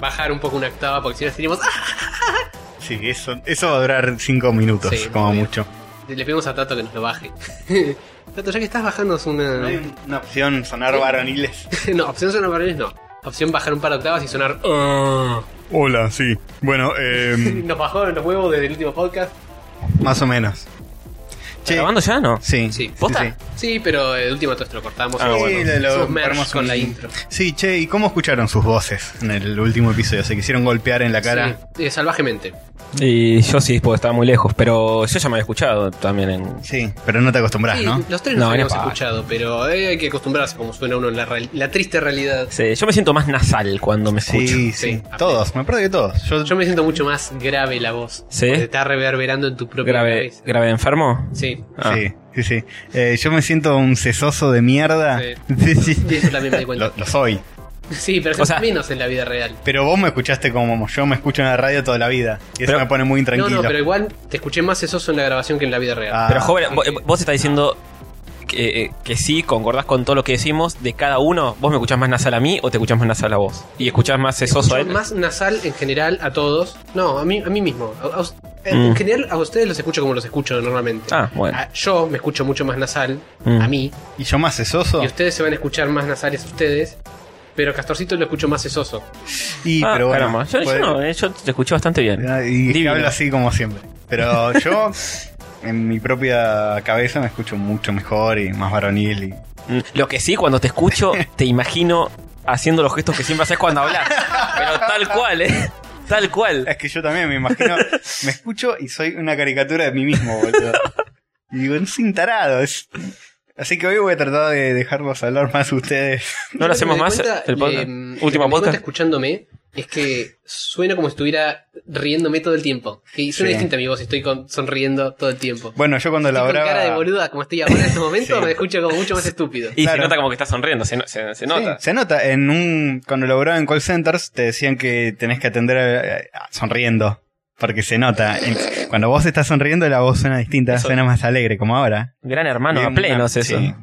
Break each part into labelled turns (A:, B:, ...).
A: bajar un poco una octava porque si no estaríamos. ¡ah!
B: Sí, eso, eso va a durar 5 minutos,
A: Sí,
B: como
A: muy bien.
B: mucho.
A: Le pedimos a Tato que nos lo baje. Tato, ya que estás bajando es
B: ¿No
A: una.
B: hay una opción sonar varoniles?
A: no, opción sonar varoniles no. Opción bajar un par de octavas y sonar. ¡ah!
B: Hola, sí. Bueno, eh,
A: Nos bajó los huevos desde el último podcast.
B: más o menos.
C: ¿Está ¿Grabando ya no?
B: Sí.
A: Sí.
C: ¿Posta?
A: Sí, pero el último entonces lo cortamos.
C: Ah,
A: y
C: bueno.
B: Sí, lo- lo
A: submerge
B: armamos
A: con
B: un-
A: la intro.
B: Sí, che, ¿y cómo escucharon sus voces en el último episodio? ¿Se quisieron golpear en la cara?
A: Sí, eh, salvajemente.
C: Y yo sí, porque estaba muy lejos, pero yo ya me había escuchado también en...
B: Sí. Pero no te acostumbras,
A: Sí,
B: ¿no?
A: Los tres nos
C: No,
A: habíamos
C: ni pa-
A: escuchado, pero eh, hay que acostumbrarse como suena uno en la, real- la triste realidad.
C: Sí, yo me siento más nasal cuando me escucho.
B: Sí, sí,
A: Sí, a-
B: Todos, me parece que todos. Yo,
A: Yo me siento mucho más grave la voz.
C: ¿Sí?
A: Porque Te está reverberando en tu propia
C: ¿Grave,
A: cabeza.
C: grave enfermo?
A: Sí.
C: Ah.
B: Sí, sí, sí. Eh, yo me siento un cesoso de mierda.
A: Sí.
B: Sí, sí.
A: Y eso también me di cuenta.
B: Lo, lo soy.
A: Sí, pero
C: O
A: es
C: sea-
A: menos en la vida real.
B: Pero vos me escuchaste como yo me escucho en la radio toda la vida. Y eso
C: Pero-
B: me pone muy intranquilo.
A: No, no, pero igual te escuché más sesoso en la grabación que en la vida real.
B: Ah.
C: Pero joven, vo- vos estás diciendo que, eh, que sí, concordás con todo lo que decimos de cada uno. ¿Vos me escuchás más nasal a mí o te escuchás más nasal a vos? ¿Y escuchás más sesoso
A: Yo
C: a él?
A: más nasal en general a todos. No, a mí, a mí mismo. A- a us- En
C: Mm.
A: general a ustedes los escucho como los escucho normalmente.
C: Ah, bueno.
A: A- yo me escucho mucho más nasal
C: Mm.
A: a mí.
B: ¿Y yo más cesoso?
A: Y ustedes se van a escuchar más nasales ustedes. Pero Castorcito lo escucho más sesoso.
B: Y,
C: Ah,
B: pero bueno.
C: caramba. Yo, yo
B: puede- Ah,
C: no, eh, yo te escuché bastante bien.
B: Y
C: Divino.
B: hablo así como siempre. Pero yo, en mi propia cabeza, me escucho mucho mejor y más varonil. Y...
C: Mm, Lo que sí, cuando te escucho, te imagino haciendo los gestos que siempre haces cuando hablas. Pero tal cual, ¿eh? Tal cual.
B: Es que yo también me imagino, me escucho y soy una caricatura de mí mismo, boludo. Y digo, es un tarado. es- Así que hoy voy a tratar de dejarlos hablar más ustedes.
C: ¿No lo hacemos más el podcast?
A: em,
C: Último
A: podcast.
C: podcast.
A: escuchándome es que suena como si estuviera riéndome todo el tiempo. Que suena
B: Sí.
A: distinta mi voz, estoy con- sonriendo todo el tiempo.
B: Bueno, yo cuando
A: Estoy
B: la
A: con
B: brava...
A: cara de boluda como estoy ahora en este momento,
B: Sí.
A: me escucho como mucho más estúpido.
C: Y
B: Claro.
C: se nota como que estás sonriendo, se, no- se- se nota.
B: Sí, se nota. En un, cuando laburaba en call centers te decían que tenés que atender eh, sonriendo. Porque se nota. En- Cuando vos estás sonriendo la voz suena distinta,
C: Eso. Ah,
B: suena más alegre, como ahora.
C: Gran hermano a
B: Bien, una-
C: plenos eso.
B: sí.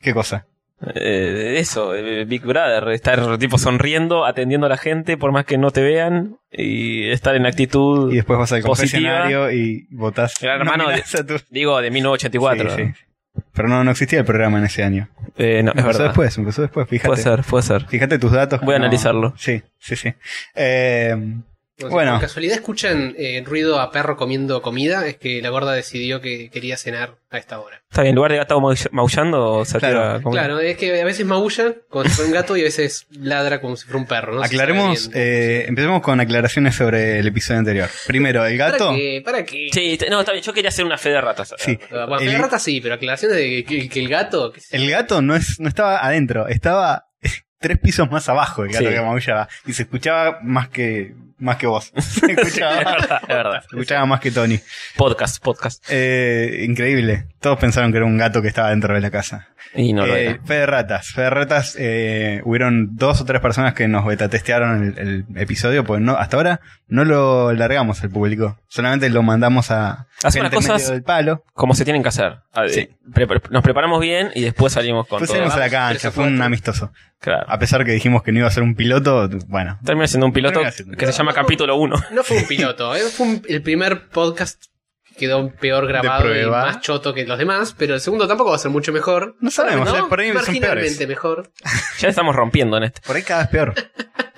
B: ¿Qué cosa?
C: Eh, eso, eh, Big Brother, estar tipo sonriendo, atendiendo a la gente por más que no te vean y estar en actitud,
B: Y después vas al
C: Positiva.
B: confesionario y votás.
C: Gran hermano
B: nominás a tu-
C: digo, de 1984.
B: Sí, sí. Pero no, no existía el programa en ese año.
C: Eh, no, es
B: empezó
C: verdad.
B: después, empezó después, fíjate.
C: Puede ser, puede ser.
B: Fíjate tus datos.
C: Voy a
B: no.
C: analizarlo.
B: Sí, sí, sí. Eh,
A: No sé,
B: Bueno.
A: Por casualidad escuchan eh, ruido a perro comiendo comida, es que la gorda decidió que quería cenar a esta hora.
C: Está bien, en lugar de gato mau- maullando, se
B: Claro,
C: activa como-
A: Claro, es que a veces maulla como si fuera un gato y a veces ladra como si fuera un perro. ¿no? Se
B: aclaremos,
A: sabe bien.
B: eh, empecemos con aclaraciones sobre el episodio anterior. Primero, el gato.
A: ¿Para qué? ¿Para qué?
C: Sí, t- no, está bien, yo quería hacer una fe de ratas.
B: Sí.
A: Bueno,
B: El-
A: la rata sí, pero aclaraciones de que, que el gato. qué sé yo.
B: El gato no es, no estaba adentro, estaba tres pisos más abajo el gato
C: Sí.
B: que maullaba. Y se escuchaba más que más que vos. Se escuchaba,
C: Es verdad, es verdad.
B: se escuchaba más que Tony.
C: Podcast, podcast.
B: Eh, increíble. Todos pensaron que era un gato que estaba dentro de la casa.
C: Y no lo
B: Eh,
C: era.
B: fe de ratas. Fe de ratas, eh, hubieron dos o tres personas que nos betatestearon el, el episodio, porque no, hasta ahora no lo largamos al público. Solamente lo mandamos a
C: Hace unas
B: gente medio
C: cosas-
B: del palo.
C: Como se tienen que hacer. A ver,
B: Sí.
C: pre- pre- nos preparamos bien y después salimos con
B: Pusimos
C: todo.
B: a la
A: Vamos, tres
B: cancha,
A: a
B: fue un
A: cuatro.
B: amistoso.
C: Claro.
B: A pesar que dijimos que no iba a ser un piloto, bueno,
C: Termina siendo un piloto
B: Termina siendo un
C: que se
B: piloto.
C: llama capítulo 1.
A: No fue un piloto, eh, fue un- el primer podcast que quedó peor grabado y
B: prueba.
A: más choto que los demás, pero el segundo tampoco va a ser mucho mejor.
B: No sabemos,
A: ¿no?
B: eh, por ahí son
A: Marginalmente
B: peores.
A: mejor.
C: Ya estamos rompiendo en este.
B: Por ahí cada vez peor.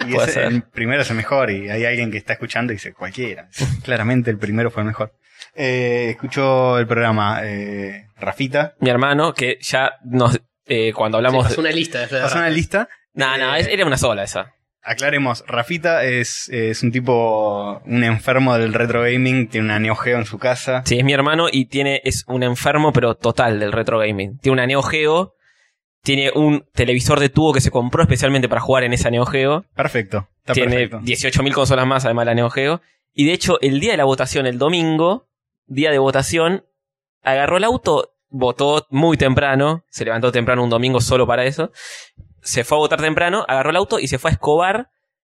B: Y
C: Puede
B: ese-
C: ser.
B: el primero es el mejor y hay alguien que está escuchando y dice cualquiera. Claramente el primero fue el mejor. Eh, escuchó el programa eh, Rafita.
C: Mi hermano, que ya nos. eh, cuando
A: Vamos.
C: hablamos.
A: pasó una lista. es verdad.
B: Pasó una lista.
C: No, no, es- era una sola esa.
B: Aclaremos, Rafita es, es un tipo, un enfermo del retro gaming, tiene una Neo Geo en su casa.
C: Sí, es mi hermano y tiene. Es un enfermo, pero total del retro gaming. Tiene una Neo Geo. Tiene un televisor de tubo que se compró especialmente para jugar en esa Neo Geo.
B: Perfecto, está
C: tiene
B: perfecto.
C: 18.000 consolas más, además de la Neo Geo. Y de hecho, el día de la votación, el domingo, día de votación, agarró el auto, votó muy temprano, se levantó temprano un domingo solo para eso, se fue a votar temprano, agarró el auto y se fue a Escobar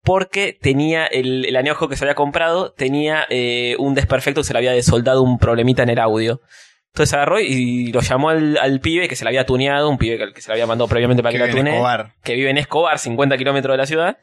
C: porque tenía el, el aniojo que se había comprado, tenía eh, un desperfecto que se le había desoldado un problemita en el audio. Entonces agarró y lo llamó al, al pibe que se la había tuneado, un pibe que, que se la había mandado previamente para
B: Que
C: que, la
B: vive en
C: tune,
B: Escobar.
C: que vive en Escobar, 50 kilómetros de la ciudad.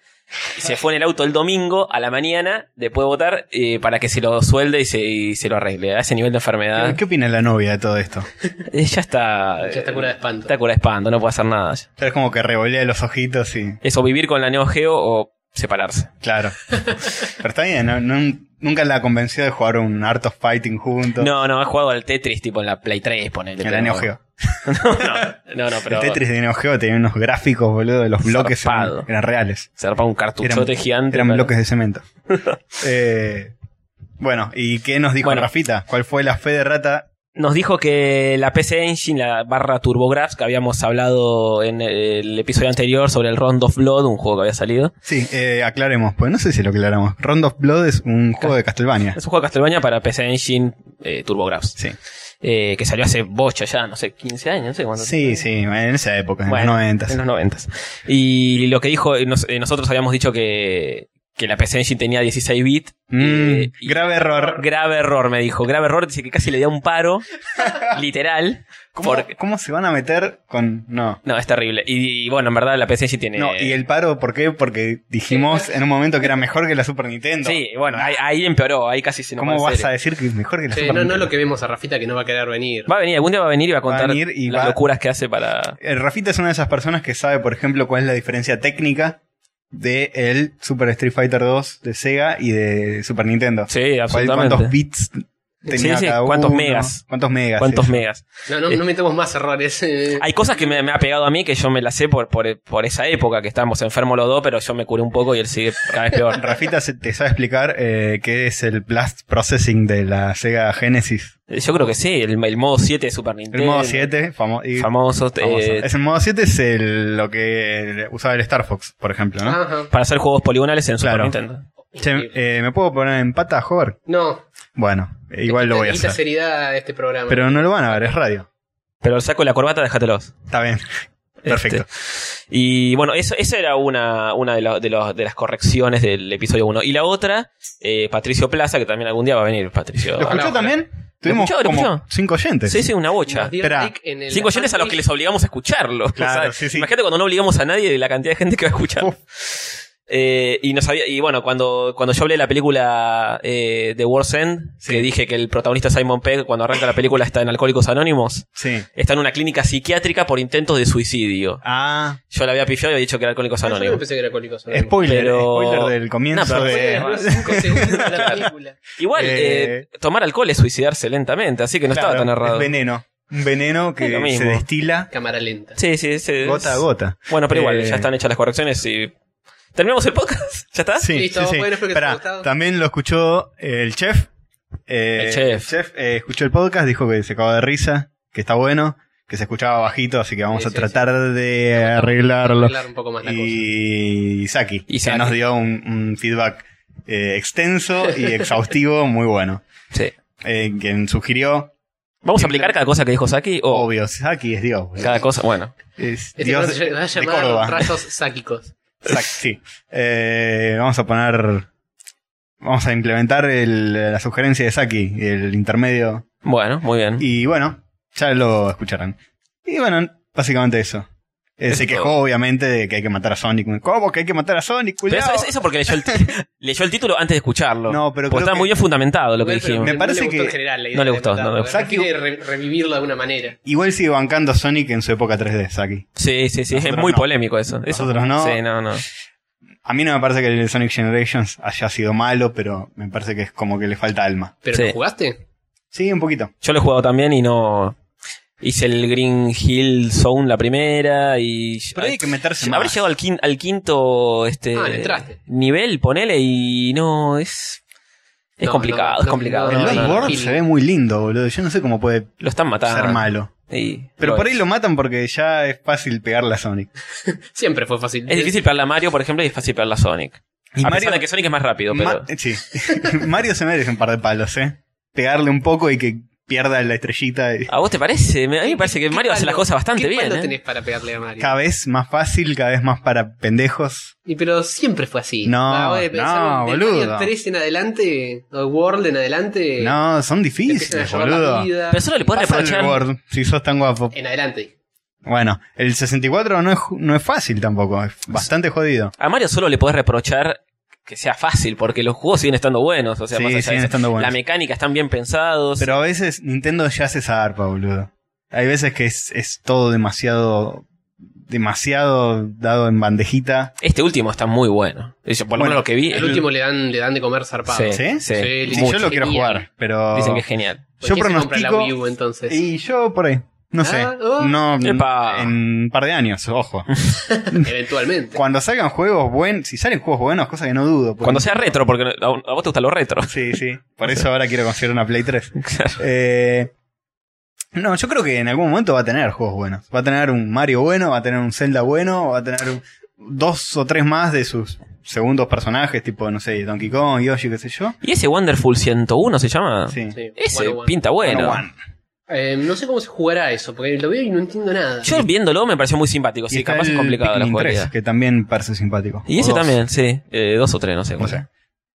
C: Y se fue en el auto el domingo a la mañana, después de votar, eh, para que se lo suelde y se, y se lo arregle. A ese nivel de enfermedad.
B: ¿Qué, qué opina la novia de todo esto?
C: Ella está. eh,
A: Ya está cura de espanto.
C: Está cura de espanto, no puede hacer nada.
B: Es como que revolea los ojitos y.
C: Eso, vivir con la Neo Geo o separarse.
B: Claro. Pero está bien, ¿no? Nun- nunca la convenció de jugar un Art of Fighting juntos.
C: No, no, he jugado al Tetris tipo en la Play 3, ponele.
B: El Neo Geo.
C: No, no, no, no, pero.
B: El Tetris de Neo Geo tenía unos gráficos, boludo, de los bloques
C: Zarpado.
B: eran, eran reales.
C: Zarpa un cartuchote
B: Eran-
C: gigante.
B: Eran
C: para-
B: bloques de cemento. Eh, bueno, ¿y qué nos dijo
C: Bueno.
B: Rafita? ¿Cuál fue la fe de rata?
C: Nos dijo que la PC Engine, la barra TurboGrafx, que habíamos hablado en el episodio anterior sobre el Round of Blood, un juego que había salido.
B: Sí, eh, aclaremos, pues no sé si lo aclaramos. Round of Blood es un juego de Castlevania.
C: Es un juego de Castlevania para PC Engine eh, TurboGrafx,
B: Sí,
C: eh, que salió hace bocha ya, no sé, 15 años, no sé cuándo.
B: sí, sí, en esa época, en
C: Bueno, Eh,
B: los 90.
C: En los 90. Y lo que dijo, eh, nos- eh, nosotros habíamos dicho que, que la PC Engine tenía 16 bits.
B: Mm,
C: eh, y-
B: grave error.
C: Grave error, me dijo. Grave error, dice que casi le dio un paro. literal.
B: ¿Cómo,
C: porque-
B: cómo se van a meter con.? No.
C: No, es terrible. Y, y bueno, en verdad la PC Engine tiene.
B: No, y el paro, ¿por qué? Porque dijimos en un momento que era mejor que la Super Nintendo.
C: Sí, bueno, ahí, ahí empeoró, ahí casi se nos
B: ¿Cómo
C: va en
B: vas
C: serio.
B: a decir que es mejor que la
A: Che,
B: Super
A: no, no
B: Nintendo?
A: lo que vemos a Rafita que no va a querer venir.
C: Va a venir, algún día va a venir y va a
B: Va a
C: contar
B: venir y
C: las
B: va-
C: locuras que hace para.
B: El Eh, Rafita es una de esas personas que sabe, por ejemplo, cuál es la diferencia técnica de el Super Street Fighter 2 de Sega y de Super Nintendo.
C: Sí,
B: ¿Cuál-
C: absolutamente.
B: ¿Cuántos bits tenía
C: Sí, sí,
B: cada uno?
C: cuántos megas.
B: ¿Cuántos megas? Eh,
C: ¿Cuántos
B: sí.
C: megas?
A: No, no, no metemos más errores. eh.
C: Hay cosas que me, me ha pegado a mí que yo me las sé por, por, por esa época que estábamos enfermos los dos, pero yo me curé un poco y él sigue cada vez peor.
B: Rafita se- te sabe explicar eh, qué es el Blast Processing de la Sega Genesis.
C: Yo creo que sí, el, el modo 7 de Super Nintendo.
B: El modo 7, famo- y-
C: Famoso.
B: famoso.
C: eh,
B: Es el modo 7 es el- lo que usaba el Star Fox, por ejemplo,
C: Ah,
B: ¿no?
A: Ajá.
C: para hacer juegos poligonales en Super
B: Claro.
C: Nintendo.
B: Che, eh, ¿Me puedo poner en pata, Hover?
A: No,
B: Bueno, eh, igual lo voy a
A: quita
B: hacer.
A: seriedad a este programa.
B: Pero no lo van a ver, es radio.
C: Pero el saco y la corbata, déjatelos.
B: Está bien.
C: Este,
B: Perfecto.
C: Y bueno, eso, esa era una, una de, la- de los- de las correcciones del episodio 1. Y la otra, eh, Patricio Plaza, que también algún día va a venir, Patricio.
B: ¿Lo escuchó
A: Hola,
B: también? Tuvimos
C: escuchó? ¿Lo
B: como
C: escuchó?
B: cinco oyentes.
C: Sí, sí, una bocha.
A: Nos dio
B: Espera.
A: clic en el
C: Cinco oyentes a los que les obligamos a escucharlo.
B: Claro,
C: O sea,
B: sí, sí.
C: Imagínate cuando no obligamos a nadie de la cantidad de gente que va a escuchar.
B: Uf.
C: Eh, y no sabía, y bueno, cuando, cuando yo hablé de la película eh, The World's End,
B: Sí.
C: que dije que el protagonista Simon Pegg, cuando arranca la película, está en Alcohólicos Anónimos,
B: Sí.
C: está en una clínica psiquiátrica por intentos de suicidio.
B: Ah,
C: Yo la había pifiado y había dicho que era Alcohólicos
A: Ah, yo no
C: Anónimos.
A: pensé que era Cólicos Anónimos.
B: spoiler,
C: Pero-
B: spoiler del comienzo
C: No, pero
B: de...
A: Bueno, cinco segundos de la película.
C: Igual,
B: Eh,
C: eh, tomar alcohol es suicidarse lentamente, así que no
B: Claro,
C: estaba tan errado.
B: Es veneno. Un veneno
C: Es lo
B: que se
C: mismo.
B: destila
A: Cámara lenta.
C: Sí, sí, sí.
B: gota a gota.
C: Bueno, pero igual,
B: Eh,
C: ya están hechas las correcciones y. ¿Terminamos el podcast? ¿Ya está?
B: Sí,
A: Listo,
B: sí, sí.
A: bueno, espero que te
B: Pará,
A: haya gustado.
B: también lo escuchó eh, el chef. Eh,
C: El chef.
B: eh, escuchó el podcast, dijo que se acabó de risa, que está bueno, que se escuchaba bajito, así que vamos
A: Sí,
B: a
A: sí,
B: tratar de
A: Vamos a
B: arreglarlo.
A: arreglar un poco más la cosa.
B: y Saki,
C: Y
B: que
C: Saki.
B: nos dio un, un feedback eh, extenso y exhaustivo muy bueno.
C: Sí.
B: Eh, quien sugirió,
C: ¿Vamos a aplicar cada cosa que dijo Saki? O
B: obvio, Saki es Dios. boludo.
C: cada cosa. Bueno.
B: Es
A: Este
B: Dios
A: programa se va a
B: de
A: llamar
B: Córdoba.
A: Rayos Sáquicos.
B: Saki, sí. Eh, vamos a poner... Vamos a implementar el- la sugerencia de Saki, el intermedio.
C: Bueno, muy bien.
B: Y bueno, ya lo escucharán. Y bueno, básicamente eso. Eh,
C: Es
B: se quejó,
C: todo.
B: obviamente, de que hay que matar a Sonic. ¿Cómo que hay que matar a Sonic?
C: Pero eso,
B: Cuidado.
C: eso- eso porque leyó el, ti- leyó el título antes de escucharlo.
B: No, pero
C: porque
B: creo
C: está
B: que-
C: muy bien fundamentado lo que dijimos.
B: me
A: no
B: parece
A: le gustó
B: que-
A: en general la idea
C: no le
A: de
C: gustó, no le
A: matarlo.
C: gustó.
A: Saki quiere re- revivirlo de alguna manera.
B: Igual sigue bancando Sonic en su época 3D, Saki.
C: Sí, sí, sí. Es
B: Nosotros
C: muy
B: no.
C: polémico eso. Eso-
B: Nosotros no.
C: Sí, no, no.
B: A mí no me parece que el Sonic Generations haya sido malo, pero me parece que es como que le falta alma.
A: ¿Pero
C: Sí.
A: lo jugaste?
B: Sí, un poquito.
C: Yo lo he jugado también y no. Hice el Green Hill Zone la primera y.
B: Pero hay que meterse
C: Habré
B: más.
C: llegado al, quin- al quinto este
A: Ah, le entraste.
C: nivel, ponele, y no, es. Es
A: No,
C: complicado,
A: no,
C: es
A: no,
C: complicado.
B: El
A: no, no,
B: Bloodborne
A: no.
B: se ve muy lindo, boludo. Yo no sé cómo puede
C: Lo están matando.
B: ser malo.
C: Sí,
B: Pero por
C: es.
B: ahí lo matan porque ya es fácil pegarle a Sonic.
A: Siempre fue fácil.
C: Es difícil para la Mario, por ejemplo, y es fácil para la Sonic.
B: Y
C: a
B: Mario,
C: pesar de que Sonic es más rápido, pero.
B: Ma- sí. Mario se merece un par de palos, ¿eh? Pegarle un poco y que pierda la estrellita. y-
C: ¿A vos te parece? Me- A mí me parece que
A: ¿Qué
C: Mario hace las
A: palo-
C: cosas bastante
A: ¿qué
C: bien.
A: palo
C: ¿eh?
A: tenés para pegarle a Mario?
B: Cada vez más fácil, cada vez más para pendejos.
A: Y pero siempre fue así.
B: No,
A: Ah, vos de
B: no,
A: pensar un- de
B: boludo.
A: Mario 3 en adelante, o World en adelante.
B: No, son
A: te empiezan a
B: difíciles,
A: llevar la
B: boludo.
A: vida.
C: Pero solo le podés
B: Pasa el
C: reprochar.
B: Word, si sos tan guapo.
A: En adelante.
B: Bueno, el 64 no es, ju- no es fácil tampoco, es bastante jodido.
C: A Mario solo le podés reprochar que sea fácil, porque los juegos siguen estando buenos. O sea,
B: Sí,
C: más allá de
B: siguen
C: eso.
B: estando buenos.
C: La mecánica están bien pensados.
B: Pero a veces Nintendo ya hace esa arpa, boludo. Hay veces que es, es todo demasiado. demasiado dado en bandejita.
C: Este último está muy bueno. Yo, por
B: Bueno,
C: lo menos lo que vi.
A: Al
C: es-
A: último le dan, le dan de comer zarpado.
C: Sí,
B: ¿Sí?
C: sí.
A: Sí,
B: Sí,
A: mucho.
B: yo lo quiero
A: Genial.
B: jugar, pero.
C: Dicen que es genial.
A: ¿Por
B: Yo
A: qué se compra la
B: pronostico-
A: Wii U, entonces?
B: Y yo por ahí. No sé.
A: Ah, oh.
B: No.
C: Epa.
B: En un par de años, ojo.
A: Eventualmente.
B: Cuando salgan juegos buenos. Si salen juegos buenos, cosa que no dudo. porque-
C: Cuando sea retro, porque a a vos te gusta lo retro.
B: Sí, sí. Por eso ahora quiero conseguir una Play 3. Eh, no, yo creo que en algún momento va a tener juegos buenos. Va a tener un Mario bueno, va a tener un Zelda bueno, va a tener un- dos o tres más de sus segundos personajes, tipo, no sé, Donkey Kong, Yoshi, qué sé yo.
C: ¿Y ese Wonderful 101 se llama?
B: Sí.
A: Sí,
C: Ese
A: bueno, bueno.
C: pinta Ah. bueno.
B: Bueno, bueno.
A: Eh, no sé cómo se jugará eso, porque lo veo y no entiendo nada.
C: Yo viéndolo me pareció muy simpático.
B: Y
C: Sí,
B: está
C: capaz es
B: el
C: complicado la
B: Pikmin 3,
C: jugabilidad.
B: que también parece simpático.
C: Y
B: O
C: ese
B: dos,
C: también, sí. Eh, dos o tres, no sé.
B: No sé.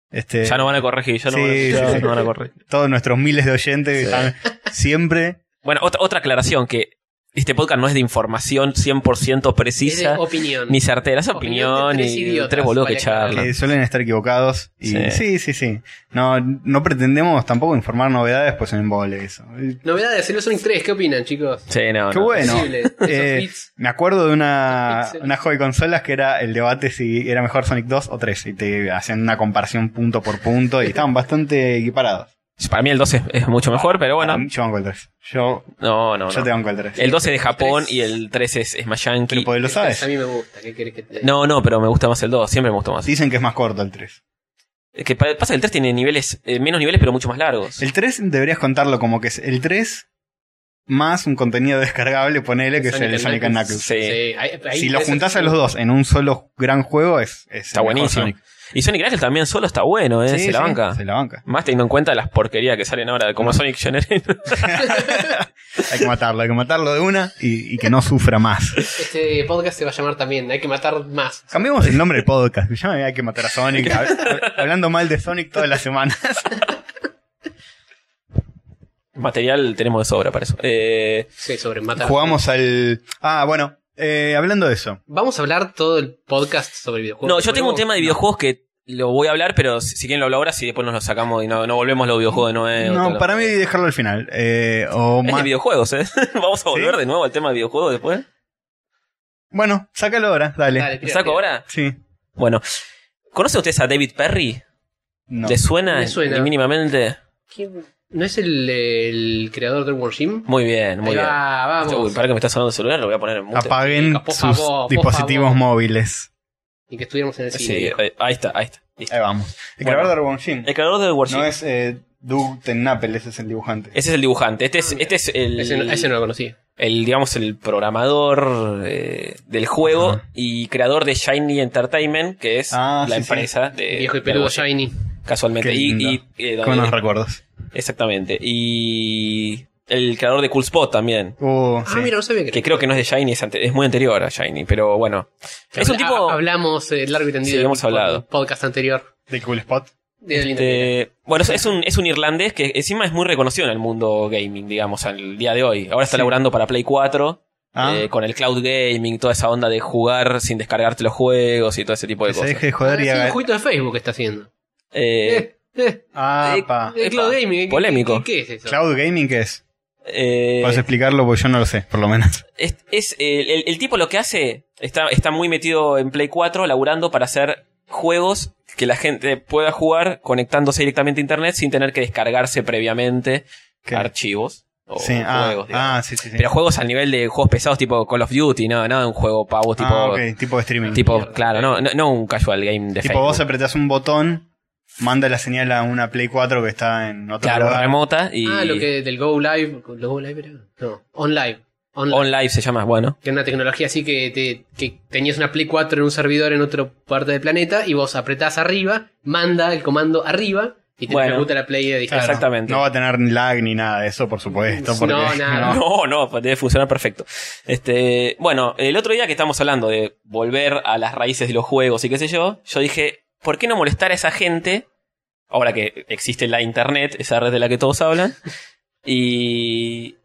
B: Este,
C: Ya no van a corregir, ya no,
B: Sí,
C: van, a,
B: sí,
C: ya
B: sí.
C: no van a corregir.
B: Todos nuestros miles de oyentes que
C: Sí.
B: están siempre.
C: Bueno, otra, otra aclaración, que este podcast no es de información 100%
A: es de
C: precisa,
A: opinión.
C: ni certera, es
A: Opinión
C: opinión,
A: de tres
C: y
A: idiotas,
C: tres boludos que
A: vale
C: charlan.
B: que eh, suelen estar equivocados. Y,
C: Sí.
B: sí. sí, sí, No, no pretendemos tampoco informar novedades, pues en embole eso.
A: Novedades, el Sonic 3, ¿qué opinan, chicos?
C: Sí, no,
B: Qué
C: no.
B: bueno.
A: Posible. Esos
B: Eh,
A: bits.
B: Me acuerdo de una,
A: Pixel.
B: una juego de consolas que era el debate si era mejor Sonic 2 o 3. Y te hacían una comparación punto por punto y estaban bastante equiparados.
C: Para mí el 12 es mucho mejor, pero bueno.
B: Para mí, Yo banco el 3. Yo,
C: No, no,
B: yo
C: no.
B: te banco el 3.
C: El 12 de Japón
A: Tres.
C: y el 13 es, es más yankee.
B: Pero porque lo
A: A
B: sabes.
A: mí me gusta, ¿qué querés que te diga?
C: No, no, pero me gusta más el 2, siempre me gustó más.
B: Dicen que es más corto el 3.
C: Es Que pa- pasa que el 3 tiene niveles, eh, menos niveles, pero mucho más largos.
B: El 3 deberías contarlo como que es el 3 más un contenido descargable, ponele que es
A: Sonic
B: el
A: and
B: Sonic and
A: Knuckles.
B: Knuckles.
C: Sí.
A: Sí, ahí- ahí
B: si lo
A: ese-
B: juntás a los dos en un solo gran juego, es, es
C: Está
B: el mejor
C: buenísimo.
B: Sonic.
C: Y Sonic Knuckles también solo está bueno, ¿eh?
B: Sí,
C: se la
B: sí,
C: banca.
B: Se la banca.
C: Más teniendo en cuenta las porquerías que salen ahora, como Sonic Generation.
B: Hay que matarlo, hay que matarlo de una y, y que no sufra más.
A: Este podcast se va a llamar también, hay que matar más.
B: Cambiamos el nombre del podcast. Ya me había que matar a Sonic. hab- hab- hablando mal de Sonic todas las semanas.
C: Material tenemos de sobra para eso. Eh,
A: Sí, sobre matar.
B: Jugamos al. Ah, bueno. eh, hablando de eso.
A: Vamos a hablar todo el podcast sobre videojuegos.
C: no, yo tengo un
A: Bueno,
C: tema de videojuegos que lo voy a hablar, pero si, si quieren lo hablo ahora, si después nos lo sacamos y no, no volvemos a los videojuegos de nuevo.
B: No,
C: todo.
B: para mí dejarlo al final. Eh, o
C: Eh, Es
B: más-
C: de videojuegos, ¿eh? Vamos a volver
B: ¿Sí?
C: de nuevo al tema de videojuegos después.
B: Bueno, sácalo ahora, dale.
A: Dale,
C: ¿Lo
A: tira,
C: saco
A: tira.
C: ahora?
B: Sí.
C: Bueno. ¿Conocen ustedes a David Perry?
B: No.
C: ¿Les suena?
A: Me suena.
C: Ni Mínimamente.
A: ¿Quién- ¿No es el, el creador del World Gym?
C: Muy bien, muy
A: Ahí
C: bien.
A: va,
C: Uy,
A: vamos.
C: para que me está sonando el celular, lo voy a poner en mute.
B: Apaguen
A: Por
B: sus
A: favor, por
B: dispositivos
A: favor.
B: móviles.
A: Y que estuviéramos en el cine.
C: Sí,
A: viejo.
C: ahí ahí está, ahí está. Listo.
B: Ahí vamos. El
C: Bueno.
B: creador de Dragon Jim.
C: El creador de Warship.
B: No es eh, Doug Tennapel, ese es el dibujante.
C: Ese es el dibujante. Este es, este es el,
A: Ah,
C: eh,
A: Ese, no- ese no lo conocí.
C: el, digamos, el programador eh, del juego
B: Ajá.
C: y creador de Shiny Entertainment, que es
B: Ah,
C: la
B: sí,
C: empresa de.
A: Viejo y
C: de
A: peludo
C: Warship,
A: Shiny.
C: Casualmente.
B: Qué
C: Y,
B: lindo.
C: y, eh,
B: Qué
C: donde-
B: buenos recuerdos.
C: exactamente. Y el creador de Cool Spot también.
B: Uh,
A: Ah,
B: sí.
A: mira, no sabía que.
C: Que creo que no es de Shiny, es, ante- es muy anterior a Shiny, pero bueno. Es un
A: Habla-
C: tipo.
A: Hablamos eh, largo y tendido.
C: Sí,
A: en
C: hemos
A: un pod-
C: hablado.
A: Podcast anterior.
B: De Cool Spot.
A: De la linda vida.
C: Este, bueno, es- es un, es un irlandés que encima es muy reconocido en el mundo gaming, digamos, al día de hoy. Ahora está
B: Sí.
C: laburando para Play 4,
B: Ah,
C: eh, con el cloud gaming, toda esa onda de jugar sin descargarte los juegos y todo ese tipo de
B: que se
C: cosas.
B: deje de joder
A: Ah,
B: y
A: sí, un
B: haga.
A: jueguito de Facebook está haciendo.
C: Eh,
A: Eh, eh,
B: Ah,
A: eh,
B: pa.
A: eh, Cloud
C: Epa.
A: Gaming. ¿qué-
C: Polémico.
A: ¿Qué, qué es eso?
B: ¿Cloud Gaming qué es?
C: eh,
B: Puedes explicarlo porque yo no lo sé, por lo menos.
C: es, es, eh, el, el tipo lo que hace, está, está muy metido en Play 4, laburando para hacer juegos que la gente pueda jugar conectándose directamente a internet sin tener que descargarse previamente
B: ¿Qué?
C: archivos o
B: sí, ah,
C: Oh, juegos. digamos.
B: ah, sí, sí, sí.
C: Pero juegos al nivel de juegos pesados tipo Call of Duty, no, no un juego pavo tipo.
B: ah, ok, tipo de streaming. Tipo,
C: Tipo,
A: Mierda.
C: claro, no, no, no un casual game de Facebook.
B: vos apretás un botón, manda la señal a una Play 4 que está en otro
C: Claro,
B: lugar.
C: remota y.
A: Ah, lo que del Go Live. ¿Lo Go Live era? No, On Live. On Live.
C: On Live se llama, bueno.
A: Que era una tecnología así que, te- que tenías una Play 4 en un servidor en otra parte del planeta y vos apretás arriba, manda el comando arriba y te
C: Bueno.
A: ejecuta la play de distancia.
C: Exactamente.
B: No va a tener ni lag ni nada de eso, por supuesto.
A: No,
B: Porque,
A: nada.
C: No, no, pues debe funcionar perfecto. Este, bueno, el otro día que estábamos hablando de volver a las raíces de los juegos y qué sé yo, yo dije, ¿por qué no molestar a esa gente? Ahora que existe la internet, esa red de la que todos hablan, y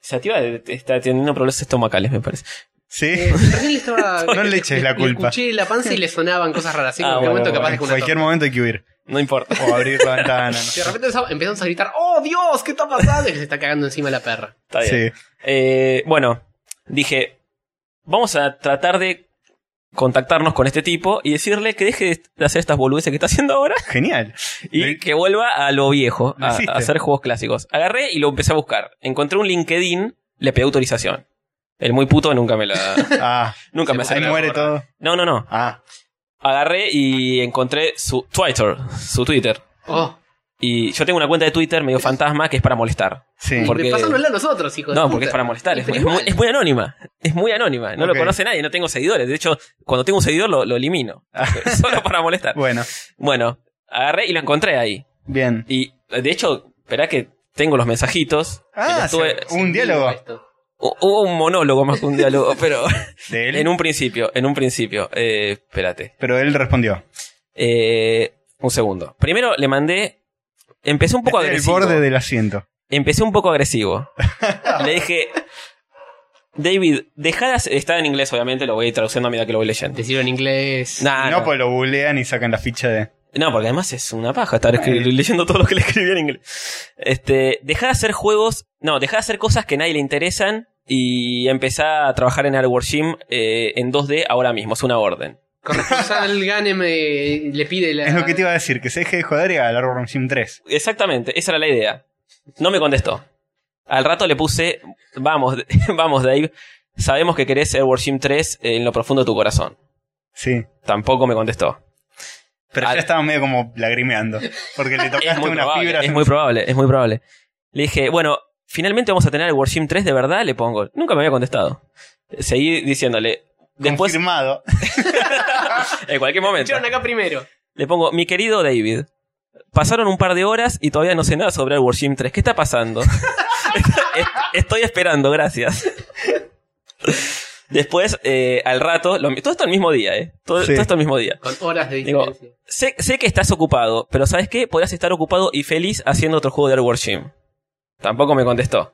C: Sativa está teniendo problemas estomacales, me parece.
B: Sí.
A: Eh, recién le estaba-
B: No le eches la culpa.
A: escuché la panza y le sonaban cosas raras. Así que
C: Ah,
A: en
C: bueno,
A: algún momento capaz
B: en
A: es que una
B: cualquier momento hay que huir.
C: No importa.
B: O abrir la ventana.
A: tos.
B: no.
A: De repente empezamos- empezamos a gritar, ¡Oh Dios! ¿Qué está pasando? Y se está cagando encima la perra.
C: Está bien.
B: Sí.
C: Eh, bueno, dije, vamos a tratar de contactarnos con este tipo y decirle que deje de hacer estas boludeces que está haciendo ahora
B: Genial.
C: y
B: Le-
C: que vuelva a lo viejo,
B: Lo
C: a,
B: hiciste.
C: a hacer juegos clásicos. Agarré y lo empecé a buscar. Encontré un LinkedIn, le pedí autorización. El muy puto nunca me la...
B: Ah,
C: nunca me
A: Se
B: ahí
C: aceptó.
A: la
B: muere
A: gorra.
B: todo.
C: No, no, no.
B: Ah,
C: Agarré y encontré su Twitter, su Twitter.
A: Oh,
C: Y yo tengo una cuenta de Twitter medio fantasma que es para molestar.
B: sí.
C: Por- Porque-
A: porque... pasárnosla a nosotros, hijo de
C: No, porque es
A: puta.
C: para molestar. Es,
A: Pero
C: es muy,
A: igual.
C: es muy anónima. Es muy anónima. No
B: Ok.
C: lo conoce nadie. No tengo seguidores. De hecho, cuando tengo un seguidor lo, lo elimino. Solo para molestar.
B: Bueno,
C: Bueno, agarré y lo encontré ahí.
B: bien.
C: Y de hecho, esperá que tengo los mensajitos. que lo
B: Ah,
C: estuve-
B: sí, un diálogo.
A: Esto.
C: hu- Hubo un monólogo más que un diálogo, pero
B: De él.
C: en un principio, en un principio. Eh, espérate.
B: Pero él respondió.
C: Eh, un segundo. Primero le mandé. Empecé un poco
B: Este el
C: agresivo.
B: borde del asiento.
C: Empecé un poco agresivo. Le dije, David, dejá de hacer... Está en inglés, obviamente, lo voy a ir traduciendo a medida que lo voy leyendo.
A: Decirlo en inglés.
C: Nah,
B: no,
C: no,
B: pues lo googlean y sacan la ficha de.
C: No, porque además es una paja estar escri- leyendo todo lo que le escribí en inglés. Este, dejá de hacer juegos... No, dejá de hacer cosas que a nadie le interesan y empezá a trabajar en Hardware Gym eh, en 2D ahora mismo. Es una orden.
A: Corresponsal Ganem eh, le pide la.
B: Es lo que te iba a decir, que se deje de joder y haga el Arborn Sim 3.
C: Exactamente, esa era la idea. No me contestó. Al rato le puse, vamos, vamos Dave, sabemos que querés Airworld Gym 3 en lo profundo de tu corazón.
B: Sí.
C: Tampoco me contestó.
B: Pero
C: Al-
B: ya estaba medio como lagrimeando. Porque le
C: Ah. Es
B: tocaste
C: muy,
B: una
C: probable,
B: fibra.
C: es muy probable, es muy probable. Le dije, bueno, finalmente vamos a tener el Warship 3 de verdad, le pongo. Nunca me había contestado. Seguí diciéndole. Después,
B: Confirmado.
C: en cualquier momento.
A: Escucharon acá primero.
C: Le pongo, mi querido David, pasaron un par de horas y todavía no sé nada sobre el Warship 3. ¿Qué está pasando? Est- Estoy esperando, gracias. Después, eh, al rato, lo- todo esto el mismo día, ¿eh? Todo,
B: Sí.
C: todo esto el mismo día.
A: Con horas de
C: Digo,
A: diferencia.
C: Sé, sé que estás ocupado, pero ¿sabes qué? Podrías estar ocupado y feliz haciendo otro juego de Airward Gym. Tampoco me contestó.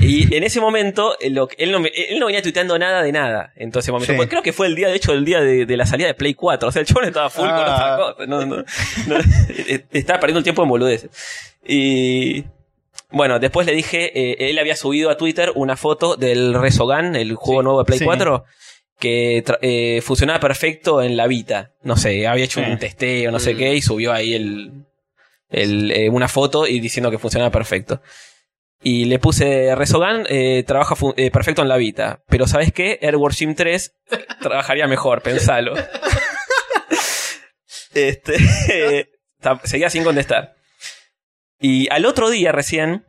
C: Y en ese momento, eh, lo que- él, no me- él no venía tuiteando nada de nada. En todo ese momento.
B: Sí.
C: Porque creo que fue el día, de hecho, el día de, de la salida de Play 4. O sea, el chabón estaba full con
B: Ah.
C: otra cosa. No, no, no. eh, estaba perdiendo el tiempo en boludeces. Y. Bueno, después le dije, eh, él había subido a Twitter una foto del Resogan, el juego
A: Sí.
C: nuevo de Play
B: Sí.
C: 4, que tra- eh, funcionaba perfecto en la Vita. No sé, había hecho
B: Sí.
C: un testeo, no sé
A: Mm.
C: qué, y subió ahí el, el, eh, una foto y diciendo que funcionaba perfecto. Y le puse Resogan, eh, trabaja fu- eh, perfecto en la Vita. Pero ¿sabes qué? Airward Sim 3 trabajaría mejor, pensalo. este, ta- seguía sin contestar. Y al otro día recién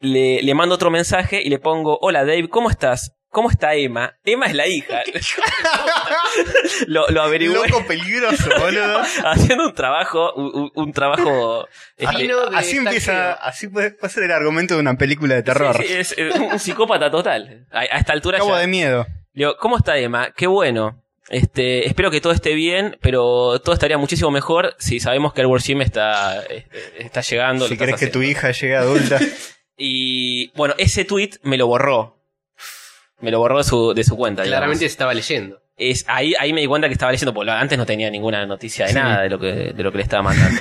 C: le, le mando otro mensaje y le pongo, hola Dave, ¿cómo estás? ¿Cómo está Emma? Emma es la hija. lo, lo averigüé
B: Loco peligroso, boludo.
C: haciendo un trabajo, un, un- un trabajo...
A: Así
C: este,
A: Ah, no, de
B: así empieza,
A: taxeo.
B: así puede, puede ser el argumento de una película de terror.
C: sí, sí, es eh, un, un psicópata total. A, a esta altura
B: Cabo
C: ya-
B: de miedo.
C: Le digo, ¿cómo está Emma? Qué bueno. Este, espero que todo esté bien, pero todo estaría muchísimo mejor si sabemos que el World Gym está, eh, eh, está llegando.
B: Si
C: lo estás
B: querés que tu
C: haciendo".
B: hija llegue adulta.
C: Y bueno, ese tweet me lo borró. Me lo borró de su, de su cuenta. digamos.
A: Claramente se estaba leyendo.
C: Es, ahí, ahí me di cuenta que estaba leyendo, porque antes no tenía ninguna noticia de
B: Sí.
C: nada de lo, que, de lo que le estaba mandando.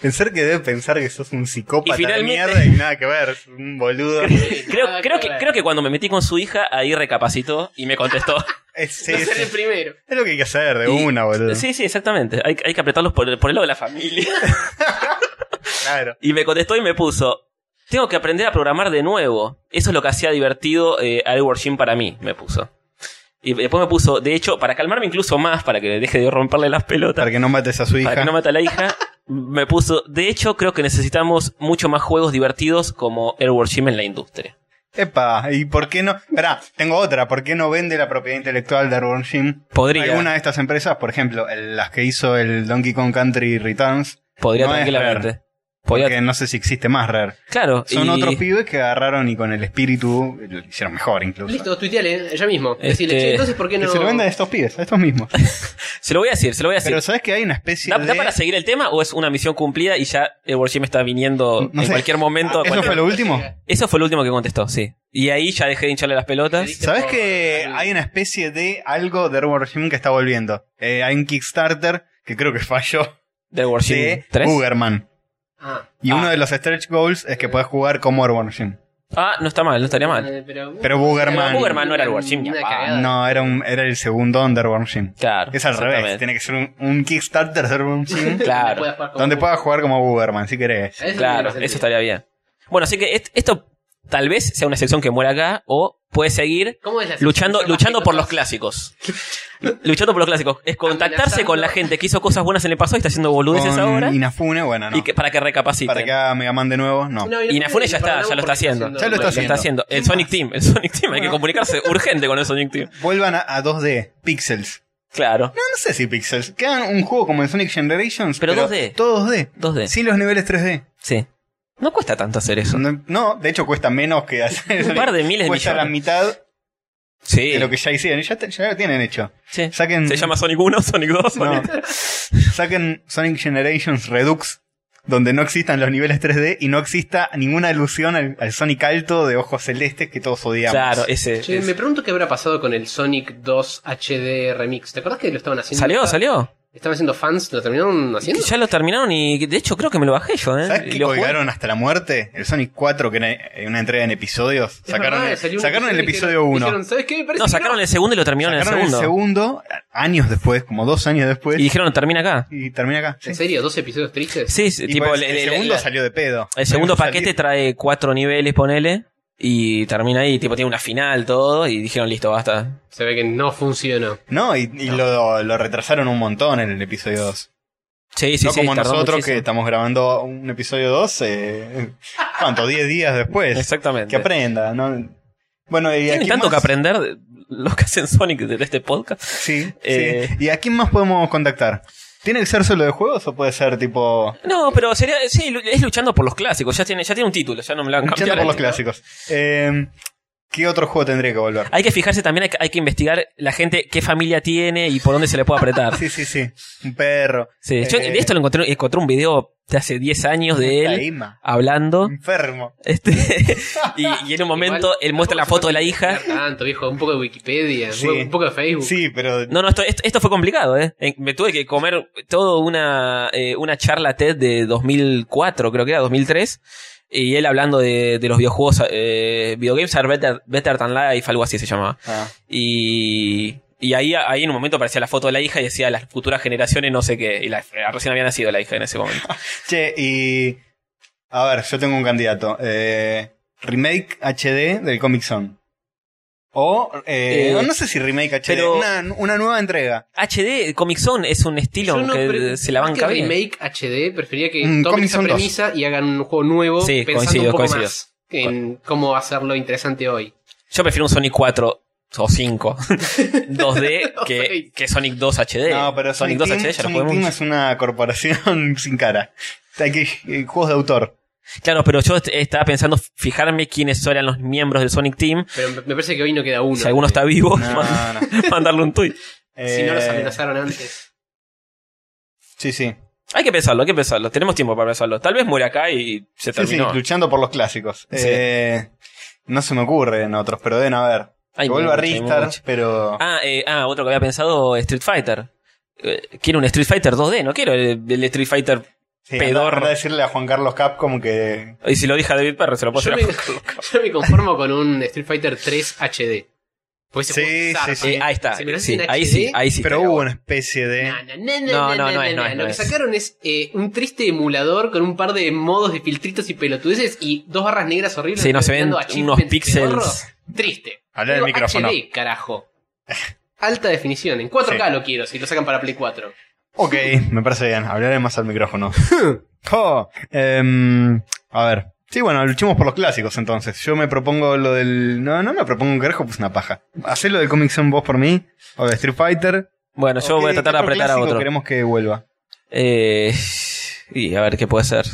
B: Pensar que debe pensar que sos un psicópata
C: Y finalmente-
B: de mierda y nada que ver. es Un boludo.
C: creo,
A: Nada
C: creo, que,
A: ver.
C: creo que cuando me metí con su hija, ahí recapacitó y me contestó.
B: Es, sí,
A: No
B: sí,
A: ser el primero.
B: es lo que hay que hacer de
C: Y-
B: una, boludo.
C: Sí, sí, exactamente. Hay, hay que apretarlos por, el- por el lado de la familia.
B: Claro.
C: Y me contestó y me puso, tengo que aprender a programar de nuevo. Eso es lo que hacía divertido eh, Airward Gym para mí, me puso. Y después me puso, de hecho, para calmarme incluso más, para que deje de romperle las pelotas,
B: Para que no mates a su
C: para
B: hija.
C: que no mate a la hija, me puso, de hecho, creo que necesitamos mucho más juegos divertidos como Airward Gym en la industria.
B: Epa, ¿y por qué no? Pará, tengo otra. ¿Por qué no vende la propiedad intelectual de Arborn Jim?
C: Podría,
B: Alguna de estas empresas, por ejemplo, el- las que hizo el Donkey Kong Country Returns,
C: podría
B: no es
C: tranquilamente. Podía-
B: Porque no sé si existe más Rare.
C: claro.
B: Son
C: y-
B: otros pibes que agarraron y con el espíritu lo hicieron mejor incluso.
A: Listo, tuiteale, eh, ya mismo.
C: Este-
A: Decirle, che, entonces, ¿por qué
B: Que
A: no?
B: se lo venden a estos pibes, a estos mismos.
C: Se lo voy a decir, se lo voy a decir.
B: Pero sabes que hay una especie
C: ¿Da,
B: de.
C: da para seguir el tema o es una misión cumplida y ya el Wargame está viniendo
B: No
C: en
B: sé. Ah,
C: cualquier momento?
B: ¿Eso
C: cualquier-
B: fue lo último?
C: Eso fue lo último que contestó, sí. Y ahí ya dejé de hincharle las pelotas.
A: Sí.
B: ¿Sabes que hay una especie de algo de Herbal Regime que está volviendo? Eh, hay un Kickstarter que creo que falló
C: Del Wargame
B: de
C: 3.
B: Uberman.
A: Ah,
B: Y
C: Ah.
B: uno de los stretch goals es que puedes jugar como Herbal Regime.
C: Ah, no está mal, no estaría mal.
A: eh, Pero,
B: Pero Bugerman-
A: Pero
C: Bugerman no era el Wargame,
A: Una
C: ni a palo.
A: cagada.
B: No, era, un, era el segundo de Herbal Regime.
C: Claro.
B: Es al revés,
C: exactamente.
B: tiene que ser un, un Kickstarter de Herbal Regime
A: Donde
C: Claro.
A: puedas jugar como-
B: donde puedas jugar como Bugerman, si querés.
A: Eso tiene
C: Claro, eso
A: sentido.
C: estaría bien. Bueno, así que est- esto tal vez sea una sección que muera acá o puede seguir
A: ¿Cómo es la
C: luchando,
A: sección más
C: luchando por los
A: pelotas?
C: clásicos. luchando por los clásicos. Es contactarse
A: Amenazando.
C: con la gente que hizo cosas buenas en el pasado y está haciendo boludeces
B: Con
C: ahora.
B: Inafune, bueno, no.
C: Y que, para que recapaciten.
B: Para que haga Mega Man de nuevo, no.
A: No,
C: Inafune ya está,
A: lo
C: ya lo está haciendo.
B: Ya lo está
C: Lo
B: haciendo.
C: está haciendo. El Sonic Team, el Sonic Team, hay que
B: Bueno.
C: comunicarse urgente con el Sonic Team.
B: Vuelvan a, a 2D, pixels.
C: Claro.
B: No, no sé si pixels. Quedan un juego como el Sonic Generations,
C: Pero
B: pero,
C: 2D.
B: Todo 2D.
C: 2D.
B: Sin los niveles 3D.
C: Sí. No cuesta tanto hacer eso.
B: No, no, de hecho cuesta menos que hacer
C: Un par de miles de
B: Cuesta
C: millones.
B: la mitad
C: Sí.
B: de lo que ya hicieron. Y ya, te- ya lo tienen hecho.
C: Sí.
B: Saquen,
C: Se llama Sonic 1, Sonic 2,
B: no.
C: Sonic...
B: saquen Sonic Generations Redux, donde no existan los niveles 3D y no exista ninguna alusión al, al Sonic alto de ojos celestes que todos odiamos.
C: Claro, ese.
A: Che,
C: ese.
A: me pregunto qué habrá pasado con el Sonic 2 HD Remix. ¿Te acuerdas que lo estaban haciendo?
C: eh, Salió, salió.
A: Estaban haciendo fans, lo terminaron haciendo.
C: Ya lo terminaron y de hecho creo que me lo bajé yo, ¿eh?
B: ¿Sabes
C: Y
B: qué
C: lo jugué.
B: colgaron hasta la muerte? El Sonic 4, que era eh, una entrega en episodios.
A: Es
B: sacaron
A: verdad,
B: el,
A: salió un
B: sacaron el
A: y dijeron-
B: episodio 1.
A: dijeron, ¿sabes qué? Me parece
C: No,
A: que
C: sacaron el segundo y lo terminaron en el
B: Sacaron el
C: segundo.
B: segundo, años después, como dos años después.
C: Y dijeron, termina acá.
B: Y termina acá.
A: ¿En
B: Sí.
A: serio? ¿Dos episodios tristes?
C: Sí, sí,
B: Y
C: tipo,
B: pues,
C: el,
B: el
C: el-
B: segundo
C: el-
B: salió de pedo.
C: el segundo
B: Salió-
C: paquete trae cuatro niveles, ponele. Y termina ahí, tipo, tiene una final, todo. Y dijeron, listo, basta.
A: Se ve que no funcionó.
B: No, y, y Lo, lo retrasaron un montón en el episodio 2.
C: Sí, sí,
B: no
C: sí.
B: como
C: tardó
B: nosotros que
C: muchísimo.
B: estamos grabando un episodio 2, eh, ¿cuánto? 10 días después.
C: Exactamente.
B: Que aprenda, ¿no? Bueno, y
C: Tienen
B: aquí
C: tanto que
B: más?
C: aprender de los que hacen Sonic de este podcast.
B: Sí, sí.
C: Eh.
B: ¿Y a quién más podemos contactar? ¿Tiene que ser solo de juegos o puede ser tipo...
C: No, pero sería, sí, lu- es luchando por los clásicos. Ya tiene, ya tiene un título, ya no me lo han
B: Luchando
C: cambiado.
B: por los clásicos. Eh, ¿Qué otro juego tendría que volver?
C: Hay que fijarse también, hay que, hay que investigar la gente, qué familia tiene y por dónde se le puede apretar.
B: Sí, sí, sí. Un perro.
C: Sí, yo
B: Eh,
C: de esto lo encontré, encontré un video de hace 10 años de él
B: Taima.
C: hablando.
B: Mm. Enfermo.
C: Este, y, y en un momento
A: Igual,
C: él muestra la
A: tampoco
C: foto de la
A: se puede
C: hija.
A: investigar Tanto, viejo. Un poco de Wikipedia, un
B: Sí.
A: poco- un poco de Facebook.
B: Sí, pero...
C: No, no, esto, esto, esto fue complicado, ¿eh? En- Me tuve que comer toda una, eh, una charla TED de 2004, creo que era, 2003. Y él hablando de, de los videojuegos, eh, videogames are better, better than life, algo así se llamaba.
B: Ah.
C: Y, y ahí, ahí en un momento aparecía la foto de la hija y decía las futuras generaciones no sé qué. Y la, eh, recién había nacido la hija en ese momento.
B: Che, y. A ver, yo tengo un candidato. Eh, remake HD del Comic Zone. O. eh,
C: Eh,
B: no sé si remake HD.
C: pero-
B: Una, una nueva entrega.
C: HD, Comic Zone es un estilo
A: Yo no
C: que
A: pre-
C: se la
A: más
C: banca
A: que
C: bien.
A: remake HD, prefería que
B: Mm,
A: tomen
B: Comic
A: esa
B: Zone dos.
A: premisa y hagan un juego nuevo
C: Sí,
A: pensando
C: coincido,
A: un poco
C: coincido.
A: más en cómo hacerlo interesante hoy.
C: Yo prefiero un Sonic 4 o 5 2D que,
A: Ok.
C: que Sonic 2 HD.
B: no, pero Sonic,
C: Sonic 2
B: Team,
C: HD ya lo
B: Sonic
C: jugué
B: Team
C: mucho.
B: es una corporación sin cara. Hay que, eh, juegos de autor.
C: Claro, pero yo est- estaba pensando fijarme quiénes eran los miembros del Sonic Team.
A: Pero me me parece que hoy no queda uno.
C: si alguno está vivo,
B: eh. No, no.
C: mandarle un tuit.
A: Si no los
B: Eh,
A: amenazaron antes.
B: Sí, sí.
C: Hay que pensarlo, hay que pensarlo. Tenemos tiempo para pensarlo. Tal vez muere acá y
B: Sí, sí,
C: se terminó.
B: luchando por los clásicos.
C: Sí.
B: Eh, no se me ocurre en otros, pero deben haber.
C: Hay
B: Que vuelva a
C: mucho, hay
B: Ristar,
C: mucho.
B: pero.
C: Ah, eh, ah, otro que había pensado, Street Fighter. Eh, quiero un Street Fighter 2D, no quiero el, el Street Fighter.
B: sí, anda-
C: pedorro.
B: anda a decirle a Juan Carlos Capcom que
C: Y si lo dije a David Perry, se lo puedo
A: Yo
C: hacer
A: me,
C: a-
A: yo me conformo con un Street Fighter 3 HD. Pues
B: Sí, sí, sí.
C: Eh, ahí está.
A: Si me lo
C: Sí,
A: hacen en
C: ahí
A: HD,
C: sí, ahí sí.
B: Pero
C: estaría
B: hubo
C: bueno.
B: una especie de.
A: No, no, no,
C: es, no es,
A: Lo
C: no
A: que
C: es.
A: sacaron es eh, un triste emulador con un par de modos de filtritos y pelotudeces y dos barras negras horribles.
C: Sí, no se ven
A: dando achievements
C: unos
A: de
C: píxeles.
A: gorro. Triste.
B: Habla del
A: Pero
B: micrófono.
A: HD, carajo. Alta definición. En 4K lo quiero si lo sacan para Play 4.
B: Ok, me parece bien. Hablaré más al micrófono. Jo, em, a ver. Sí, bueno, luchemos por los clásicos entonces. Yo me propongo lo del. No, no me propongo un carajo, pues una paja. Hacé lo del Comic Zone vos por mí. O de Street Fighter.
C: Bueno, yo
B: ¿O
C: voy a Eh,
B: qué-
C: tratar de
B: qué otro
C: apretar a
B: clásico
C: otro.
B: Queremos que vuelva.
C: Eh, y a ver qué puede ser.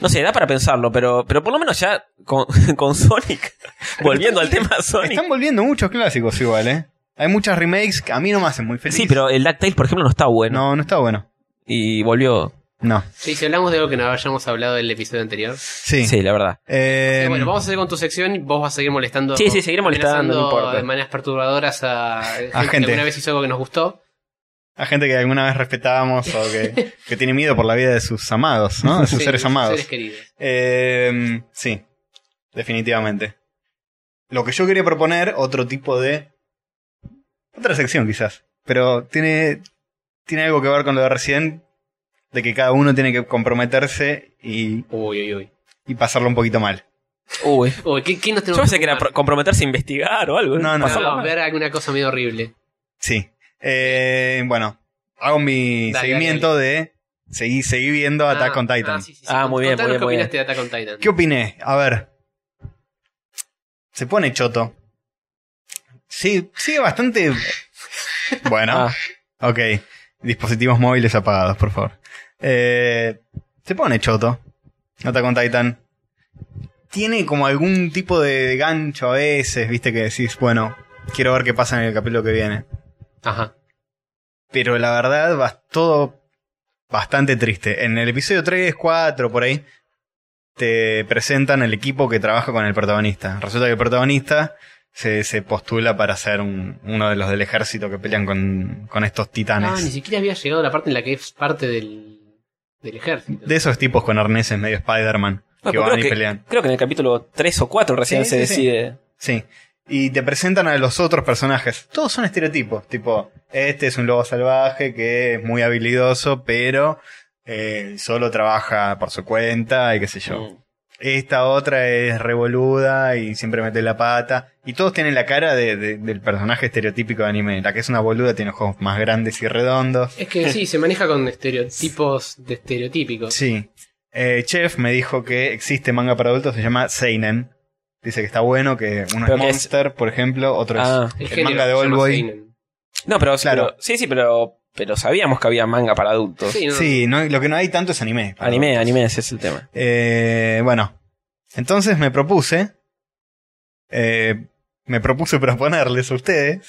C: No sé, da para pensarlo, pero, pero por lo menos ya con, con Sonic, volviendo al tema Sonic.
B: Están volviendo muchos clásicos igual, ¿eh? Hay muchas remakes que a mí no me hacen muy feliz.
C: Sí, pero el DuckTales, por ejemplo, no está bueno.
B: No, no está bueno.
C: Y volvió.
B: No.
A: Sí, si hablamos de algo que no hayamos hablado del episodio anterior.
B: Sí.
C: Sí, la verdad.
B: Eh,
A: Eh, bueno, vamos a seguir con tu sección y vos vas a seguir molestando.
C: Sí, sí, seguir molestando, no
A: amenazando
C: importa.
A: De maneras perturbadoras a,
B: gente.
A: que alguna vez hizo algo que nos gustó.
B: A gente que alguna vez respetábamos o que, que tiene miedo por la vida de sus amados, ¿no? De sus
A: Sí,
B: Ah, seres amados.
A: Seres queridos.
B: Eh, sí, definitivamente. Lo que yo quería proponer, otro tipo de... Otra sección quizás, pero tiene, tiene algo que ver con lo de recién, de que cada uno tiene que comprometerse y,
A: Uy, uy, uy.
B: y pasarlo un poquito mal.
C: Uy.
A: Uy, ¿qué, qué nos
C: Yo
A: tenemos
C: pensé que era pro-
A: preocupar?
C: comprometerse a investigar o algo. ¿eh?
B: No, no.
C: Pasarla
A: No,
C: mal.
A: ver alguna cosa medio horrible.
B: Sí. Eh, bueno, hago mi
A: Dale,
B: seguimiento de... Seguí, seguí viendo Attack on Titan.
A: Ah, sí, sí, sí.
C: Ah, muy bien,
A: Contanos
C: muy bien,
A: qué
C: muy bien.
A: opinaste de Attack on Titan.
B: ¿Qué opiné? A ver. Se pone choto. Sí, sigue bastante. Bueno,
C: Ah,
B: ok. Dispositivos móviles apagados, por favor. Eh, se pone choto. Nota con Titan. Tiene como algún tipo de gancho a veces, viste, que decís, bueno, quiero ver qué pasa en el capítulo que viene.
A: Ajá.
B: Pero la verdad, va todo bastante triste. En el episodio 3, 4, por ahí, te presentan el equipo que trabaja con el protagonista. Resulta que el protagonista se, se postula para ser un- uno de los del ejército que pelean con, con estos
A: Ah, ni
B: titanes.
A: siquiera había llegado a la parte en la que es parte del, del ejército.
B: de esos tipos con arneses medio Spider-Man
C: No,
B: que
C: Ah, pero
B: van y
C: creo que-
B: pelean.
C: creo que en el capítulo 3 o 4 recién
B: Sí, sí,
C: se
B: sí.
C: decide.
B: Sí. Y te presentan a los otros personajes. Todos son estereotipos. Tipo, este es un lobo salvaje que es muy habilidoso, pero eh, solo trabaja por su cuenta y qué sé yo.
C: Mm.
B: Esta otra es revoluda y siempre mete la pata. Y todos tienen la cara de- de- del personaje estereotípico de anime. La que es una boluda tiene ojos más grandes y redondos.
A: Es que sí, se maneja con estereotipos de estereotípicos.
B: Sí. Eh, Chef me dijo que existe manga para adultos, se llama Seinen. Dice que está bueno, que uno
C: Pero
B: es
C: que es-
B: Monster, por ejemplo, otro
C: Ah.
B: es el,
A: género
B: manga de
A: se
B: Old
A: llama
B: Boy.
A: seinen.
C: No, pero,
B: Claro.
C: pero- sí, sí, pero, pero sabíamos que había manga para adultos.
A: Sí, no,
B: Sí, no- lo que no hay tanto es anime. para
C: Anime, anime, ese es el tema.
B: Eh, bueno, entonces me propuse, eh, me propuse proponerles a ustedes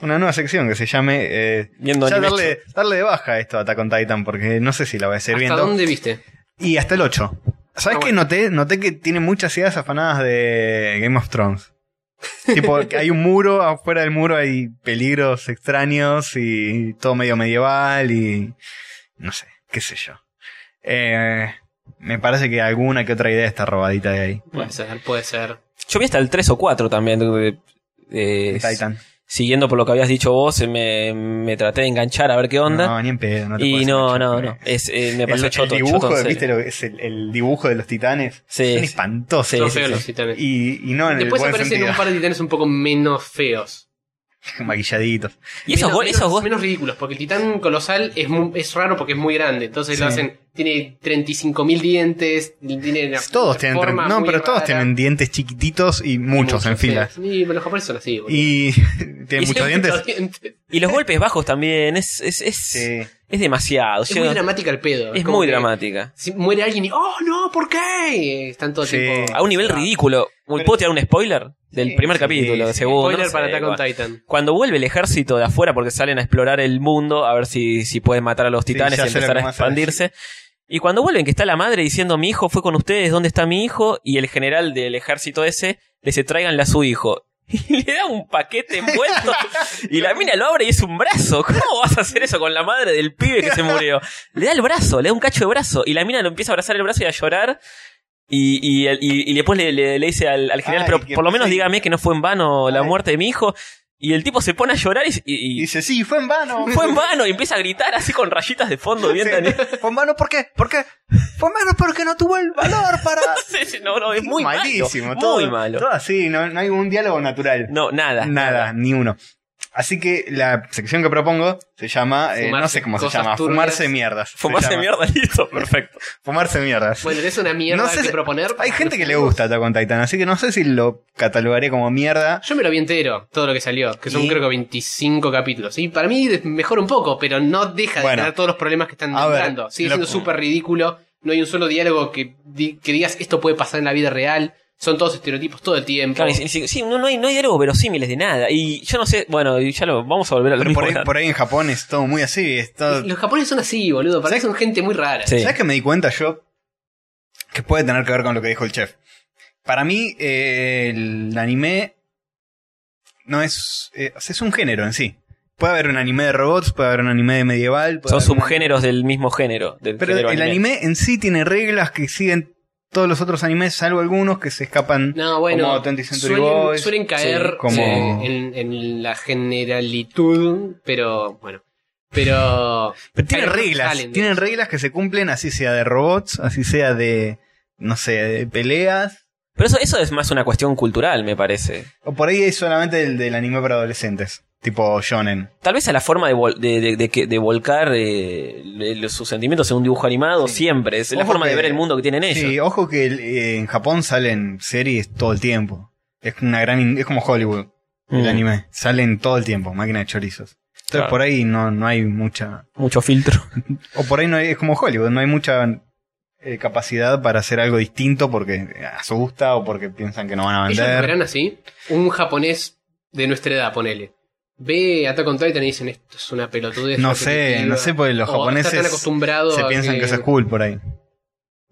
B: una nueva sección que se llame... eh,
C: Viendo
B: ya
C: anime.
B: darle, darle de baja esto a Attack on Titan porque no sé si la voy a seguir
A: ¿Hasta
B: viendo.
A: dónde viste?
B: Y hasta el 8. ¿Sabes
A: Ah,
B: qué
A: bueno.
B: noté? Noté que tiene muchas ideas afanadas de Game of Thrones. tipo, que hay un muro, afuera del muro hay peligros extraños y todo medio medieval y... No sé, qué sé yo. Eh, me parece que alguna que otra idea está robadita de ahí.
A: Puede ser, puede ser.
C: Yo vi hasta el 3 o 4 también. de- de-
B: De Titan.
C: Siguiendo por lo que habías dicho vos, eh, me, me traté de enganchar a ver qué onda.
B: No, ni en pedo. No te
C: y
B: puedes
C: no,
B: enganchar
C: no,
B: por
C: no.
B: ahí.
C: Es, eh, me
B: El,
C: pasó
B: el
C: choto,
B: dibujo,
C: choto en
B: ¿viste?
C: serio.
B: lo que es el, el dibujo de los titanes.
C: Sí,
B: Son
C: sí.
B: espantosos.
A: Son
C: sí,
A: feos
C: sí.
A: los titanes.
B: Y, y no en
A: Después
B: el buen
A: aparecen
B: sentido.
A: un par de titanes un poco menos feos.
B: Maquilladitos.
C: Y esos,
A: menos,
C: go- esos
A: menos-
C: go-
A: menos ridículos, porque el titán colosal es, mu- es raro porque es muy grande. Entonces lo
B: Sí.
A: hacen. Tiene 35.000 dientes. Tiene una-
B: Todos
A: una
B: tienen tre-
A: forma
B: no,
A: muy
B: pero todos
A: rara.
B: tienen dientes chiquititos y muchos, en
A: sí.
B: fila.
A: Y los japoneses son así, boludo.
B: Y tienen
C: Y
B: muchos
A: Tienen
B: dientes.
A: muchos dientes.
C: y los golpes bajos también. Es, es, es,
B: Sí.
C: es demasiado.
A: Es
C: Yo-
A: muy dramática el pedo.
C: es
A: como
C: muy
A: que
C: dramática.
A: si muere alguien y. ¡Oh, no! ¿Por qué? Y Están todos
B: Sí.
A: tipo.
C: A un nivel ridículo.
B: Pero-
C: ¿Puedo tirar un spoiler? Del
B: Sí,
C: primer
B: sí,
C: capítulo,
B: sí.
C: segundo.
A: Spoiler
C: no sé,
A: para Attack on
C: bueno.
A: Titan.
C: Cuando vuelve el ejército de afuera, porque salen a explorar el mundo, a ver si, si pueden matar a los
B: Sí,
C: titanes
B: ya
C: y
B: sé lo
C: empezar
B: que vas
C: a
B: a decir.
C: expandirse. Y cuando vuelven, que está la madre diciendo, mi hijo fue con ustedes, ¿dónde está mi hijo? Y el general del ejército ese, le se traiganle a su hijo. Y le da un paquete envuelto y la mina lo abre y es un brazo. ¿Cómo vas a hacer eso con la madre del pibe que se murió? Le da el brazo, le da un cacho de brazo y la mina lo empieza a abrazar el brazo y a llorar. Y, y, el- y- y después le, le- le dice al, al general,
B: Ay,
C: pero
B: que
C: por lo menos
B: sí.
C: dígame que no fue en vano la
B: Ay.
C: muerte de mi hijo. Y el tipo se pone a llorar y,
B: Y
C: y- y
B: dice, sí, fue en vano.
C: fue en vano y empieza a gritar así con rayitas de fondo. Bien,
B: Sí,
C: Daniel.
B: Fue en vano, ¿por qué? ¿Por qué? Fue en vano porque no tuvo el valor para...
C: Sí, sí, no, no, es muy
B: Malísimo,
C: malo.
B: todo,
C: muy malo.
B: Todo así, no, no hay un diálogo natural.
C: No, nada.
B: Nada, ni uno. Así que la sección que propongo se llama, eh, no
A: Fumarse
B: sé cómo se
A: cosas
B: llama,
A: turbias.
B: fumarse mierdas. se
C: Fumarse
B: llama.
C: mierda, listo, perfecto.
B: Fumarse mierdas.
A: Bueno, es una mierda
B: No sé
A: que
B: si-
A: proponer.
B: Hay gente que le gusta Attack on Titan, así que no sé si lo catalogaré como mierda.
A: Yo me lo vi entero, todo lo que salió, que son
B: Y-
A: creo que 25 capítulos. Y para mí mejora un poco, pero no deja de
B: Bueno.
A: tener todos los problemas que están
B: A ver,
A: nombrando. Sigue
B: lo-
A: siendo súper ridículo. No hay un solo diálogo que, di- que digas esto puede pasar en la vida real. Son todos estereotipos todo el tiempo.
C: Claro, y si- si- sí, no, no hay, no hay algo verosímiles de nada. Y yo no sé, bueno, y ya lo vamos a volver a lo
B: Pero
C: mismo.
B: por, ahí, por ahí en Japón es todo muy así. es todo-
A: Los japoneses son así, boludo. Parece que son gente muy rara.
C: Sí.
B: ¿Sabes que me di cuenta yo? Que puede tener que ver con lo que dijo el chef. Para mí, eh, el anime no es. eh, o sea, es un género en sí. Puede haber un anime de robots, puede haber un anime de medieval. puede
C: Son
B: haber un-
C: subgéneros del mismo género. Del
B: Pero
C: género
B: el anime. en sí tiene reglas que siguen todos los otros animes, salvo algunos que se escapan.
A: No, bueno.
B: Como 20th Century
A: suelen,
B: Boys,
A: suelen caer
C: sí,
B: como-
A: eh, en, en la generalitud, pero bueno. Pero.
B: Pero tiene
A: Pero
B: reglas.
A: salen de-
B: Tienen reglas que se cumplen, así sea de robots, así sea de. No sé, de peleas.
C: Pero eso, eso es más una cuestión cultural, me parece.
B: O por ahí es solamente el del anime para adolescentes, tipo shonen.
C: Tal vez a la forma de, vol- de, de- de que- de volcar eh, le- le- sus sentimientos en un dibujo animado
B: Sí.
C: siempre. Es la
B: Ojo
C: forma de
B: que-
C: ver el mundo que tienen ellos.
B: Sí, ojo que el- eh, en Japón salen series todo el tiempo. Es una gran in- es como Hollywood, el
C: Mm.
B: anime. Salen todo el tiempo, máquina de chorizos. Entonces
C: Claro.
B: por ahí no, no hay mucha.
C: Mucho filtro.
B: O por ahí no hay- es como Hollywood, no hay mucha eh, capacidad para hacer algo distinto porque asusta o porque piensan que no van a
A: Ellos lo
B: vender.
A: verán así. Un japonés de nuestra edad, ponele. Ve Attack on Titan y dicen esto es una pelotudez.
B: No sé,
A: repetitiva".
B: no sé, porque los
A: O está tan
B: japoneses
A: acostumbrados
B: se piensan que eso es cool por ahí.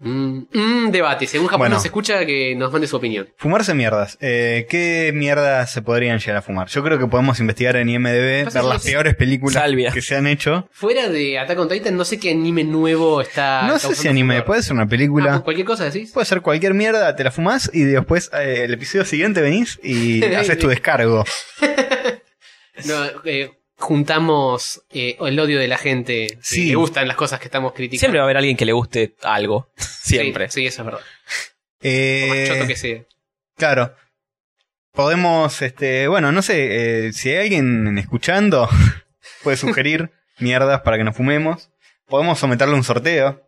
A: Mm, mm, debate. Según Japón
B: Bueno.
A: nos escucha, que nos mande su opinión.
B: Fumarse mierdas. Eh, ¿Qué mierdas se podrían llegar a fumar? Yo creo que podemos investigar en IMDB,
A: Pasa
B: ver
A: que
B: las
A: sí.
B: peores películas
C: Salvia.
B: que se han hecho.
A: Fuera de Attack on Titan, no sé qué anime nuevo Ah, está.
B: no sé
A: causando
B: si anime,
A: furor.
B: puede ser una
A: Ah,
B: película.
A: pues cualquier cosa decís.
B: Puede ser cualquier mierda, te la fumás y después eh, el episodio siguiente venís y haces tu descargo. Pues.
A: No, eh, juntamos eh, el odio de la gente que
B: Sí.
A: le gustan las cosas que estamos criticando.
C: Siempre va a haber alguien que le guste algo.
A: Sí,
C: Siempre.
A: Sí, eso es verdad. Por más choto que
B: Eh,
A: sea.
B: claro. Podemos, este, bueno, no sé, eh, si hay alguien escuchando, puede sugerir mierdas para que nos fumemos. Podemos someterle a un sorteo.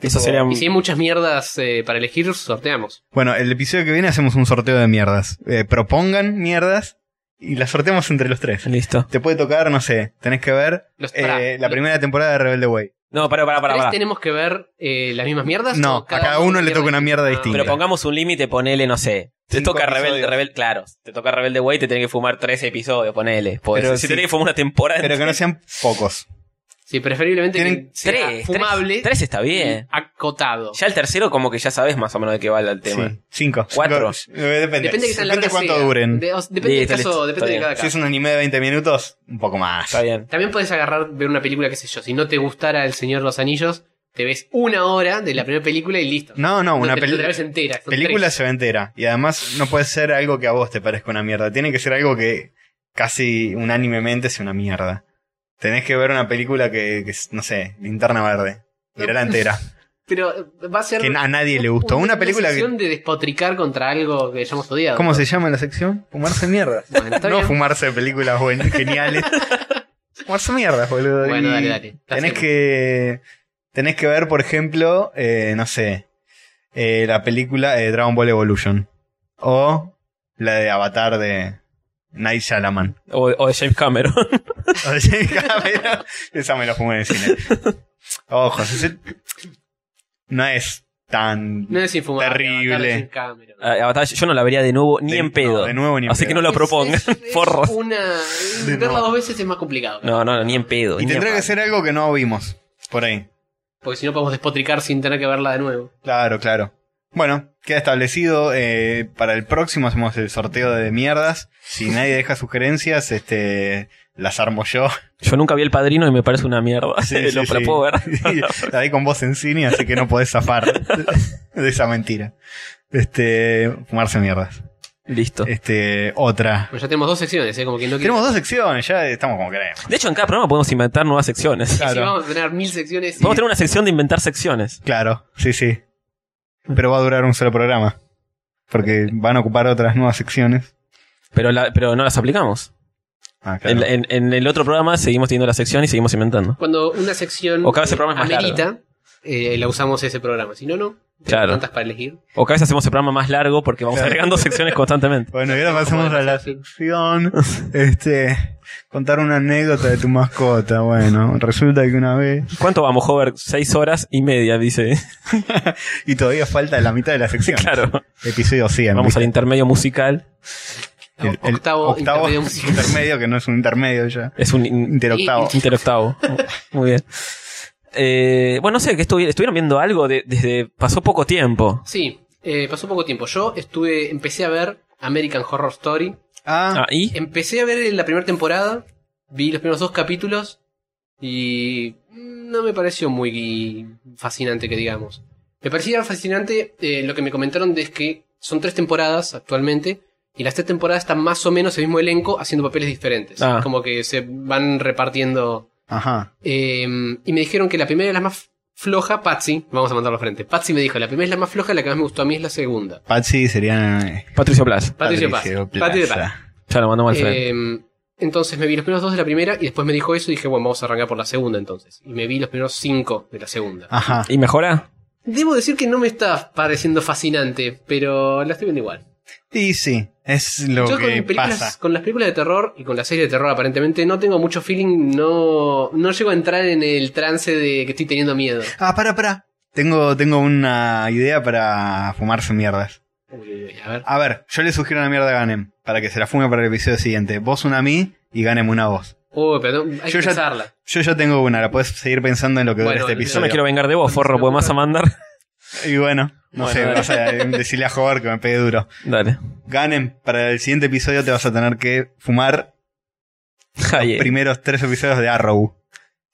C: Eso
B: Tipo,
C: sería
A: Y si hay muchas mierdas eh, para elegir, sorteamos.
B: Bueno, el episodio que viene hacemos un sorteo de mierdas. Eh, propongan mierdas y las sorteamos entre los tres.
C: Listo.
B: Te puede tocar, no sé, tenés que ver
A: Los-
B: eh,
A: pará,
B: la
A: los
B: primera temporada de Rebelde Way.
C: No, para, para, para.
A: tres tenemos que ver eh, las mismas mierdas?
B: No,
A: o
B: a cada uno le toca una mierda
A: Ah,
B: distinta.
C: Pero pongamos un límite, ponele, no sé. Te
B: Cinco
C: toca rebelde,
B: episodios.
C: rebelde, claro. Te toca rebelde güey, te tenés que fumar tres episodios, ponele. Podés.
B: Pero
C: si
B: sí.
C: tenés que fumar una temporada.
B: Pero que no sean pocos.
A: Sí, preferiblemente
B: Tienen
A: que sea
C: tres,
A: fumable
C: tres, tres está
A: y
C: bien.
A: acotado.
C: Ya el tercero, como que ya sabes más o menos de qué va el tema.
B: Sí, cinco.
C: Cuatro.
B: Cinco, eh, Depende.
A: Depende de qué tan larga
B: Depende cuánto
A: sea.
B: duren.
A: De- o- depende del
C: Listo,
A: caso,
C: listo,
A: depende de
C: está
A: cada
B: Si es
A: caso.
B: un anime de 20 minutos, un poco más.
C: Está bien.
A: También puedes agarrar, ver una película, qué sé yo. Si no te gustara El Señor de los Anillos, te ves una hora de la primera película y listo.
B: No, no, una
A: te-
B: peli-
A: te la ves entera. son
B: película
A: tres.
B: se ve entera. Y además no puede ser algo que a vos te parezca una mierda. Tiene que ser algo que casi unánimemente sea una mierda. Tenés que ver una película que, que es, no sé, Linterna Verde. Mirala entera.
A: Pero eh, va a ser.
B: que a nadie le gustó. Una película que...
A: sección de despotricar contra algo que hayamos odiado.
B: ¿Cómo se llama la sección? Fumarse mierda.
A: Bueno, está
B: no
A: bien.
B: fumarse películas buen- geniales. fumarse mierdas, boludo.
A: Bueno,
B: Y
A: dale, dale. La
B: Tenés
A: hacemos.
B: que, tenés que ver, por ejemplo, eh, no sé, eh, la película eh, Dragon Ball Evolution. O la de Avatar de Night Shalaman.
C: O, o de James Cameron.
B: O de James Cameron. Esa me la fumé en el cine. Ojo, ese- no es tan...
A: No es infumable.
B: Terrible.
A: matarlo sin cámara.
C: Ah, Avatar, yo no la vería de nuevo ni
B: de-
C: en pedo.
B: no, de nuevo ni en
C: Así que
B: pedo.
C: no la
A: Es-
C: propongan.
A: es- es
C: Forros.
A: Una...
B: De
A: Verla
B: nuevo.
A: dos veces es más complicado.
C: No, no, no, ni en pedo.
B: Y
C: ni
B: tendrá
C: en
B: que
C: palo.
B: ser algo que no vimos. Por ahí.
A: Porque si no podemos despotricar sin tener que verla de nuevo.
B: Claro, claro. Bueno, queda establecido. eh, para el próximo hacemos el sorteo de mierdas. Si nadie deja sugerencias, este, las armo yo.
C: Yo nunca vi El Padrino y me parece una mierda.
B: Sí, sí,
C: Lo
B: sí.
C: la puedo ver.
B: Sí, La di con voz en cine, así que no podés zafar de esa mentira. Este, fumarse mierdas.
C: Listo.
B: Este, otra.
A: Bueno, ya tenemos dos secciones, ¿eh? Como que no quiere-
B: Tenemos dos secciones, ya estamos como queremos.
C: De hecho, en cada programa podemos inventar nuevas secciones.
A: Sí,
B: claro.
A: vamos a tener mil secciones. y-
C: Podemos tener una sección de inventar secciones.
B: Claro, sí, sí. Pero va a durar un solo programa. Porque van a ocupar otras nuevas secciones.
C: Pero, la- pero no las aplicamos.
B: Ah, claro.
C: En, en- en el otro programa seguimos teniendo la sección y seguimos inventando.
A: Cuando una sección
C: O cada vez el programa es más
A: amerita, eh, la usamos ese programa. Si no, no. Tenemos
C: Claro.
A: Tantas para elegir.
C: O cada vez hacemos el programa más largo porque vamos
B: Claro.
C: agregando secciones constantemente.
B: Bueno, y ahora pasamos a la
A: Sí.
B: sección este, Contar una anécdota de tu mascota. Bueno, resulta que una vez.
C: ¿Cuánto vamos, Hover? Seis horas y media, dice.
B: Y todavía falta la mitad de la sección.
C: Claro.
B: Episodio 100.
C: Vamos al
B: ¿viste?
C: intermedio musical.
B: El- el
A: octavo, intermedio musical.
B: intermedio, que no es un intermedio ya.
C: Es un in-
B: Interoctavo.
C: interoctavo. Muy bien. Eh, bueno, no sé, que estuvi- estuvieron viendo algo de- desde... Pasó poco tiempo.
A: Sí, eh, pasó poco tiempo. Yo estuve, empecé a ver American Horror Story.
B: Ah,
C: Ah, ¿y?
A: Empecé a ver la primera temporada, vi los primeros dos capítulos y no me pareció muy fascinante que digamos. Me parecía fascinante eh, lo que me comentaron de es que son tres temporadas actualmente y las tres temporadas están más o menos el mismo elenco haciendo papeles diferentes.
C: Ah.
A: Como que se van repartiendo
B: ajá.
A: eh, y me dijeron que la primera es la más floja, Patsy. Vamos a mandarlo al frente. Patsy me dijo, la primera es la más floja, la que más me gustó a mí es la segunda.
B: Patsy serían. eh,
C: Patricio Plas.
A: Patricio
B: Patricio
A: Paz. Patricio Paz.
B: Plaza.
C: Ya lo mandó mal frente.
A: Eh, entonces me vi los primeros dos de la primera y después me dijo eso y dije, bueno, vamos a arrancar por la segunda entonces. Y me vi los primeros cinco de la segunda.
B: Ajá.
C: ¿Y mejora?
A: Debo decir que no me está pareciendo fascinante, pero la estoy viendo igual.
B: Y sí, es lo
A: Yo
B: que
A: con, películas-
B: pasa.
A: con las películas de terror y con la serie de terror aparentemente no tengo mucho feeling, no, no llego a entrar en el trance de que estoy teniendo miedo.
B: Ah, para, para. Tengo, tengo una idea para fumarse mierdas.
A: Uy, uy, uy, a ver.
B: A ver, yo le sugiero una mierda a Ganem para que se la fume para el episodio siguiente. Vos una a mí y Ganem una a vos.
A: Uy, perdón, hay
B: Yo
A: que
B: ya-
A: pensarla.
B: Yo ya tengo una, la podés seguir pensando en lo que dura
A: Bueno,
B: este
A: yo
C: Yo
B: episodio.
C: me quiero vengar de vos, forro, porque vas a mandar.
B: Y bueno, no
C: Bueno,
B: sé,
C: dale.
B: o sea, decirle a jugar que me pegue duro.
C: Dale.
B: Ganem, para el siguiente episodio te vas a tener que fumar
C: Ay, eh.
B: primeros tres episodios de Arrow.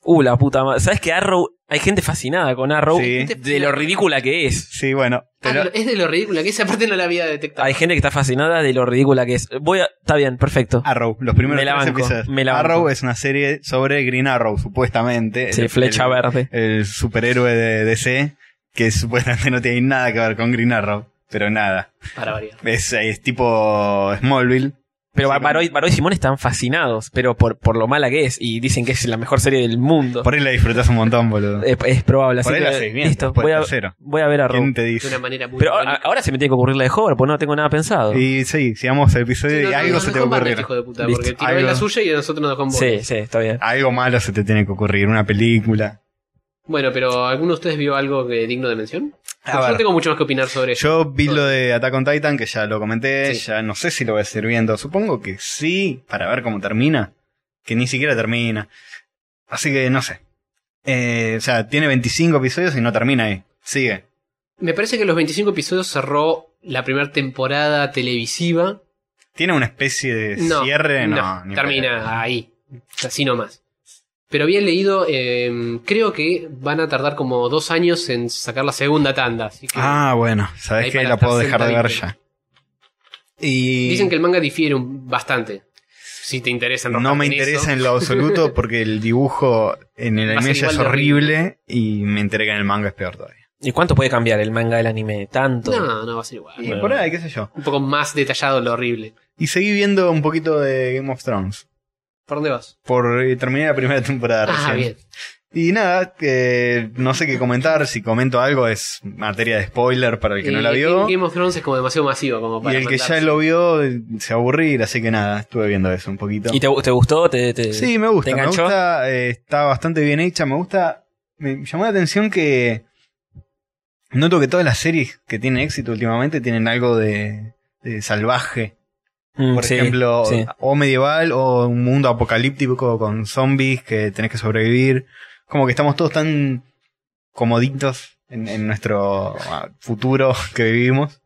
C: Uh, la puta madre. ¿Sabes que Arrow? Hay gente fascinada con Arrow.
B: Sí.
C: De lo ridícula que es.
B: Sí, bueno.
A: Este Ah,
B: pero-
A: lo- es de lo ridícula, que esa parte no la había detectado.
C: Hay gente que está fascinada de lo ridícula que es. Voy a. Está bien, perfecto.
B: Arrow, los primeros
C: Me la
B: tres
C: banco,
B: episodios.
C: me la banco.
B: Arrow es una serie sobre Green Arrow, supuestamente.
C: Sí,
B: El-
C: flecha
B: el-
C: verde.
B: el superhéroe de DC, que supuestamente no tiene nada que ver con Green Arrow, pero nada.
A: Para variar.
B: Es, es tipo Smallville.
C: Pero
B: sí,
C: Bar- Baró y, Baró y Simón están fascinados, pero por, por lo mala que es. Y dicen que es la mejor serie del mundo.
B: Por ahí la disfrutás un montón, boludo.
C: es, es probable.
B: Por
C: Eh,
B: ahí
C: así
B: la
C: que,
B: haces bien.
C: listo,
B: después
C: voy a,
B: tercero.
C: voy a ver Arrow.
B: ¿Quién te
A: De una
B: dice?
A: manera muy.
C: Pero a-
A: irónica.
C: ahora se me tiene que ocurrir la de Hover, porque no tengo nada pensado.
B: Y sí, sigamos el
A: Sí,
B: episodio
A: no,
B: y
A: no,
B: algo
A: no,
B: se
A: no
B: te va a
A: combate,
B: ocurrir.
A: hijo de puta,
C: Listo,
A: porque tiró en
B: algo.
A: la suya y a nosotros nos dejó en bola.
C: Sí, sí, está bien.
B: Algo malo se te tiene que ocurrir, una película.
A: Bueno, pero ¿alguno de ustedes vio algo que- digno de mención? Porque
B: A
A: yo
B: ver.
A: no tengo mucho más que opinar sobre ello.
B: Yo vi lo de Attack on Titan, que ya lo comenté,
A: Sí.
B: ya no sé si lo voy a seguir viendo. Supongo que sí, para ver cómo termina. Que ni siquiera termina. Así que no sé. Eh, o sea, tiene 25 episodios y no termina ahí. Sigue.
A: Me parece que los 25 episodios cerró la primera temporada televisiva.
B: ¿Tiene una especie de
A: No,
B: cierre? No, ni
A: termina
B: pedo.
A: ahí. Así nomás. Pero bien leído, eh, creo que van a tardar como dos años en sacar la segunda tanda. Así que
B: Ah, bueno.
A: Ahí
B: Sabes que
A: para
B: la puedo
A: estar
B: dejar de ver ya.
A: sentadito.
B: Y
A: dicen que el manga difiere un- bastante. Si te interesa
B: no me
A: enroscarte en eso.
B: interesa en lo absoluto porque el dibujo en el
A: Va a
B: anime
A: ser
B: ya es
A: igual de
B: horrible y me enteré que en el manga es peor todavía.
C: ¿Y cuánto puede cambiar el manga del anime? Tanto.
A: No, no va a ser igual.
B: Y
C: Bueno.
B: por ahí, qué sé yo.
A: Un poco más detallado lo horrible.
B: Y seguí viendo un poquito de Game of Thrones.
A: ¿Por dónde vas?
B: Por eh, terminé la primera temporada
A: Ah, bien.
B: recién. Y nada, eh, no sé qué comentar. Si comento algo es materia de spoiler para el que no
A: Eh,
B: la vio.
A: Game of Thrones es como demasiado masivo como
B: Y
A: para
B: el que
A: mandarse.
B: ya lo vio eh, se va a aburrir, así que nada, estuve viendo eso un poquito.
C: ¿Y te, te gustó? ¿Te, te-
B: Sí, me gusta,
C: ¿Te
B: me
C: enganchó?
B: gusta, eh, está bastante bien hecha, me gusta, me llamó la atención que noto que todas las series que tienen éxito últimamente tienen algo de, de salvaje,
C: Mm,
B: por
C: sí,
B: ejemplo,
C: sí.
B: o medieval o un mundo apocalíptico con zombies que tenés que sobrevivir, como que estamos todos tan comoditos en, en nuestro ah, futuro que vivimos,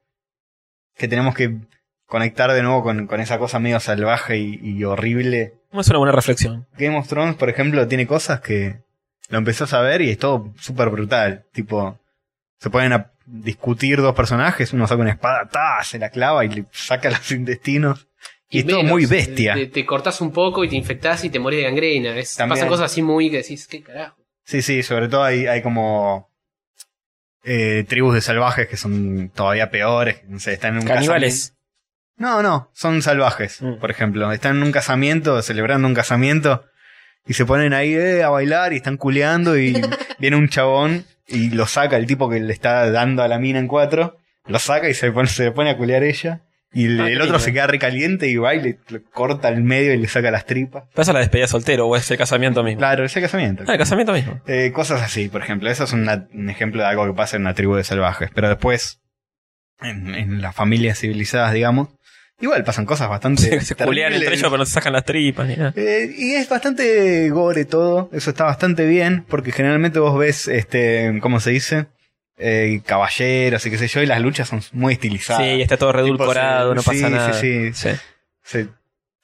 B: que tenemos que conectar de nuevo con, con esa cosa medio salvaje y- y horrible.
C: Es una buena reflexión.
B: Game of Thrones, por ejemplo, tiene cosas que lo empezás a ver y es todo súper brutal. Tipo, se ponen a discutir dos personajes, uno saca una espada, ta, se la clava y le saca los intestinos. Y, es todo
A: menos,
B: muy bestia.
A: Te, te cortás un poco y te infectás y te morís de gangrena. Es-
B: También.
A: pasan cosas así muy que decís, ¿qué carajo?
B: Sí, sí, sobre todo hay, hay como eh, tribus de salvajes que son todavía peores. No sé, están en un
C: Caníbales.
B: No, no, son salvajes,
C: Mm.
B: por ejemplo. Están en un casamiento, celebrando un casamiento, y se ponen ahí eh, a bailar y están culeando y viene un chabón y lo saca el tipo que le está dando a la mina en cuatro, lo saca y se, pone, se pone a culear ella. Y el,
C: Ah, qué
B: el otro
C: lindo.
B: se queda recaliente y va y le, le corta el medio y le saca las tripas.
C: Pero eso es la despedida soltero o es el casamiento mismo.
B: Claro, ese casamiento.
C: Ah, el casamiento mismo.
B: Eh, cosas así, por ejemplo. Eso es una- un ejemplo de algo que pasa en una tribu de salvajes. Pero después, en, en las familias civilizadas, digamos, igual pasan cosas bastante.
C: Se, se culean entre
B: terribles.
C: ellos, pero no se sacan las tripas ni nada.
B: Eh, y es bastante gore todo, eso está bastante bien, porque generalmente vos ves, este, ¿cómo se dice? Eh, caballeros y qué sé yo, y las luchas son muy estilizadas.
C: Sí, está todo redulcorado, no
B: tipo,
C: pasa
B: se- sí,
C: nada.
B: sí, sí.
C: Sí.
B: Se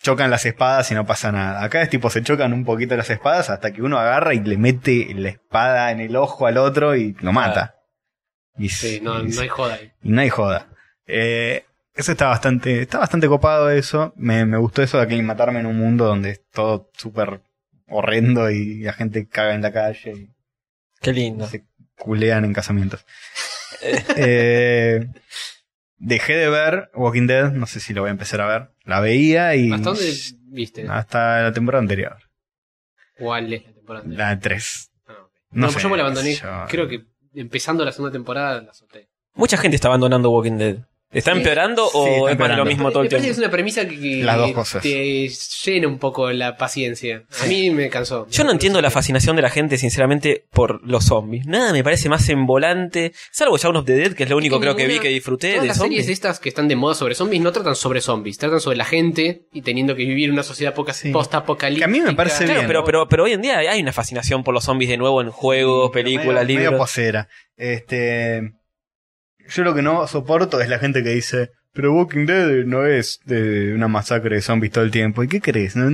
B: chocan las espadas y no pasa nada. Acá es tipo, se chocan un poquito las espadas hasta que uno agarra y le mete la espada en el ojo al otro y lo mata. Y,
A: Sí, no,
B: y-
A: no hay joda ahí.
B: y no hay joda. Eh, eso está bastante, está bastante copado eso. Me, me gustó eso de aclimatarme en un mundo donde es todo súper horrendo y la gente caga en la calle y
C: Qué lindo.
B: se culean en casamientos. Eh, dejé de ver Walking Dead, no sé si lo voy a empezar a ver. La veía y
A: ¿Hasta dónde viste?
B: hasta la temporada anterior,
A: ¿Cuál es la temporada? anterior?
B: la 3.
A: Ah, ok.
B: no
A: No,
B: sé,
A: yo me la abandoné.
B: qué sé yo.
A: Creo que empezando la segunda temporada la solté.
C: Mucha gente está abandonando Walking Dead. ¿Está
A: Sí.
C: empeorando
B: Sí,
C: o
B: está
C: es más de
B: empeorando.
C: lo mismo
A: Me
C: todo el
A: parece que
C: tiempo?
A: es una premisa que, que
B: Las dos cosas.
A: te llena un poco la paciencia. A mí me cansó.
C: Yo no entiendo la fascinación de la gente, sinceramente, por los zombies. Nada me parece más envolante. Salvo Shaun of the Dead, que es lo único
A: que
C: creo que vi
A: ninguna-
C: que disfruté
A: Todas
C: de
A: las series
C: zombies.
A: estas que están de moda sobre zombies no tratan sobre zombies, tratan sobre la gente y teniendo que vivir en una sociedad poca,
B: Sí.
A: post-apocalíptica.
B: Que a mí me parece
C: Claro,
B: bien.
C: pero, pero, pero hoy en día hay una fascinación por los zombies de nuevo en juegos, películas,
B: medio, medio
C: libros.
B: posera. Este, yo lo que no soporto es la gente que dice, pero Walking Dead no es de una masacre de zombies todo el tiempo. ¿Y qué crees? ¿No,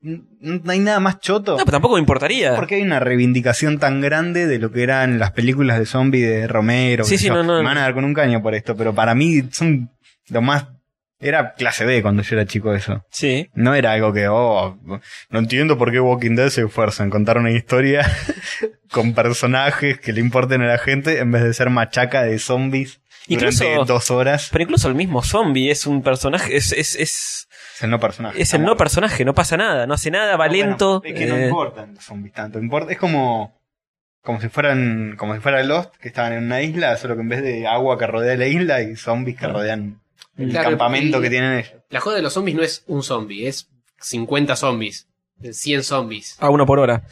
B: no- no hay nada más choto?
C: No, pero tampoco me importaría.
B: porque hay una reivindicación tan grande de lo que eran las películas de zombies de Romero.
C: Sí,
B: qué sé
C: sí,
B: yo.
C: no, no,
B: Me van a dar con un caño por esto, pero para mí son lo más... Era clase B cuando yo era chico eso.
C: Sí.
B: No era algo que, oh, no entiendo por qué Walking Dead se esfuerza en contar una historia con personajes que le importen a la gente en vez de ser machaca de zombies
C: Incluso-
B: durante dos horas.
C: Pero incluso el mismo zombie es un personaje, es, es, es,
B: Es el no personaje.
C: es el no
B: Estamos-
C: personaje, no pasa nada, no hace nada, va lento.
B: Ah, Bueno, es que no
C: eh,
B: importan los zombies tanto. importa- es como, como si fueran, como si fuera Lost, que estaban en una isla, solo que en vez de agua que rodea la isla y zombies que rodean el
A: Claro,
B: campamento
A: y-
B: que tienen ellos.
A: La joda de los zombies no es un zombie, es 50 zombies, 100 zombies.
C: a uno por hora.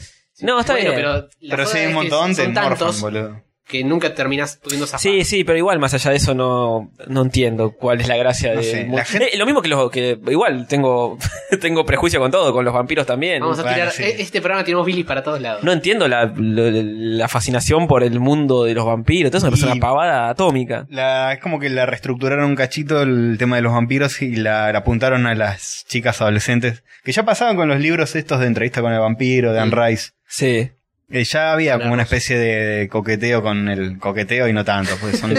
C: No, está
A: Bueno,
C: bien.
A: Pero, la
B: Pero
A: joda
B: sí hay un
A: es que
B: montón de
A: son
B: morfan,
A: tantos
B: boludo.
A: que nunca terminás pudiendo zafar.
C: Sí, sí, pero igual más allá de eso no, no entiendo cuál es la gracia
B: No
C: de...
B: sé,
C: mu-
B: la gente-
C: Eh, lo mismo que los que igual tengo tengo prejuicio con todo, con los vampiros también.
A: Vamos a
B: Bueno,
A: tirar.
B: sí.
A: e- Este programa tenemos Billy para todos lados.
C: No entiendo la, lo- la fascinación por el mundo de los vampiros, todo eso me parece
B: Y-
C: una pavada atómica.
B: La, es como que la reestructuraron un cachito el tema de los vampiros y la, la apuntaron a las chicas adolescentes. Que ya pasaban con los libros estos de entrevista con el vampiro, de Anne
A: Mm.
B: Rice.
C: Sí.
B: Eh, ya había
A: Claro.
B: como una especie de, de coqueteo con el coqueteo y no tanto, porque son,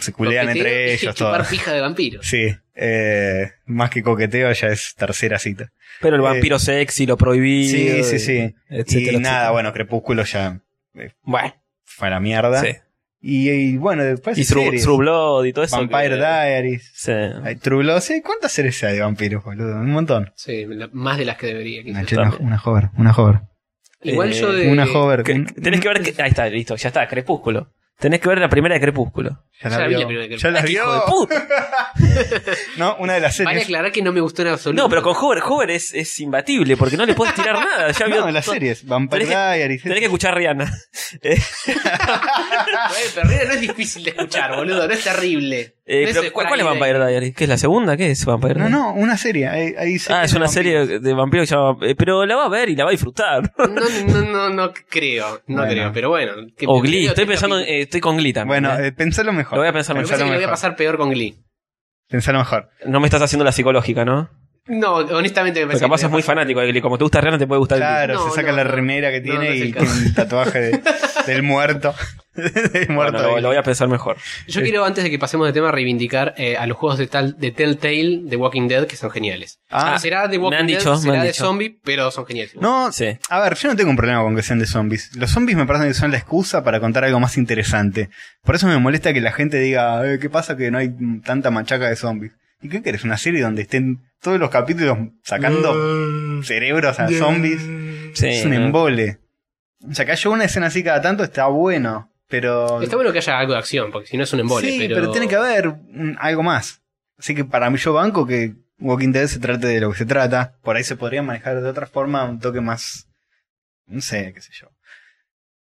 B: se culean
A: Coqueteo y
B: entre ellos
A: Chupar
B: todo.
A: pija de vampiros.
B: Sí, eh, más que coqueteo ya es tercera cita.
C: Pero el
B: Eh,
C: vampiro sexy, lo prohibido.
B: Sí,
C: eh,
B: sí, sí.
C: etcétera,
B: y nada,
C: etcétera.
B: bueno, Crepúsculo ya
C: Bueno,
B: fue a la mierda.
C: sí.
B: Y, y bueno, después
C: Y True,
B: series.
C: True Blood y todo eso.
B: Vampire
C: que-
B: Diaries.
C: Sí.
B: Hay True Blood. Sí, ¿cuántas series hay de vampiros, boludo? Un montón.
A: Sí, la- más de las que debería. quizás.
B: Nacho, una, una hover, una hover.
A: Igual
C: Eh,
A: yo de.
B: Una hover.
C: Que-
B: un-
C: tenés que ver que- Ahí está, listo, ya está, Crepúsculo. Tenés que ver la primera de Crepúsculo.
B: Ya
A: Ya
B: la
A: vi
B: vio.
A: la primera que-
B: Ya la
C: Ah, qué
B: vio.
C: hijo de puta.
B: No, una de las
A: Vale
B: series.
A: aclarar que no me gustó en absoluto.
C: No, pero con Hover, Hover es, es imbatible porque no le puedes tirar nada. Ya vio
B: No, las
C: to-
B: series. Vampire
C: Tenés
B: Diaries.
C: Tenés que escuchar a Rihanna. Eh,
A: Güey, pero Rihanna no es difícil de escuchar, boludo. No es terrible.
C: eh,
A: No
C: pero ¿cuál, cuál es Vampire
A: Friday.
C: Diaries? ¿Qué es la segunda? ¿Qué es Vampire
B: No,
C: Diaries?
B: no, una serie. Hay, hay series
C: Ah, es
B: de
C: una
B: vampiros.
C: serie de vampiros que se llama. eh, Pero la va a ver y la va a disfrutar.
A: No, no, no, no creo. No
B: Bueno.
A: creo, pero bueno. que-
C: O Glee.
A: creo
C: Estoy
A: que-
C: pensando, en- eh, estoy con Glee también.
B: Bueno,
C: eh.
B: eh, pensalo mejor.
C: lo voy a pensar
A: Me
C: mejor.
A: parece que le voy a
B: mejor.
A: pasar peor con Glee.
B: Pensalo mejor.
C: No me estás haciendo la psicológica, ¿no?
A: No, honestamente me
C: Porque
A: parece.
C: capaz
A: que-
C: es muy fanático de Glee. Como te gusta Rihanna, te puede gustar Glee.
B: Claro,
A: No,
B: se saca
A: no,
B: la
A: no.
B: remera que
A: No,
B: tiene
A: no es
B: y
A: el
B: tiene
A: caso.
B: un tatuaje de- del muerto. del
C: Bueno,
B: muerto.
C: lo,
B: de-
C: lo voy a pensar mejor.
A: Yo quiero, antes de que pasemos de tema, reivindicar eh, a los juegos de, tal, de Telltale, de Walking Dead, que son geniales.
B: Ah,
A: Ah, será de Walking
C: han
A: Dead,
C: dicho, me
A: será
C: han
A: de
C: dicho.
A: zombie, pero son geniales.
B: no,
C: Sí.
B: A ver, yo no tengo un problema con que sean de zombies. Los zombies me parecen que son la excusa para contar algo más interesante. Por eso me molesta que la gente diga, "Eh, ¿qué pasa que no hay mm, tanta machaca de zombies? ¿Y qué querés? ¿Una serie donde estén todos los capítulos sacando cerebros a zombies?
C: Sí,
B: es un
C: no.
B: embole. O sea, que haya una escena así cada tanto está bueno, pero...
A: Está bueno que haya algo de acción, porque si no es un embole.
B: sí, pero... tiene que haber mm, algo más. Así que para mí yo banco que Walking Dead se trate de lo que se trata. Por ahí se podría manejar de otra forma, un toque más... No sé, qué sé yo.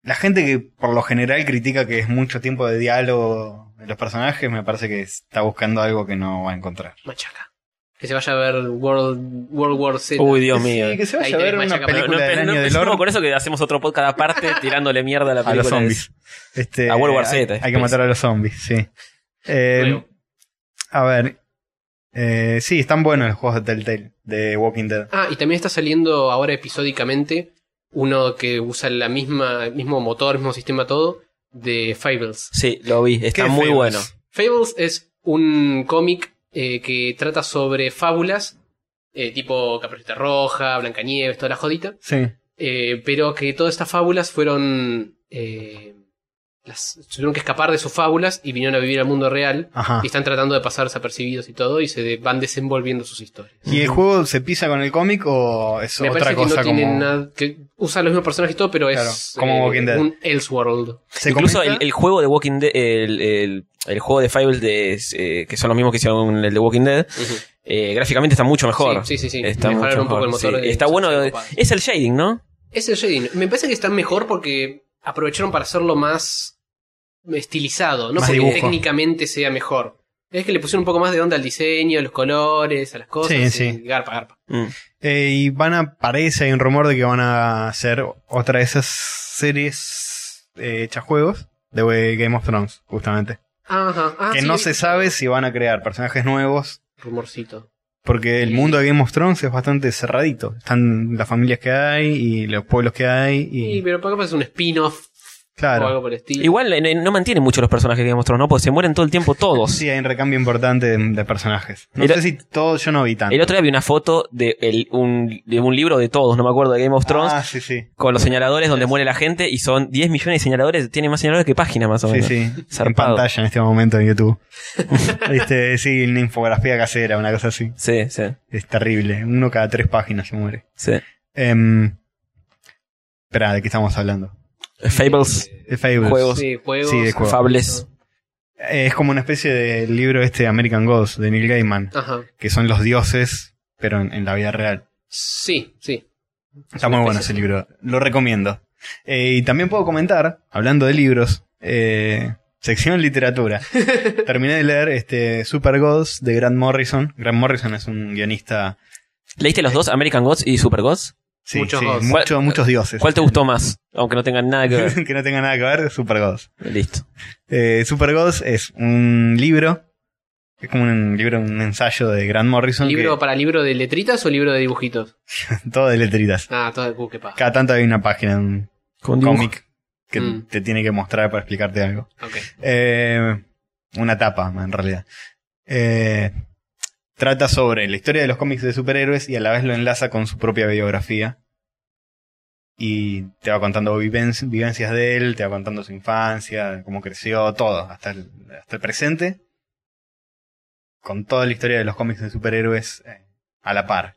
B: La gente que por lo general critica que es mucho tiempo de diálogo de los personajes, me parece que está buscando algo que no va a encontrar.
A: Machaca. Que se vaya a ver World, World War Z.
C: Uy, Dios mío.
B: Sí, que se vaya
A: Ahí
B: a ver
A: tenés
B: una
A: machaca, pero
C: Pero no,
B: película del
C: no,
B: año
C: no
B: del
C: empecemos
B: horror
C: con eso que hacemos otro podcast aparte tirándole mierda a la
B: a los
C: película. de-
B: zombies. Este,
C: A World War
B: eh,
C: Z,
B: Hay, que
C: después.
B: matar a los zombies, sí. Eh,
A: Luego.
B: a ver. Eh, sí, están buenos los juegos de Telltale, de Walking Dead.
A: Ah, y también está saliendo ahora episódicamente uno que usa la misma, el mismo motor, mismo sistema, todo, de Fables.
C: Sí, lo vi. Está
B: Qué
C: muy
B: feos.
C: bueno.
A: Fables es un cómic eh, que trata sobre fábulas, eh, tipo Caperucita Roja, Blancanieves, toda la jodita,
B: Sí.
A: eh, pero que todas estas fábulas fueron... eh, las, tuvieron que escapar de sus fábulas y vinieron a vivir al mundo real.
B: Ajá.
A: Y están tratando de pasar desapercibidos y todo, y se de- van desenvolviendo sus historias.
B: ¿Y el juego se pisa con el cómic o es
A: Me
B: otra
A: parece que
B: cosa
A: no tiene
B: como
A: nada. que usa los mismos personajes y todo, pero es eh,
B: Claro, como Walking Dead.
A: un Elseworld.
B: se
C: Incluso el,
B: comenta?
C: el juego de Walking Dead, el, el- el juego de Fables, de, eh, que son los mismos que hicieron el de Walking Dead, eh, gráficamente está mucho mejor.
A: Sí, sí, sí. sí.
C: Está
A: Mejoraron
C: mucho
A: un poco el
C: mejor,
A: motor.
C: sí.
A: de-
C: Está
A: se-
C: bueno. eh.
A: se copa.
C: Es el shading, ¿no?
A: Es el shading. Me parece que está mejor porque aprovecharon para hacerlo más estilizado. No
B: Más
A: porque
B: dibujo.
A: técnicamente sea mejor. Es que le pusieron un poco más de onda al diseño, a los colores, a las cosas.
B: Sí,
A: y
B: sí.
A: Garpa, garpa.
C: Mm.
B: Eh, y van a, parece, hay un rumor de que van a hacer otra de esas series eh, hechas juegos de Game of Thrones, justamente.
A: Ajá. Ah,
B: que
A: sí,
B: no
A: vi-
B: se sabe si van a crear personajes nuevos,
A: Rumorcito.
B: porque el mundo de Game of Thrones es bastante cerradito. Están las familias que hay y los pueblos que hay y...
A: Sí, pero para capaz es un spin-off o
B: claro.
A: algo por el estilo.
C: Igual eh, no mantiene mucho los personajes que mostró, ¿no? Porque se mueren todo el tiempo todos.
B: Sí, hay un recambio importante de, de personajes. No
C: El-
B: sé si todos yo no vi tanto.
C: El otro día vi una foto de, el- un, de un libro de todos, no me acuerdo, de Game of Thrones,
B: Ah, sí, sí.
C: con los señaladores donde muere la gente y son 10 millones de señaladores, tiene más señaladores que páginas más o
B: Sí,
C: menos.
B: sí.
C: Zarpado.
B: En pantalla en este momento en YouTube. este, sí, una infografía casera, una cosa así.
C: Sí, sí,
B: Es terrible. Uno cada tres páginas se muere.
C: sí.
B: Em, espera, ¿de qué estamos hablando?
C: Fables.
A: Eh,
B: De Fables.
C: Juegos.
A: Sí, juegos.
B: Sí, de juegos.
C: Fables.
B: Eh, Es como una especie de libro este American Gods de Neil Gaiman,
A: Ajá.
B: que son los dioses, pero en, en la vida real.
A: Sí, sí.
B: Está muy bueno ese libro, lo recomiendo. Eh, y también puedo comentar, hablando de libros, eh, sección literatura. Terminé de leer este Super Gods de Grant Morrison. Grant Morrison es un guionista.
C: ¿Leíste los dos, American Gods y Super Gods?
B: Sí,
A: Muchos
B: sí,
A: gods.
B: mucho- muchos dioses.
C: ¿Cuál te gustó más? Aunque no tengan nada que ver.
B: que no tenga nada que ver, Super Gods.
C: Listo.
B: Eh, Super Gods es un libro. Es como un libro, un ensayo de Grant Morrison. que-
A: ¿Libro para libro de letritas o libro de dibujitos?
B: todo de letritas.
A: Ah, todo de uh, qué paja.
B: Cada tanto hay una página, un
C: Con
B: cómic que
A: Mm.
B: te tiene que mostrar para explicarte algo.
A: Ok.
B: Eh, una tapa, en realidad. Eh, trata sobre la historia de los cómics de superhéroes y a la vez lo enlaza con su propia biografía. Y te va contando viven- vivencias de él, te va contando su infancia, cómo creció, todo, hasta el, hasta el presente. Con toda la historia de los cómics de superhéroes eh, a la par.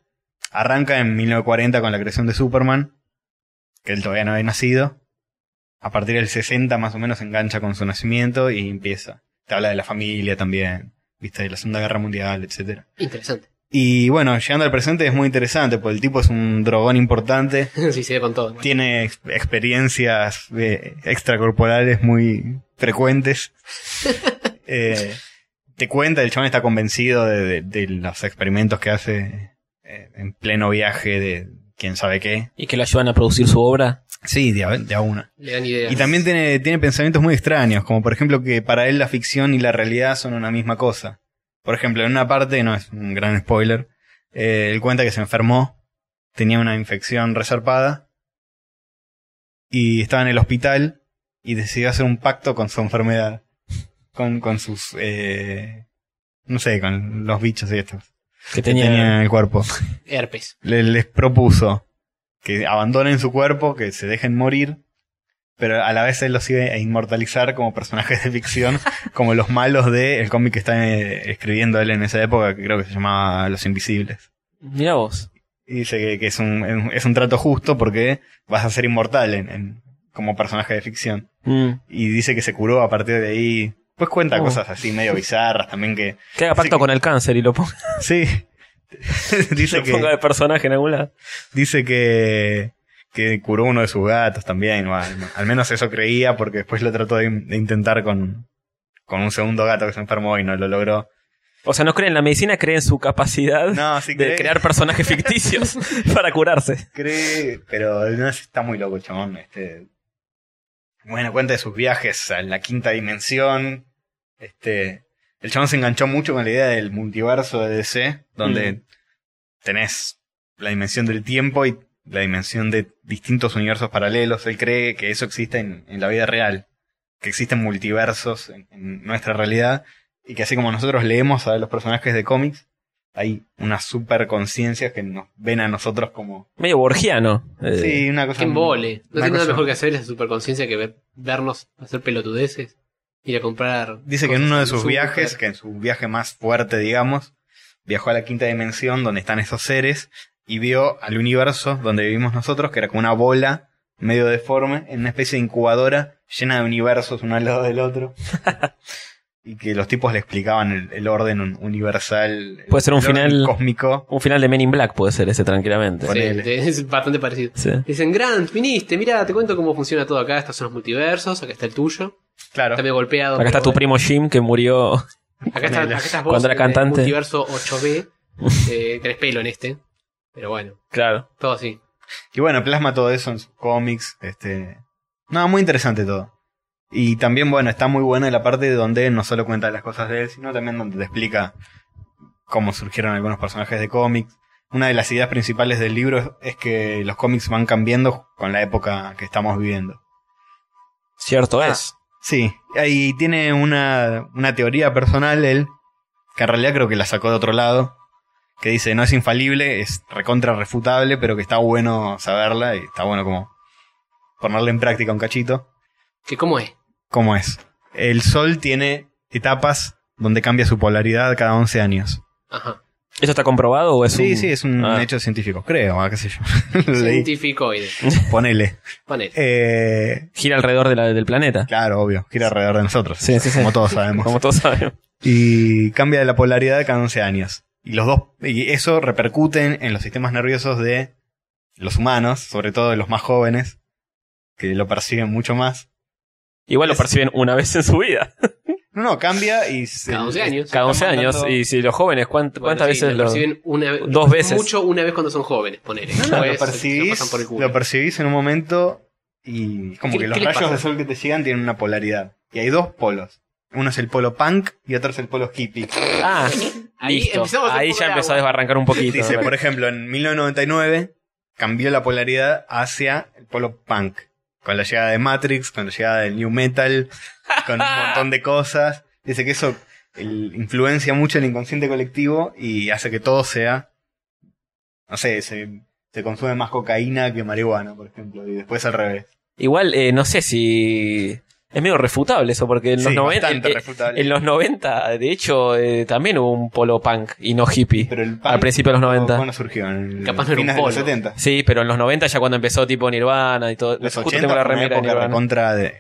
B: Arranca en 1940 con la creación de Superman, que él todavía no había nacido a partir del 60 más o menos engancha con su nacimiento y empieza. Te habla de la familia también, viste, de la Segunda Guerra Mundial, etcétera.
A: Interesante.
B: Y bueno, llegando al presente es muy interesante, porque el tipo es un drogón importante,
A: sí, se ve con todo.
B: tiene ex- experiencias eh, extracorporales muy frecuentes. Eh, te cuenta, el chabón está convencido de, de- de los experimentos que hace eh, en pleno viaje de quién sabe qué.
C: Y que lo ayudan a producir su obra.
B: Sí, de a- de a una.
A: Le dan ideas.
B: Y también tiene, tiene pensamientos muy extraños, como por ejemplo que para él la ficción y la realidad son una misma cosa. Por ejemplo, en una parte, no es un gran spoiler, eh, él cuenta que se enfermó, tenía una infección resarpada y estaba en el hospital y decidió hacer un pacto con su enfermedad, con, con sus... eh, no sé, con los bichos y estos
C: Que
B: que
C: tenía.
B: tenía en el cuerpo
A: Herpes.
B: le- les propuso que abandonen su cuerpo, que se dejen morir, pero a la vez él los iba a inmortalizar como personajes de ficción, como los malos de el cómic que está eh, escribiendo él en esa época, que creo que se llamaba Los Invisibles.
C: Mira vos.
B: Y dice que, que es, un, es un trato justo porque vas a ser inmortal en- en- como personaje de ficción.
C: Mm.
B: Y dice que se curó a partir de ahí Después cuenta
C: Oh.
B: cosas así medio bizarras también que.
C: Que haga pacto
B: Sí.
C: con el cáncer y lo ponga,
B: Sí. dice
C: lo ponga
B: que.
C: de personaje en algún lado.
B: Dice que. Que curó uno de sus gatos también. o al, al menos eso creía, porque después lo trató de, in- de intentar con, con un segundo gato que se enfermó y no lo logró.
C: O sea, no creen en la medicina, creen en su capacidad
B: No, sí
C: de
B: cree,
C: crear personajes ficticios para curarse.
B: cree, pero no, está muy loco el chabón. Este. Bueno, cuenta de sus viajes a la quinta dimensión. Este. El chabón se enganchó mucho con la idea del multiverso de DC, donde tenés la dimensión del tiempo y la dimensión de distintos universos paralelos. Él cree que eso existe en, en la vida real, que existen multiversos en, en nuestra realidad y que así como nosotros leemos a los personajes de cómics, hay unas super conciencias que nos ven a nosotros como...
C: Medio borgiano. eh,
B: sí, una cosa...
A: Que embole. eh, No
B: una
A: tiene nada
B: cosa-
A: mejor que hacer esa superconciencia que ver- vernos hacer pelotudeces. Ir a comprar.
B: Dice que en
A: cosas
B: uno de
A: al
B: sus
A: súper.
B: viajes, que en su viaje más fuerte, digamos, viajó a la quinta dimensión donde están esos seres y vio al universo donde vivimos nosotros, que era como una bola medio deforme, en una especie de incubadora llena de universos uno al lado del otro. y que los tipos le explicaban el, el orden un- universal.
C: Puede ser un
B: el orden
C: final-
B: Cósmico.
C: Un final de Men in Black puede ser ese tranquilamente.
A: Sí,
B: Ponele.
A: es bastante parecido.
C: Sí.
A: Dicen, Grant, viniste, mira, te cuento cómo funciona todo acá. Estos son los multiversos, acá está el tuyo.
B: Claro.
A: Está medio golpeado.
C: Acá está
A: pero
C: tu primo Jim que murió.
A: bueno. Acá, está,
B: Ponele.
A: acá estás vos.
C: Cuando era
A: en el
C: cantante.
A: Multiverso 8B. Eh, tenés pelo en este. Pero bueno,
C: Claro.
A: todo así.
B: Y bueno, plasma todo eso en sus cómics. Este. No, muy interesante todo. Y también, bueno, está muy buena la parte donde no solo cuenta las cosas de él, sino también donde te explica cómo surgieron algunos personajes de cómics. Una de las ideas principales del libro es- es que los cómics van cambiando con la época que estamos viviendo.
C: Cierto
A: Ah.
C: es.
B: Sí, ahí tiene una, una teoría personal él, que en realidad creo que la sacó de otro lado, que dice no es infalible, es recontra refutable, pero que está bueno saberla y está bueno como ponerla en práctica un cachito.
A: ¿Que cómo es?
B: ¿Cómo es? El Sol tiene etapas donde cambia su polaridad cada 11 años.
A: Ajá.
C: ¿Eso está comprobado o es
B: Sí,
C: un-
B: sí, es un
C: Ah.
B: hecho científico, creo, ah, qué sé yo. Lo leí.
A: Cientificoide.
B: Ponele.
A: Ponele.
B: Eh,
C: Gira alrededor de la- del planeta.
B: claro, obvio, gira alrededor de nosotros,
C: Sí, sí, sí.
B: como todos sabemos.
C: Como todos sabemos.
B: y cambia de la polaridad cada 11 años. Y los dos y eso repercute en, en los sistemas nerviosos de los humanos, sobre todo de los más jóvenes, que lo perciben mucho más.
C: Igual lo
B: Es-
C: perciben una vez en su vida.
B: No, no, cambia y se-
A: Cada 11 años.
C: Cada 11
B: están
C: años.
B: mandando-
C: Y si los jóvenes,
A: Bueno,
C: ¿cuánt- Eh, ¿cuántas
A: sí,
C: veces
A: lo
C: lo.?
A: perciben una vez-
C: dos veces. Ah,
A: Mucho una vez cuando son jóvenes, ponele.
B: No,
A: Después
B: no,
A: Pues, se-
B: lo
A: se pasan
B: percibís,
A: por el culo.
B: lo percibís en un momento y como
A: ¿Qué-
B: que los
A: qué les
B: rayos
A: pasa?
B: de sol que te llegan tienen una polaridad. Y hay dos polos. Uno es el polo punk y otro es el polo hippie.
C: Ah,
A: Ahí
C: listo.
A: empezamos a
C: Ahí
A: poco
C: ya
A: el
C: empezó a
A: agua.
C: desbarrancar un poquito.
B: Dice,
C: ¿verdad?
B: por ejemplo, en 1999 cambió la polaridad hacia el polo punk. Con la llegada de Matrix, con la llegada del New Metal, con un montón de cosas. Dice que eso el- influencia mucho el inconsciente colectivo y hace que todo sea. No sé, se, se consume más cocaína que marihuana, por ejemplo, y después al revés.
C: Igual, eh, no sé si. Es medio refutable eso, porque en los
B: Sí,
C: 90.
B: bastante
C: eh,
B: refutable.
C: En los 90, de hecho, eh, también hubo un polo punk y no hippie.
B: Pero el punk,
C: al principio de los 90.
B: ¿cuándo surgió? En
A: Capaz no era un
B: fines de los
A: polo.
B: 70.
C: Sí, pero en los 90 ya cuando empezó tipo Nirvana y todo.
B: los
C: justo
B: 80
C: tengo la
B: fue una
C: remera de
B: época
C: Nirvana.
B: contra de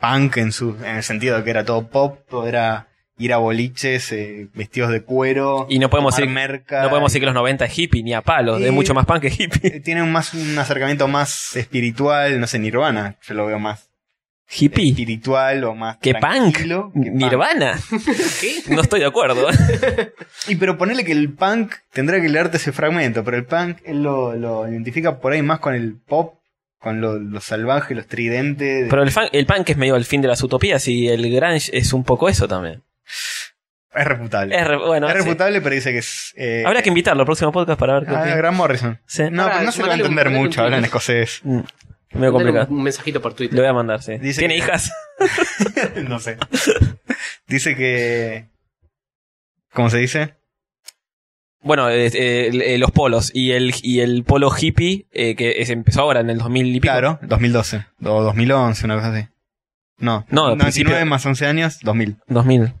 B: punk en su en el sentido de que era todo pop, todo era ir a boliches, eh, vestidos de cuero,
C: Y no podemos,
B: tomar
C: decir,
B: merca.
C: no podemos decir que los 90 es hippie, ni a palos.
B: Y-
C: Es mucho más punk que hippie.
B: Eh, Tiene un más un acercamiento más espiritual, no sé, Nirvana, yo lo veo más
C: ¿Hippie?
B: espiritual o más
C: ¿Qué punk?
B: tranquilo que punk.
C: ¿Nirvana?
A: ¿Qué?
C: No estoy de acuerdo.
B: Y pero ponerle que el punk tendrá que leerte ese fragmento, pero el punk él lo, lo identifica por ahí más con el pop, con lo, lo salvaje, los tridentes.
C: Pero el, fan- el punk es medio el fin de las utopías y el grunge es un poco eso también.
B: es reputable.
C: Es, re- bueno,
B: es
C: sí.
B: reputable, pero dice que es. eh,
C: Habrá que invitarlo al próximo podcast para ver qué
B: Ah,
C: opina.
B: Grant Morrison.
C: Sí.
B: Eh, No,
A: Pará,
B: pero no se lo va a
A: mandale un-
B: entender
A: mandale un
B: mucho,
A: tweet.
B: habla en escocés.
C: Mm.
A: Mandale
C: Medio complicado.
A: Un, un mensajito por Twitter.
C: Lo voy a mandar, sí.
B: Dice
C: ¿Tiene
B: que-
C: hijas?
B: no sé. Dice que. ¿Cómo se dice?
C: Bueno, eh, eh, el- eh, los polos. Y el, y el polo hippie, eh, que es- empezó ahora en el 2000 y pico.
B: Claro, 2012 o 2011, una cosa así. No,
C: No, al
B: 99
C: principio-
B: más 11 años, 2000.
C: 2000.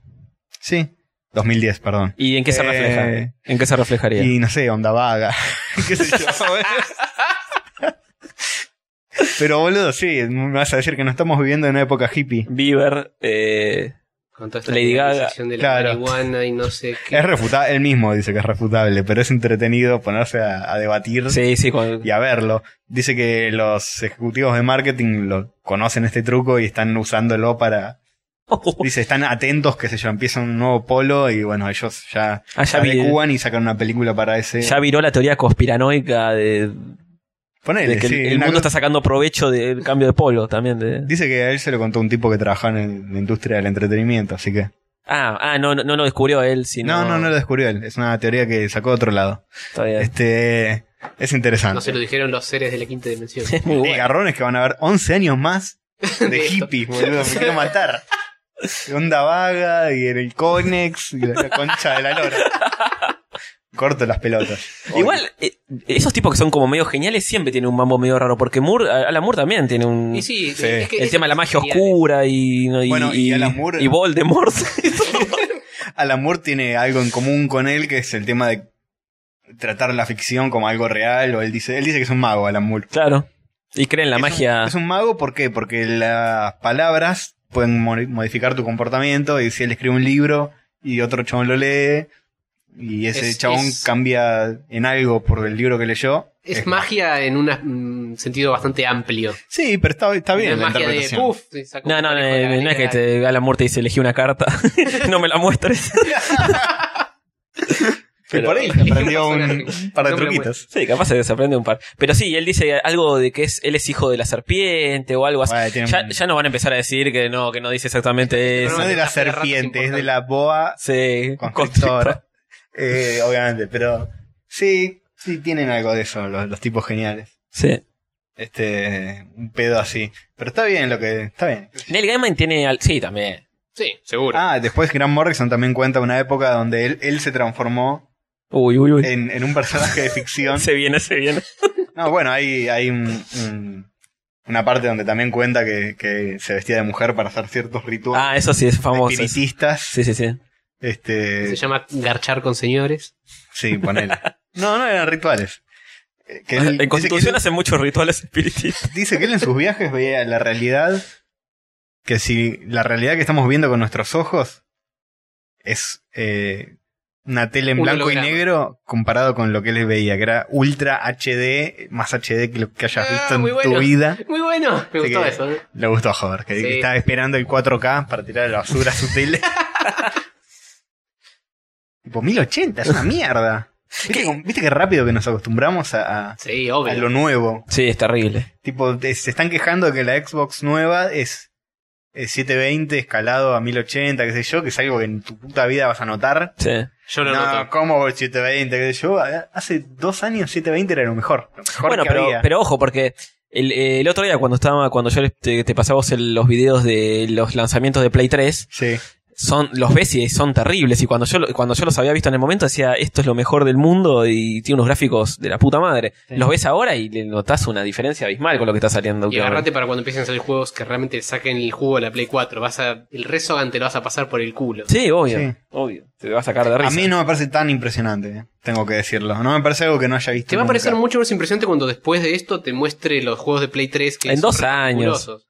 B: Sí, 2010, perdón.
C: ¿Y en qué se
B: Eh,
C: refleja? ¿En qué se reflejaría?
B: Y no sé, onda vaga. ¿Qué sé yo? pero boludo, sí, me vas a decir que no estamos viviendo en una época hippie.
C: Bieber, eh,
A: Con toda esta
C: Lady Gaga.
A: legalización de la
B: Claro.
A: marihuana y no sé qué.
B: Es refutable, él mismo dice que es refutable, pero es entretenido ponerse a, a debatir
C: Sí, sí, con-
B: y a verlo. Dice que los ejecutivos de marketing lo conocen este truco y están usándolo para... Dice, están atentos, qué sé yo, empiezan un nuevo polo y bueno, ellos ya,
C: Ah, ya,
B: ya
C: vi-
B: adecuan y sacan una película para ese...
C: ya viró la teoría conspiranoica de,
B: Ponele,
C: de que el-
B: sí,
C: el,
B: una
C: mundo
B: cosa-
C: está sacando provecho del cambio de polo también. de-
B: Dice que a él se lo contó un tipo que trabajaba en la industria del entretenimiento, así que...
C: Ah, ah no, no, no lo descubrió él, sino...
B: No, no, no lo descubrió él, es una teoría que sacó de otro lado.
C: Está bien.
B: Este... Es interesante.
A: No se lo dijeron los seres de la quinta dimensión.
C: Es muy
B: Y
C: bueno.
B: garrones que van a ver 11 años más de
A: De esto.
B: hippies, boludo. Me quiero matar. Y Onda vaga y el Conex y la concha de la lora. Corto las pelotas.
C: Igual, eh, esos tipos que son como medio geniales siempre tienen un mambo medio raro, porque Moore, Alan Moore también tiene un...
A: Y sí,
B: Sí.
A: es que
C: el
A: es-
C: tema de la magia
A: genial.
C: oscura y, no, y,
B: Bueno, y Alan Moore-
C: y Voldemort.
B: Alan Moore tiene algo en común con él que es el tema de tratar la ficción como algo real o él dice él dice que es un mago Alan Moore.
C: claro. Y creen la
B: Es un-
A: Ah.
C: magia.
B: es un mago ¿por qué? Porque las palabras pueden mo- modificar tu comportamiento y si él escribe un libro y otro chabón lo lee y ese
A: Es-
B: chabón
A: es-
B: cambia en algo por el libro que leyó.
A: Es
B: magia
A: magia en un mm, sentido bastante amplio.
B: Sí, pero está, está bien
A: es
B: la
A: magia de
B: interpretación.
A: puff. se sacó
C: No,
A: un
C: no, no,
A: conejo de la
C: no es que
A: galera.
C: te, Alan Moore te dice elegí una carta, no me la muestres.
B: Que por ahí
A: Pero-
B: te aprendió un
A: personaje.
B: par de
A: No me lo
B: truquitos.
C: Sí, capaz se desaprende un par. Pero sí, él dice algo de que es, él es hijo de la serpiente o algo así.
B: Bueno, tiene
C: Ya,
B: un-
C: ya nos van a empezar a decir que no, que no dice exactamente
A: Pero
C: eso.
B: no es de la
A: Está de ratas
B: serpiente, es de
A: importantes.
B: la boa
C: Sí,
B: constrictora. Eh, obviamente, pero sí, sí tienen algo de eso los, los tipos geniales.
C: Sí.
B: Este, un pedo así. Pero está bien lo que, está bien.
C: Neil Gaiman tiene al... Sí, también.
A: Sí, seguro.
B: Ah, después Grant Morrison también cuenta una época donde él, él se transformó
C: Uy, uy, uy.
B: en, en un personaje de ficción.
C: Se viene, se viene.
B: No, bueno, hay, hay un- un- una parte donde también cuenta que, que se vestía de mujer para hacer ciertos rituales.
C: Ah, eso sí, es famoso.
B: espiritistas.
C: Sí, sí, sí.
B: Este,
A: Se llama garchar con señores.
B: sí, ponele. No, no eran rituales. Eh, que él- dice que
C: En
B: él-
C: Constitución hacen muchos rituales espiritistas.
B: dice que él en sus viajes veía la realidad, que si la realidad que estamos viendo con nuestros ojos es eh, una tele en
A: Un
B: blanco y
A: holograma.
B: negro comparado con lo que él veía, que era ultra HD, más HD que lo que hayas
A: Ah,
B: visto en
A: muy
B: tu
A: bueno.
B: vida.
A: Muy bueno. Me
B: Así
A: gustó
B: que-
A: eso. ¿eh?
B: Le gustó a Hover, que
A: Sí.
B: estaba esperando el 4K para tirar a la basura su tele. tipo, 1080, es una mierda. ¿Viste, que- viste qué rápido que nos acostumbramos a, a-
A: Sí,
B: a lo
A: obvio.
B: nuevo?
C: Sí, es terrible.
B: Tipo, te- se están quejando de que la Xbox nueva es, es 720 escalado a 1080, qué sé yo, que es algo que en tu puta vida vas a notar.
C: Sí.
A: Yo lo
B: No,
A: noto.
B: ¿cómo 720? qué sé yo? Hace dos años 720 era lo mejor. Lo mejor
C: Bueno,
B: que
C: pero,
B: había.
C: pero ojo, porque el, eh, el otro día cuando estaba, cuando yo te, te pasaba vos el- los videos de los lanzamientos de Play 3,
B: Sí.
C: son, los ves y son terribles. Y cuando yo, lo- cuando yo los había visto en el momento decía, esto es lo mejor del mundo y tiene unos gráficos de la puta madre.
B: Sí.
C: Los ves ahora y le notás una diferencia abismal con lo que está
A: Y
C: saliendo. últimamente.
A: agarrate para cuando empiecen a salir juegos que realmente saquen el jugo a la Play 4. Vas a, el Resogan te lo vas a pasar por el culo.
C: Sí, obvio.
B: Sí.
C: Obvio. Te va a sacar de risa.
B: A mí no me parece tan impresionante, eh, tengo que decirlo. No me parece algo que no haya visto.
A: Te va a
B: nunca.
A: parecer mucho más impresionante cuando después de esto te muestre los juegos de Play 3 que
C: En
A: son
C: dos años.
A: fabulosos.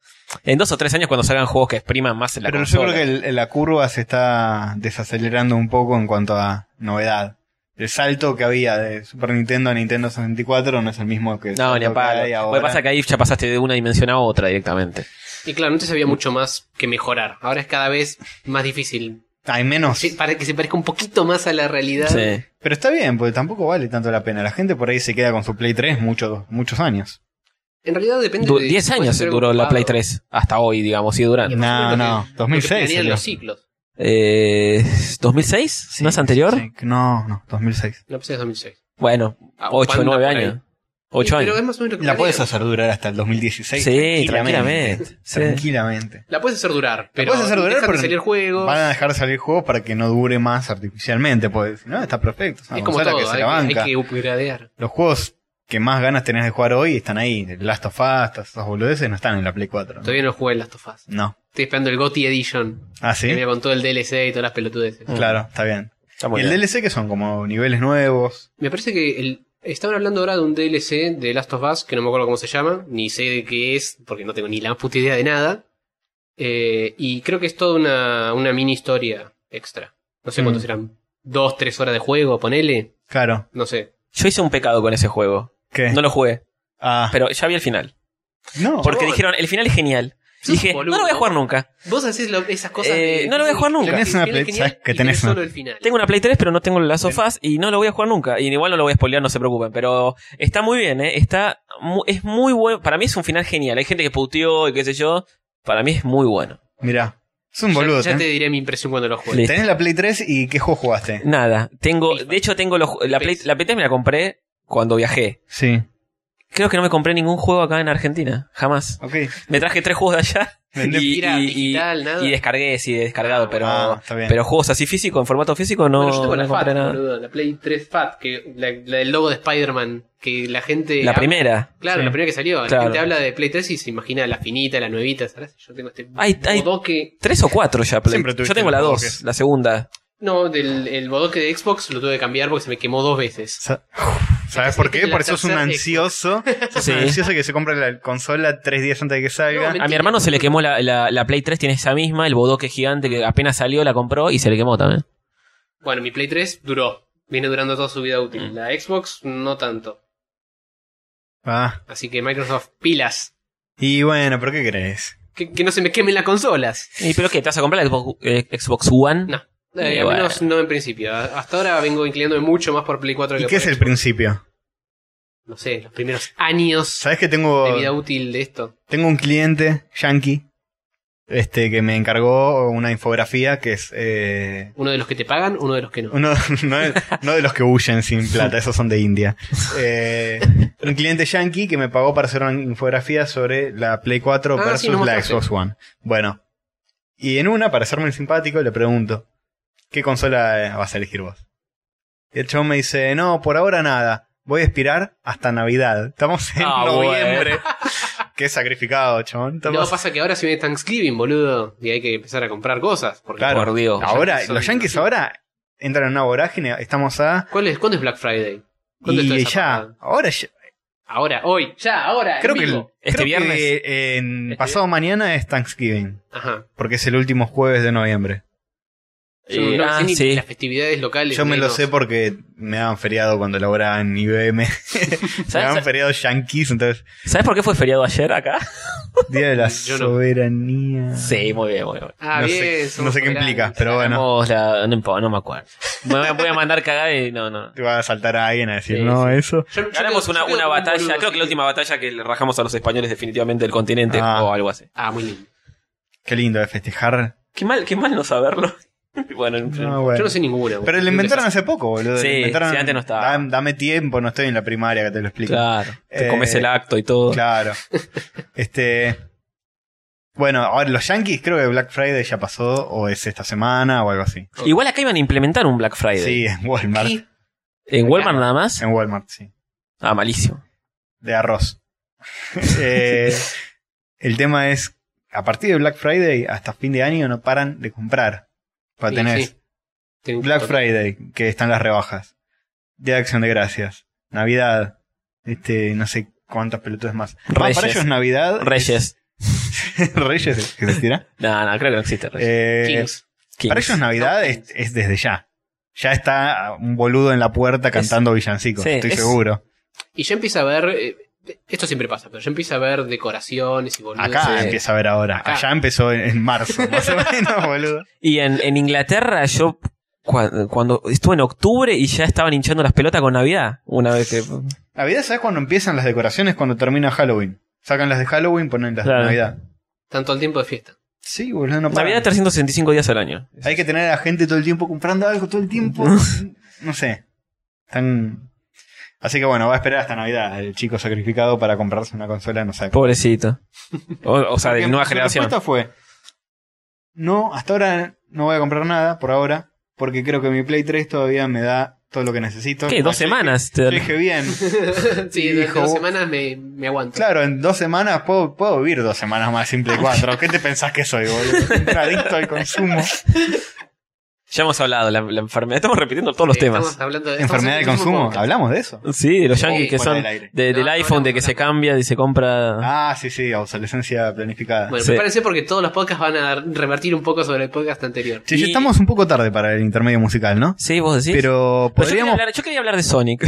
C: En dos o tres años cuando salgan juegos que expriman más la
B: Pero
C: consola.
B: yo creo que el- la curva se está desacelerando un poco en cuanto a novedad. El salto que había de Super Nintendo a Nintendo 64 no es el mismo que. el
C: No,
B: salto
C: ni a
B: que
C: palo.
B: hay
C: Lo
B: ahora.
C: que pasa es que ahí ya pasaste de una dimensión a otra directamente.
A: Y claro, antes había mucho más que mejorar. Ahora es cada vez más difícil.
B: Hay menos.
A: Sí, Para que se parezca un poquito más a la realidad.
C: Sí.
B: Pero está bien, porque tampoco vale tanto la pena. La gente por ahí se queda con su Play 3 muchos, muchos años.
A: En realidad depende
C: Du-
A: de
C: 10
A: cómo
C: años
A: estés
C: duró la
A: ocupado.
C: Play 3 hasta hoy, digamos, sigue
A: Y
C: durando.
A: en realidad
B: No,
A: lo que-
B: no,
A: lo que
B: 2006
A: planean
B: salió.
A: los ciclos.
C: Eh, ¿2006? ¿No es anterior?
B: Sí, que no, no,
A: No
B: 2006.
A: pues pensé en 2006.
C: Bueno,
A: Ah,
C: 8
A: Panda
C: 9
A: por ahí.
C: años. 8
A: Sí, Pero
C: años.
A: es más o menos lo que
B: La puedes
A: planean.
B: hacer durar hasta el 2016.
C: Sí, tranquilamente. Sí.
B: Tranquilamente.
A: La puedes hacer durar, pero
B: puedes hacer durar,
A: dejan de
B: pero-
A: salir juegos.
B: Van a dejar salir juegos para que no dure más artificialmente, pues. No, está perfecto. Es una
A: es como
B: consola
A: todo,
B: que se
A: hay,
B: la
A: que-
B: banca.
A: hay que upgradear.
B: Los juegos que más ganas tenés de jugar hoy están ahí. El Last of Us, todas esas boludeces no están en la Play 4.
A: Todavía no jugué en Last of Us.
B: No.
A: Estoy esperando el GOTY Edition.
B: Ah,
A: Que
B: sí. Ah.
A: viene con todo el DLC y todas las pelotudeces.
B: Claro, está bien.
C: Está
B: Y
C: muy
B: el
C: bien.
B: DLC que son como niveles nuevos.
A: Me parece que el, estaban hablando ahora de un DLC de Last of Us, que no me acuerdo cómo se llama, ni sé de qué es, porque no tengo ni la puta idea de nada. Eh, y creo que es toda una, una mini historia extra. No sé cuántos
B: Mm.
A: eran. Dos, tres horas de juego, ponele.
B: Claro.
A: No sé.
C: Yo hice un pecado con ese juego.
B: ¿Qué?
C: No lo jugué,
B: ah,
C: pero ya vi el final.
B: no.
C: Porque
A: bueno.
C: dijeron, el final es genial. Y
A: Sos
C: dije,
A: boludo.
C: no lo voy a jugar nunca.
A: Vos haces lo- esas cosas.
C: Eh, no lo voy a jugar nunca.
B: Tenés una
A: Final
B: Play-
A: genial
B: sabes que
A: y
B: tenés una.
A: solo el final.
C: Tengo una Play 3, pero no tengo el Last of Us y no lo voy a jugar nunca. Y igual no lo voy a spoilear, no se preocupen. Pero está muy bien, ¿eh? Está mu- es muy bueno. Para mí es un final genial. Hay gente que puteó y qué sé yo. Para mí es muy bueno.
B: Mirá. Es un
A: Ya-
B: boludo. ¿eh?
A: Ya,
B: ten-
A: te diré mi impresión cuando lo juegue.
C: Le-
B: Tenés la Play 3 y ¿qué juego jugaste?
C: Nada. Tengo, de hecho, tengo los- la, Play, la Play 3 me la compré cuando viajé.
B: Sí.
C: Creo que no me compré ningún juego acá en Argentina. Jamás.
B: Ok.
C: Me traje tres juegos de allá
B: Vendé-
C: y,
A: Mira,
C: y- y-
A: digital, nada.
C: y descargué, sí, descargado. Pero,
B: Ah, está bien.
C: pero juegos así físico, en formato físico, no,
A: Bueno, yo tengo
C: no
A: la
C: compré
A: Fat,
C: nada.
A: boludo, la Play 3 Fat, que la, la del logo de Spider-Man, que la gente.
C: La
A: habla-
C: primera.
A: Claro,
B: Sí.
A: la primera que salió. La
C: Claro.
A: gente habla de Play 3 y se imagina la finita, la nuevita, ¿sabes? Yo tengo este
C: Ay, ay.
A: bodoque.
C: Tres o cuatro ya, Play.
B: Siempre tuviste
C: Yo tengo la
B: los
C: dos,
B: bloques.
C: la segunda.
A: No, del el bodoque de Xbox lo tuve que cambiar porque se me quemó dos veces.
B: Sa- ¿Sabes por qué?
A: La
B: Por eso es un
A: tercera
B: ansioso. Es
C: Sí.
B: un ansioso que se compra la consola tres días antes de que salga.
A: No,
C: A mi hermano se le quemó la, la, la Play 3, tiene esa misma, el bodoque gigante que apenas salió, la compró y se le quemó también.
A: Bueno, mi Play 3 duró. Viene durando toda su vida
C: Mm.
A: útil. La Xbox no tanto.
B: Ah.
A: Así que Microsoft, pilas.
B: Y bueno, ¿pero qué crees?
A: Que, que no se me quemen las consolas.
C: ¿Y pero qué? ¿Te vas a comprar la Xbox, eh, Xbox One?
A: No.
C: Y
A: Eh, al
C: bueno.
A: menos no en principio. A- Hasta ahora vengo inclinándome mucho más por Play 4 que
B: ¿Y qué
A: por
B: es el
A: Xbox.
B: principio?
A: No sé, los primeros años
B: ¿Sabes que tengo,
A: de vida útil de esto.
B: tengo un cliente yankee este, que me encargó una infografía que es eh,
A: Uno de los que te pagan, uno de los que no.
B: Uno, no, de, no de los que huyen sin plata, esos son de India. Eh, un cliente yankee que me pagó para hacer una infografía sobre la Play 4
A: Ah,
B: versus
A: sí, nos
B: la
A: mostraste.
B: Xbox One. Bueno, y en una, para hacerme el simpático, le pregunto: ¿Qué consola eh, vas a elegir vos? Y el chabón me dice: No, por ahora nada. Voy a expirar hasta Navidad. Estamos en
C: Ah,
B: noviembre. Qué sacrificado, chabón.
A: No,
B: Estamos-
A: pasa que ahora se viene Thanksgiving, boludo. Y hay que empezar a comprar cosas. Porque
B: Claro.
C: Por Dios.
A: No.
B: ahora,
A: Yankees son-
B: los yankees ahora entran en una vorágine. Estamos a.
A: ¿cuál es, ¿Cuándo es Black Friday? ¿Cuándo está
B: Y
A: esa
B: ya,
A: parada?
B: ahora ya,
A: Ahora, hoy, ya, ahora.
B: Creo
A: en
B: que el-
A: vivo.
C: Este
B: creo
C: viernes.
B: que, eh, en
A: Este
B: pasado mañana es Thanksgiving.
A: Ajá.
B: Porque es el último jueves de noviembre.
A: Yo
C: Eh,
A: no sé
C: ah,
A: ni
C: sí.
A: las festividades locales.
B: Yo me lo
A: menos.
B: sé porque me daban feriado cuando laboraba en IBM. me daban
C: ¿Sabes,
B: feriado yankees, entonces.
C: sabes por qué fue feriado ayer acá?
B: Día de la
A: Yo no.
B: soberanía.
C: Sí, muy bien, muy bien.
A: Ah,
B: no
A: bien.
B: sé,
A: somos
B: no sé qué
A: soberanos.
B: implica, pero bueno.
C: Ganamos la- no, impo- no me acuerdo. Me voy a- voy a mandar cagada y no, no.
B: Te va a saltar a alguien a decir,
C: Sí,
B: no, eso.
A: Yo- yo
C: Ganamos
A: quedo-
C: una,
A: yo quedo
C: una
A: como un
C: batalla,
A: boludo,
C: creo
A: así
C: que la última batalla que le rajamos a los españoles definitivamente del continente
B: Ah.
C: o algo así.
A: Ah, muy lindo.
B: Qué lindo de festejar.
C: Qué mal, qué mal no saberlo. bueno, en fin.
B: No, bueno.
A: Yo no sé ninguna. boludo.
B: Pero lo inventaron hace poco, boludo. lo
C: Sí,
B: inventaron,
C: sí, antes no estaba.
B: "Dam- Dame tiempo, no estoy en la primaria que te lo explico.
C: Claro, te
B: Eh,
C: comes el acto y todo.
B: Claro. este. Bueno, ahora los Yankees creo que Black Friday ya pasó, o es esta semana, o algo así.
C: Igual acá iban a implementar un Black Friday.
B: Sí, Eh, en Walmart.
A: ¿Qué?
C: En Walmart nada más.
B: En Walmart, sí.
C: Ah, malísimo.
B: De arroz. Eh, el tema es, a partir de Black Friday hasta fin de año no paran de comprar. Para
A: Sí,
B: tener
A: sí. Tengo un
B: Black
A: montón.
B: Friday, que están las rebajas. Día de Acción de Gracias. Navidad. Este, no sé cuántas pelotudes más. Ah,
C: Reyes.
B: para ellos Navidad.
C: Reyes.
B: Reyes, que se tira.
C: No, no, creo que no existe Reyes.
B: Eh,
A: Kings.
C: Kings.
B: Para ellos Navidad es, es desde ya. Ya está un boludo en la puerta cantando villancicos,
C: sí,
B: estoy
C: es-
B: seguro.
A: Y ya empieza a ver. eh, esto siempre pasa, pero ya empieza a ver decoraciones y boludo.
B: Acá empieza a ver ahora.
A: Acá.
B: Allá empezó en, en marzo, más o menos, boludo.
C: Y en, en Inglaterra yo cua- cuando estuve en octubre y ya estaban hinchando las pelotas con Navidad. Una vez que...
B: Navidad, ¿sabes cuándo empiezan las decoraciones? Cuando termina Halloween. Sacan las de Halloween, ponen las
C: Claro.
B: de Navidad.
A: Tanto el tiempo de fiesta.
B: Sí, boludo, no
C: Navidad
B: paran.
C: 365 días al año.
B: Hay que tener a la gente todo el tiempo comprando algo, todo el tiempo. no sé. Tan... Así que bueno, va a esperar hasta Navidad el chico sacrificado para comprarse una consola, no sé.
C: Pobrecito. O, o sea, de
B: Porque
C: nueva
B: su
C: generación.
B: respuesta fue: No, hasta ahora no voy a comprar nada, por ahora, porque creo que mi Play 3 todavía me da todo lo que necesito.
C: ¿Qué? ¿Dos
B: Yo dije-
C: semanas?
B: yo
C: Te-
B: dije bien.
A: sí, durante
B: Hijo,
A: dos
B: vos-
A: semanas me, me aguanto.
B: Claro, en dos semanas puedo, puedo vivir dos semanas más sin Play 4. ¿Qué te pensás que soy, boludo? Un adicto al consumo.
C: Ya hemos hablado, la, la enfermedad. Estamos repitiendo todos los
A: Eh,
C: temas.
A: Estamos hablando de estamos
B: Enfermedad de
A: haciendo el mismo
B: consumo,
A: podcast.
B: hablamos de eso.
C: Sí, de los yankees
A: Sí,
C: que
B: fuera
C: son.
B: del aire.
C: de- del
A: No, no,
C: iPhone, de
A: no,
C: que
A: no,
C: se
A: no.
C: cambia y se compra.
B: Ah, sí, sí, obsolescencia planificada.
A: Bueno,
C: Sí.
A: prepárense porque todos los podcasts van a revertir un poco sobre el podcast anterior.
B: Sí, ya
C: y-
B: estamos un poco tarde para el intermedio musical, ¿no?
C: Sí, vos decís.
B: Pero
C: Pero yo, quería
B: podríamos
C: hablar, yo quería hablar de Sonic.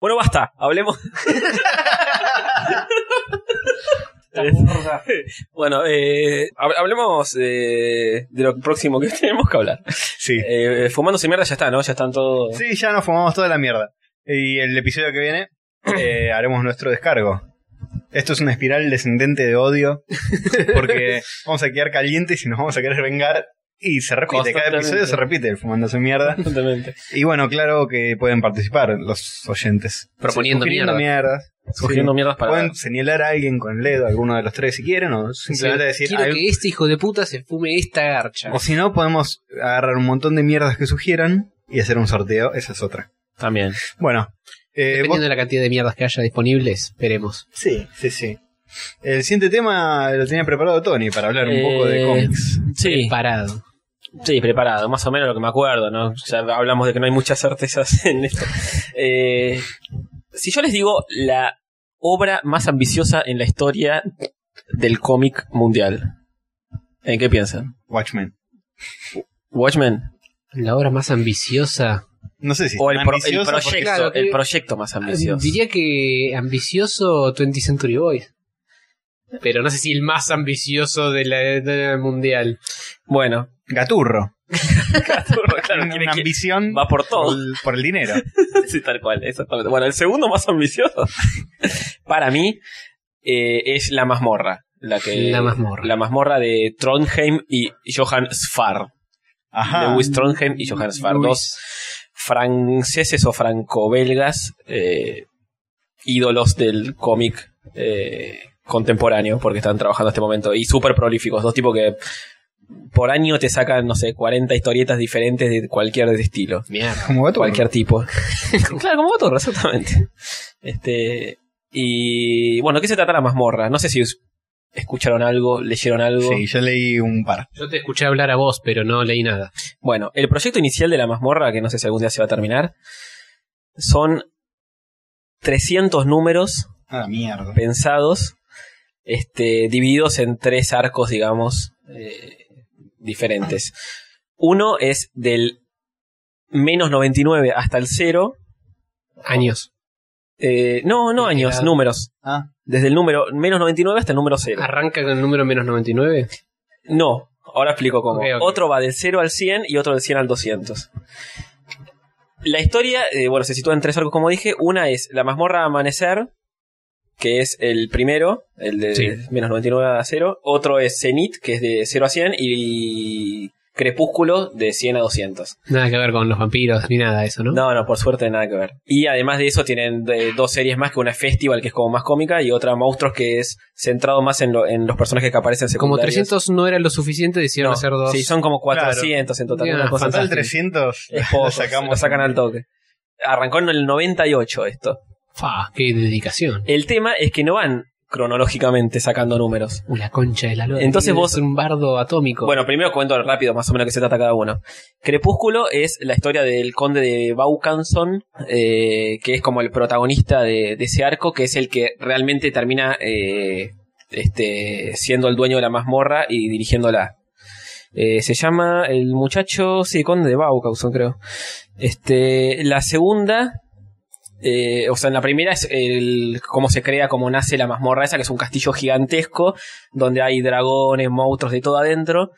C: Bueno, basta, hablemos. bueno, eh, hab- hablemos eh, de lo próximo que tenemos que hablar.
B: Sí.
C: Eh, fumándose mierda ya está, ¿no? Ya están todos.
B: Sí, ya nos fumamos toda la mierda. Y el episodio que viene eh, haremos nuestro descargo. Esto es una espiral descendente de odio. Porque vamos a quedar calientes y nos vamos a querer vengar. Y se repite, cada
C: Constantemente.
B: episodio se repite el fumándose mierda.
C: Totalmente.
B: Y bueno, claro que pueden participar los oyentes.
A: Proponiendo
B: Sugiriendo mierdas.
C: Sugiriendo
B: Sí.
C: mierdas para.
B: Pueden señalar a alguien con el dedo, alguno de los tres si quieren, o simplemente decir
A: Quiero
B: algo.
A: que este hijo de puta se fume esta garcha.
B: O si no, podemos agarrar un montón de mierdas que sugieran y hacer un sorteo. Esa es otra.
C: También.
B: Bueno, eh, vos-
A: Dependiendo de la cantidad de mierdas que haya disponibles, esperemos.
B: Sí, sí, sí. El siguiente tema lo tenía preparado Tony para hablar un poco de
C: Eh,
B: cómics.
C: Sí,
A: Preparado.
C: sí, preparado. Más o menos lo que me acuerdo, ¿no? Ya hablamos de que no hay muchas certezas en esto. Eh, si yo les digo la obra más ambiciosa en la historia del cómic mundial, ¿en qué piensan?
B: Watchmen.
C: ¿Watchmen?
A: La obra más ambiciosa.
B: No sé si
C: O el, pro- el
B: ambicioso,
C: proyecto,
B: porque-
A: Claro,
C: el
A: que-
C: proyecto más ambicioso.
A: Diría que ambicioso 20 Century Boys. Pero no sé si el más ambicioso de la, del mundial.
C: Bueno,
B: Gaturro.
C: claro,
B: Una
C: quiere que-
B: ambición
C: va por
B: por
C: todo.
B: el, por el dinero.
C: Sí, tal cual, exactamente. Bueno, el segundo más ambicioso para mí eh, es La mazmorra. La, que,
A: La mazmorra.
C: La mazmorra de Trondheim y Johan Sfar.
B: Ajá.
C: Lewis Trondheim y Johan Sfar.
A: Luis.
C: Dos franceses o franco-belgas eh, ídolos del cómic eh, contemporáneo porque están trabajando en este momento y súper prolíficos. Dos tipos que por año te sacan, no sé, 40 historietas diferentes de cualquier estilo
A: Mierda.
B: Como Gaturro.
C: cualquier tipo. claro, como Batorra, exactamente. Este, y bueno, ¿qué se trata la mazmorra? No sé si us- escucharon algo, leyeron algo.
B: Sí, yo leí un par.
A: Yo te escuché hablar a vos, pero no leí nada.
C: Bueno, el proyecto inicial de la mazmorra, que no sé si algún día se va a terminar, son 300 números
B: A la Ah, mierda.
C: pensados, este, divididos en tres arcos, digamos, eh, diferentes. Uno es del menos 99 hasta el 0.
A: Años.
C: no, no años,
A: Edad.
C: números.
B: Ah,
C: Desde el número menos 99 hasta el número 0.
A: Arranca con el número menos 99.
C: No, ahora explico cómo.
A: Ok, ok.
C: Otro va del 0 al 100 y otro del 100 al 200. La historia, eh, bueno, se sitúa en tres arcos, como dije. Una es la mazmorra amanecer, que es el primero, el de
A: Sí.
C: menos 99 a 0. Otro es cenit, que es de 0 a 100. Y crepúsculo, de 100 a 200.
A: Nada que ver con los vampiros ni nada de eso, ¿no?
C: No, no, por suerte nada que ver. Y además de eso tienen eh, dos series más, que una es Festival, que es como más cómica, y otra Monstruos, que es centrado más en, lo- en los personajes que aparecen
A: Como
C: secundarios.
A: 300 no era lo suficiente, decidieron
C: No,
A: hacer dos.
C: Sí, son como 400 en total.
A: Bien,
C: una cosa
B: total
A: fantástico.
B: 300.
C: así. Es poco,
B: lo
C: sacamos.
B: sacamos.
C: Lo sacan al toque. Arrancó en el 98 esto.
A: Fa, qué dedicación.
C: El tema es que no van cronológicamente sacando números.
A: Uy, la concha de la lora.
C: Entonces
A: Eres
C: vos-
A: un bardo atómico.
C: Bueno, primero cuento rápido más o menos que se trata cada uno. Crepúsculo es la historia del conde de Baucanson, eh, que es como el protagonista de, de ese arco, que es el que realmente termina eh, este, siendo el dueño de la mazmorra y dirigiéndola. Eh, se llama el muchacho, sí, conde de Baucanson creo. Este, la segunda, eh, o sea, en la primera es el, cómo se crea, cómo nace la mazmorra esa, que es un castillo gigantesco, donde hay dragones, monstruos, de todo adentro.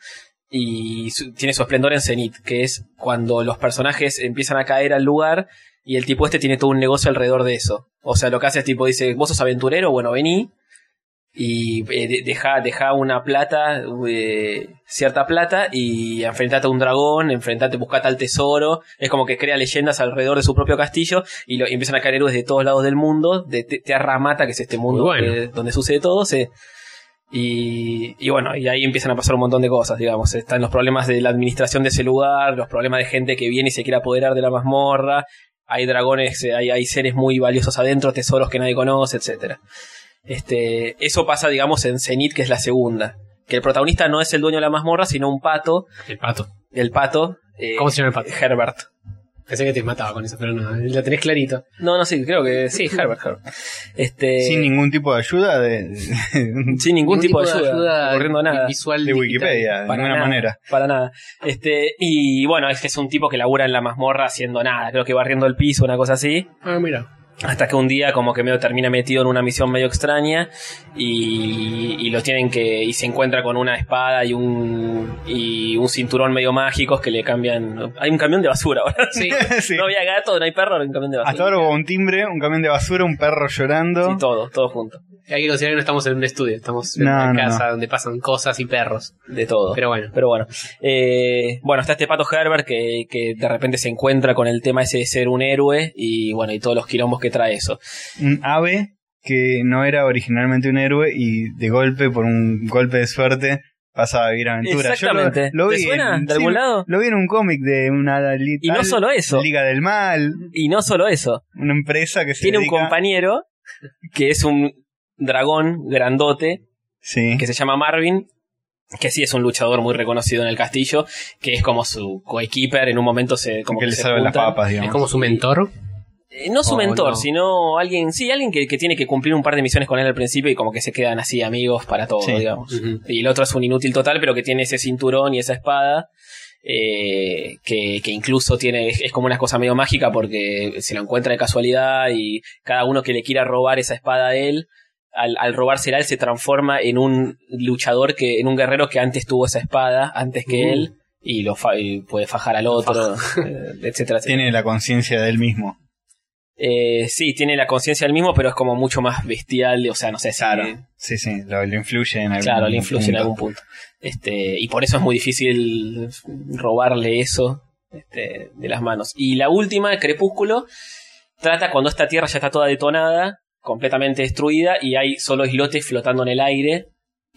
C: Y su- tiene su esplendor en Zenith, que es cuando los personajes empiezan a caer al lugar y el tipo este tiene todo un negocio alrededor de eso. O sea, lo que hace es tipo, dice, vos sos aventurero, bueno, vení y eh, de- deja, deja una plata, eh, cierta plata y enfrentate a un dragón, enfrentate, buscate al tesoro. Es como que crea leyendas alrededor de su propio castillo y, lo, y empiezan a caer héroes de todos lados del mundo, de Te- Tierra Mata, que es este mundo
A: Muy bueno.
C: eh, donde sucede todo, se... Y, y bueno, y ahí empiezan a pasar un montón de cosas, digamos. Están los problemas de la administración de ese lugar, los problemas de gente que viene y se quiere apoderar de la mazmorra. Hay dragones, eh, hay, hay seres muy valiosos adentro, tesoros que nadie conoce, etcétera Este, eso pasa, digamos, en Zenith, que es la segunda. Que el protagonista no es el dueño de la mazmorra, sino un pato.
A: el pato.
C: El pato. eh,
A: ¿Cómo se llama el pato?
C: Herbert.
A: Pensé que te mataba con eso, pero no, la tenés clarito.
C: No, no, sí, creo que sí, Herbert. Herbert. Este,
B: Sin ningún tipo de ayuda de,
C: sin ningún, tipo, de ayuda, corriendo nada.
A: Visual
B: de
A: digital.
B: Wikipedia, de
C: para
B: ninguna
C: nada.
B: manera.
C: Para nada. Este, y bueno, es que es un tipo que labura en la mazmorra haciendo nada, creo que barriendo el piso, una cosa así.
A: Ah, mira.
C: Hasta que un día como que medio termina metido en una misión medio extraña y, y lo tienen que... y se encuentra con una espada y un, y un cinturón medio mágicos que le cambian... Hay un camión de basura ahora.
A: Sí.
B: Sí.
C: No había gato, no hay perro, hay un camión de basura.
B: Hasta ahora hubo un timbre, un camión de basura, un perro llorando.
C: Sí, todo, todo junto.
A: Hay que considerar que no estamos en un estudio, estamos en
B: No,
A: una
B: no,
A: casa donde pasan cosas y perros.
C: De todo.
A: Pero bueno.
C: Pero bueno, eh, bueno, está este pato Herbert que, que de repente se encuentra con el tema ese de ser un héroe y bueno, y todos los quilombos que trae eso.
B: Un ave que no era originalmente un héroe y de golpe, por un golpe de suerte, pasa a vivir aventuras. Yo lo-
C: Exactamente.
B: lo
C: ¿Te
B: vi
C: suena
B: en-
C: de
B: sí,
C: algún lado?
B: Lo vi en un cómic de una li-
C: Y no
B: tal-
C: solo eso,
B: Liga del Mal,
C: y no solo eso.
B: una empresa que se
C: Tiene un
B: dedica-
C: compañero que es un dragón grandote
B: Sí.
C: que se llama Marvin, que sí es un luchador muy reconocido en el castillo, que es como su coequiper, en un momento se como
B: que le
C: se
B: salva las
C: juntan.
B: papas, digamos.
A: Es como su mentor.
C: Eh, no su
A: Oh,
C: mentor,
A: no.
C: sino alguien, sí, alguien que, que tiene que cumplir un par de misiones con él al principio y como que se quedan así amigos para todo,
B: Sí.
C: digamos. Y el otro es un inútil total, pero que tiene ese cinturón y esa espada. eh, que, que incluso tiene es, es como una cosa medio mágica porque se lo encuentra de casualidad y cada uno que le quiera robar esa espada a él al, al robársela él se transforma en un luchador que en un guerrero que antes tuvo esa espada antes que
A: Mm.
C: él y lo fa- y puede fajar al otro eh, etcétera, etcétera
B: Tiene la conciencia de él mismo.
C: eh, sí, tiene la conciencia del mismo, pero es como mucho más bestial, o sea, no sé, si-
B: Claro. Sí, sí, lo, lo influye en algún
C: claro, le influye en
B: punto.
C: algún punto. Este, y por eso es muy difícil robarle eso este, de las manos. Y la última, el crepúsculo, trata cuando esta tierra ya está toda detonada, completamente destruida, y hay solo islotes flotando en el aire.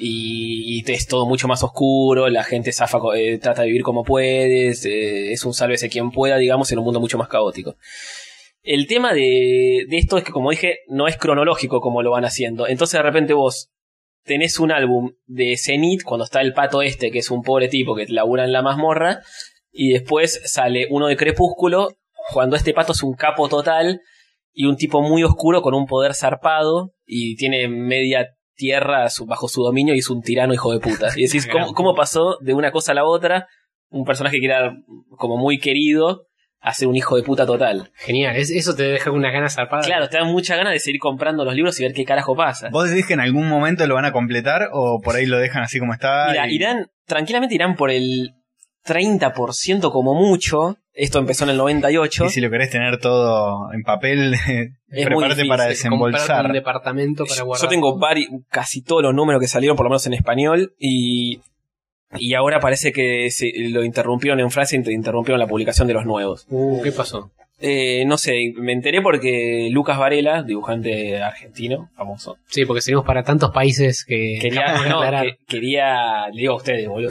C: Y, y es todo mucho más oscuro, la gente zafa, co- eh, trata de vivir como puede, es, eh, es un sálvese quien pueda, digamos, en un mundo mucho más caótico. El tema de, de esto es que, como dije, no es cronológico como lo van haciendo. Entonces, de repente, vos tenés un álbum de Zenith, cuando está el pato este, que es un pobre tipo que labura en la mazmorra, y después sale uno de Crepúsculo, cuando este pato es un capo total y un tipo muy oscuro con un poder zarpado y tiene media tierra a su- bajo su dominio y es un tirano hijo de puta. Y decís, ¿cómo, cómo pasó de una cosa a la otra un personaje que era como muy querido a ser un hijo de puta total?
A: Genial, es- eso te deja con unas ganas zarpadas.
C: Claro, te da mucha ganas de seguir comprando los libros y ver qué carajo pasa.
B: ¿Vos decís que en algún momento lo van a completar o por ahí lo dejan así como está?
C: Mira,
B: y-
C: irán, tranquilamente irán por el 30% como mucho. Esto empezó en el 98.
B: y si lo querés tener todo en papel, prepárate
C: muy difícil,
B: para
C: comprar
A: Comprar un
B: desembolsar.
A: departamento para guardar.
C: Yo tengo vari- casi todos los números que salieron, por lo menos en español, y, y ahora parece que se- lo interrumpieron en Francia y interrumpieron la publicación de los nuevos.
A: Uh, ¿Qué pasó?
C: Eh, no sé, me enteré porque Lucas Varela, dibujante argentino, famoso,
A: Sí, porque seguimos para tantos países que.
C: quería,
A: Vamos a
C: no,
A: aclarar.
C: que- quería, le digo a ustedes, boludo.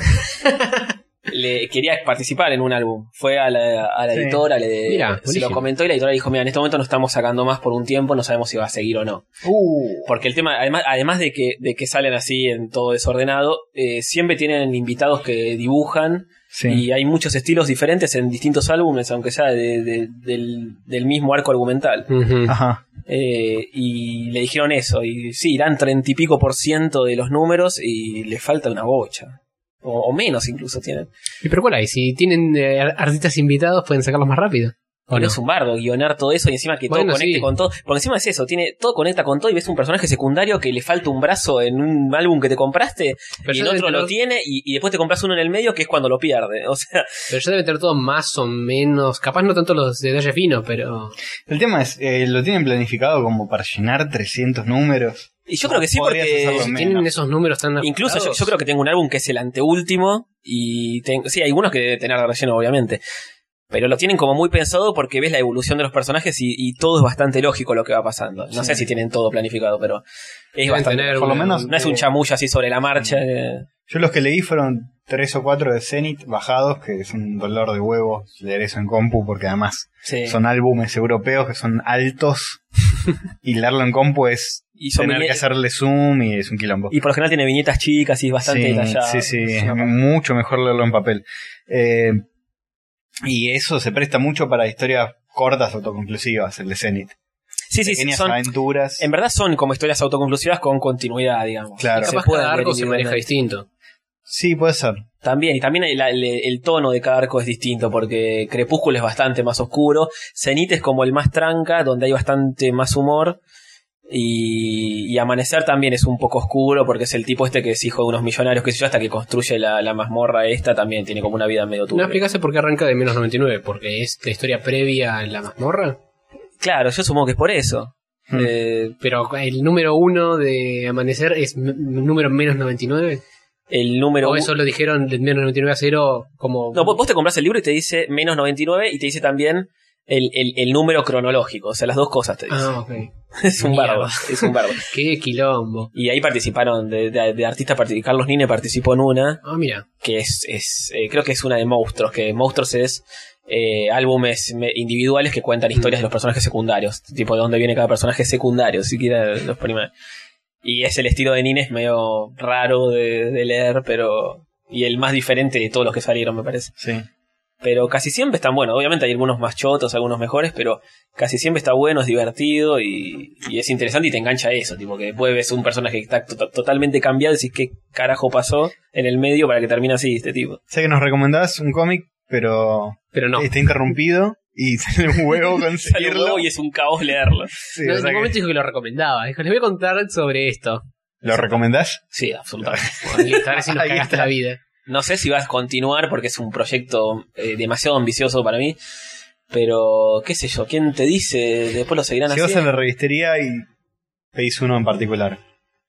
C: Le- quería participar en un álbum. Fue a la, a la
B: Sí.
C: editora, le
A: Mirá,
C: se lo
A: buenísimo.
C: comentó y la editora dijo, mira, en este momento no estamos sacando más por un tiempo, no sabemos si va a seguir o no.
B: Uh.
C: Porque el tema, además, además de, que, de que salen así en todo desordenado, eh, siempre tienen invitados que dibujan
B: Sí.
C: y hay muchos estilos diferentes en distintos álbumes, aunque sea de- de- del, del mismo arco argumental.
A: Ujú.
B: Ajá.
C: Eh, y le dijeron eso. Y sí, irán treinta y pico por ciento de los números y le falta una bocha. O, o menos incluso tienen.
A: ¿Y pero cuál hay? Si tienen eh, ar- artistas invitados, pueden sacarlos más rápido. ¿O
C: Pero
A: no?
C: es un bardo guionar todo eso y encima que
A: Bueno,
C: todo conecte
A: sí.
C: con todo. Porque encima es eso, tiene todo conecta con todo y ves un personaje secundario que le falta un brazo en un álbum que te compraste
A: Pero
C: y
A: ya
C: el
A: deben
C: otro lo
A: tener-
C: tiene y, y después te compras uno en el medio que es cuando lo pierde. O sea,
A: Pero ya deben tener todos más o menos. Capaz no tanto los detalles finos, pero.
B: El tema es, eh, ¿lo tienen planificado como para llenar 300 números?
C: y yo creo que sí
B: Podrías hacerlo
C: porque
B: menos.
A: Tienen esos números tan.
C: incluso yo,
A: ajustados?
C: yo creo que tengo un álbum que es el anteúltimo y ten- sí, hay algunos que debe tener relleno obviamente. Pero lo tienen como muy pensado porque ves la evolución de los personajes y, y todo es bastante lógico lo que va pasando. No
B: Sí.
C: sé si tienen todo planificado, pero es
A: Deben
C: bastante...
A: tener
B: por lo
A: una-
B: menos- eh, mm,
C: No es un chamullo así sobre la marcha. eh.
B: Yo los que leí fueron tres o cuatro de Zenith bajados, que es un dolor de huevos leer eso en compu, porque además
C: Sí.
B: son álbumes europeos que son altos y leerlo en compu es
C: y, son
B: tener
C: viñe-
B: que hacerle zoom y es un quilombo.
C: y por lo general tiene viñetas chicas y es bastante
B: sí,
C: detallado.
B: sí, sí, es
C: Es una-
B: mucho mejor leerlo en papel. Eh, y eso se presta mucho para historias cortas autoconclusivas, el de Zenith.
C: sí, sí, sí,
B: Pequeñas
C: son, em-
B: aventuras.
C: En verdad son como historias autoconclusivas con continuidad, digamos.
B: Claro.
C: Que se
A: Capaz
C: puedan
A: cada
C: ver
A: arco se maneja
C: individualmente.
A: distinto.
B: Sí, puede ser.
C: También, y también el, el- el tono de cada arco es distinto, porque Crepúsculo es bastante más oscuro, Cenit es como el más tranca, donde hay bastante más humor, y, y Amanecer también es un poco oscuro, porque es el tipo este que es hijo de unos millonarios, que sé yo, hasta que construye la, la mazmorra esta, también tiene como una vida medio
A: No
C: turbia.
A: explicase por qué arranca de menos 99, porque es la historia previa a la mazmorra.
C: claro, yo supongo que es por eso.
A: Hmm.
B: Mm.
C: Eh,
A: Pero el número uno de Amanecer es m- número menos 99.
C: el número...
A: o eso lo dijeron de menos 99 a 0 como...
C: No, vos vos te compras el libro y te dice menos 99 y te dice también el, el- el número cronológico. O sea, las dos cosas te dice.
A: Ah, ok.
C: es un
A: mierda.
C: bardo. Es un bardo.
A: Qué quilombo.
C: Y ahí participaron, de, de- de artistas, parti- Carlos Nine participó en una,
A: Ah, mira.
C: que es, es, eh, creo que es una de Monstruos, que Monstruos es eh, álbumes me- individuales que cuentan historias de los personajes secundarios, tipo de dónde viene cada personaje secundario, siquiera los primeros. Y es el estilo de Nine, es medio raro de, de leer, pero... Y el más diferente de todos los que salieron, me parece.
B: Sí.
C: Pero casi siempre están buenos. Obviamente hay algunos más chotos, algunos mejores, pero casi siempre está bueno, es divertido y, y es interesante y te engancha eso. Tipo que después ves un personaje que está to- totalmente cambiado y decís qué carajo pasó en el medio para que termine así este tipo.
B: Sé que nos recomendás un cómic, pero
A: Pero no.
B: está interrumpido y sale un huevo
C: Sale un
B: conseguirlo.
C: huevo y es un caos leerlo.
B: Sí,
A: No, en
B: o sea
A: ningún
B: que-
A: momento dijo que lo recomendaba. Dijo, les voy a contar sobre esto.
B: ¿Lo recomendás?
C: Sí, absolutamente.
A: Bueno, listo, ahora sí nos
B: Ahí
A: cagaste
B: está.
A: la vida.
C: No sé si vas a continuar porque es un proyecto eh, demasiado ambicioso para mí. Pero, qué sé yo, ¿quién te dice? Después lo seguirán
B: Si vas a
C: haciendo.
B: la revistería y pedís uno en particular.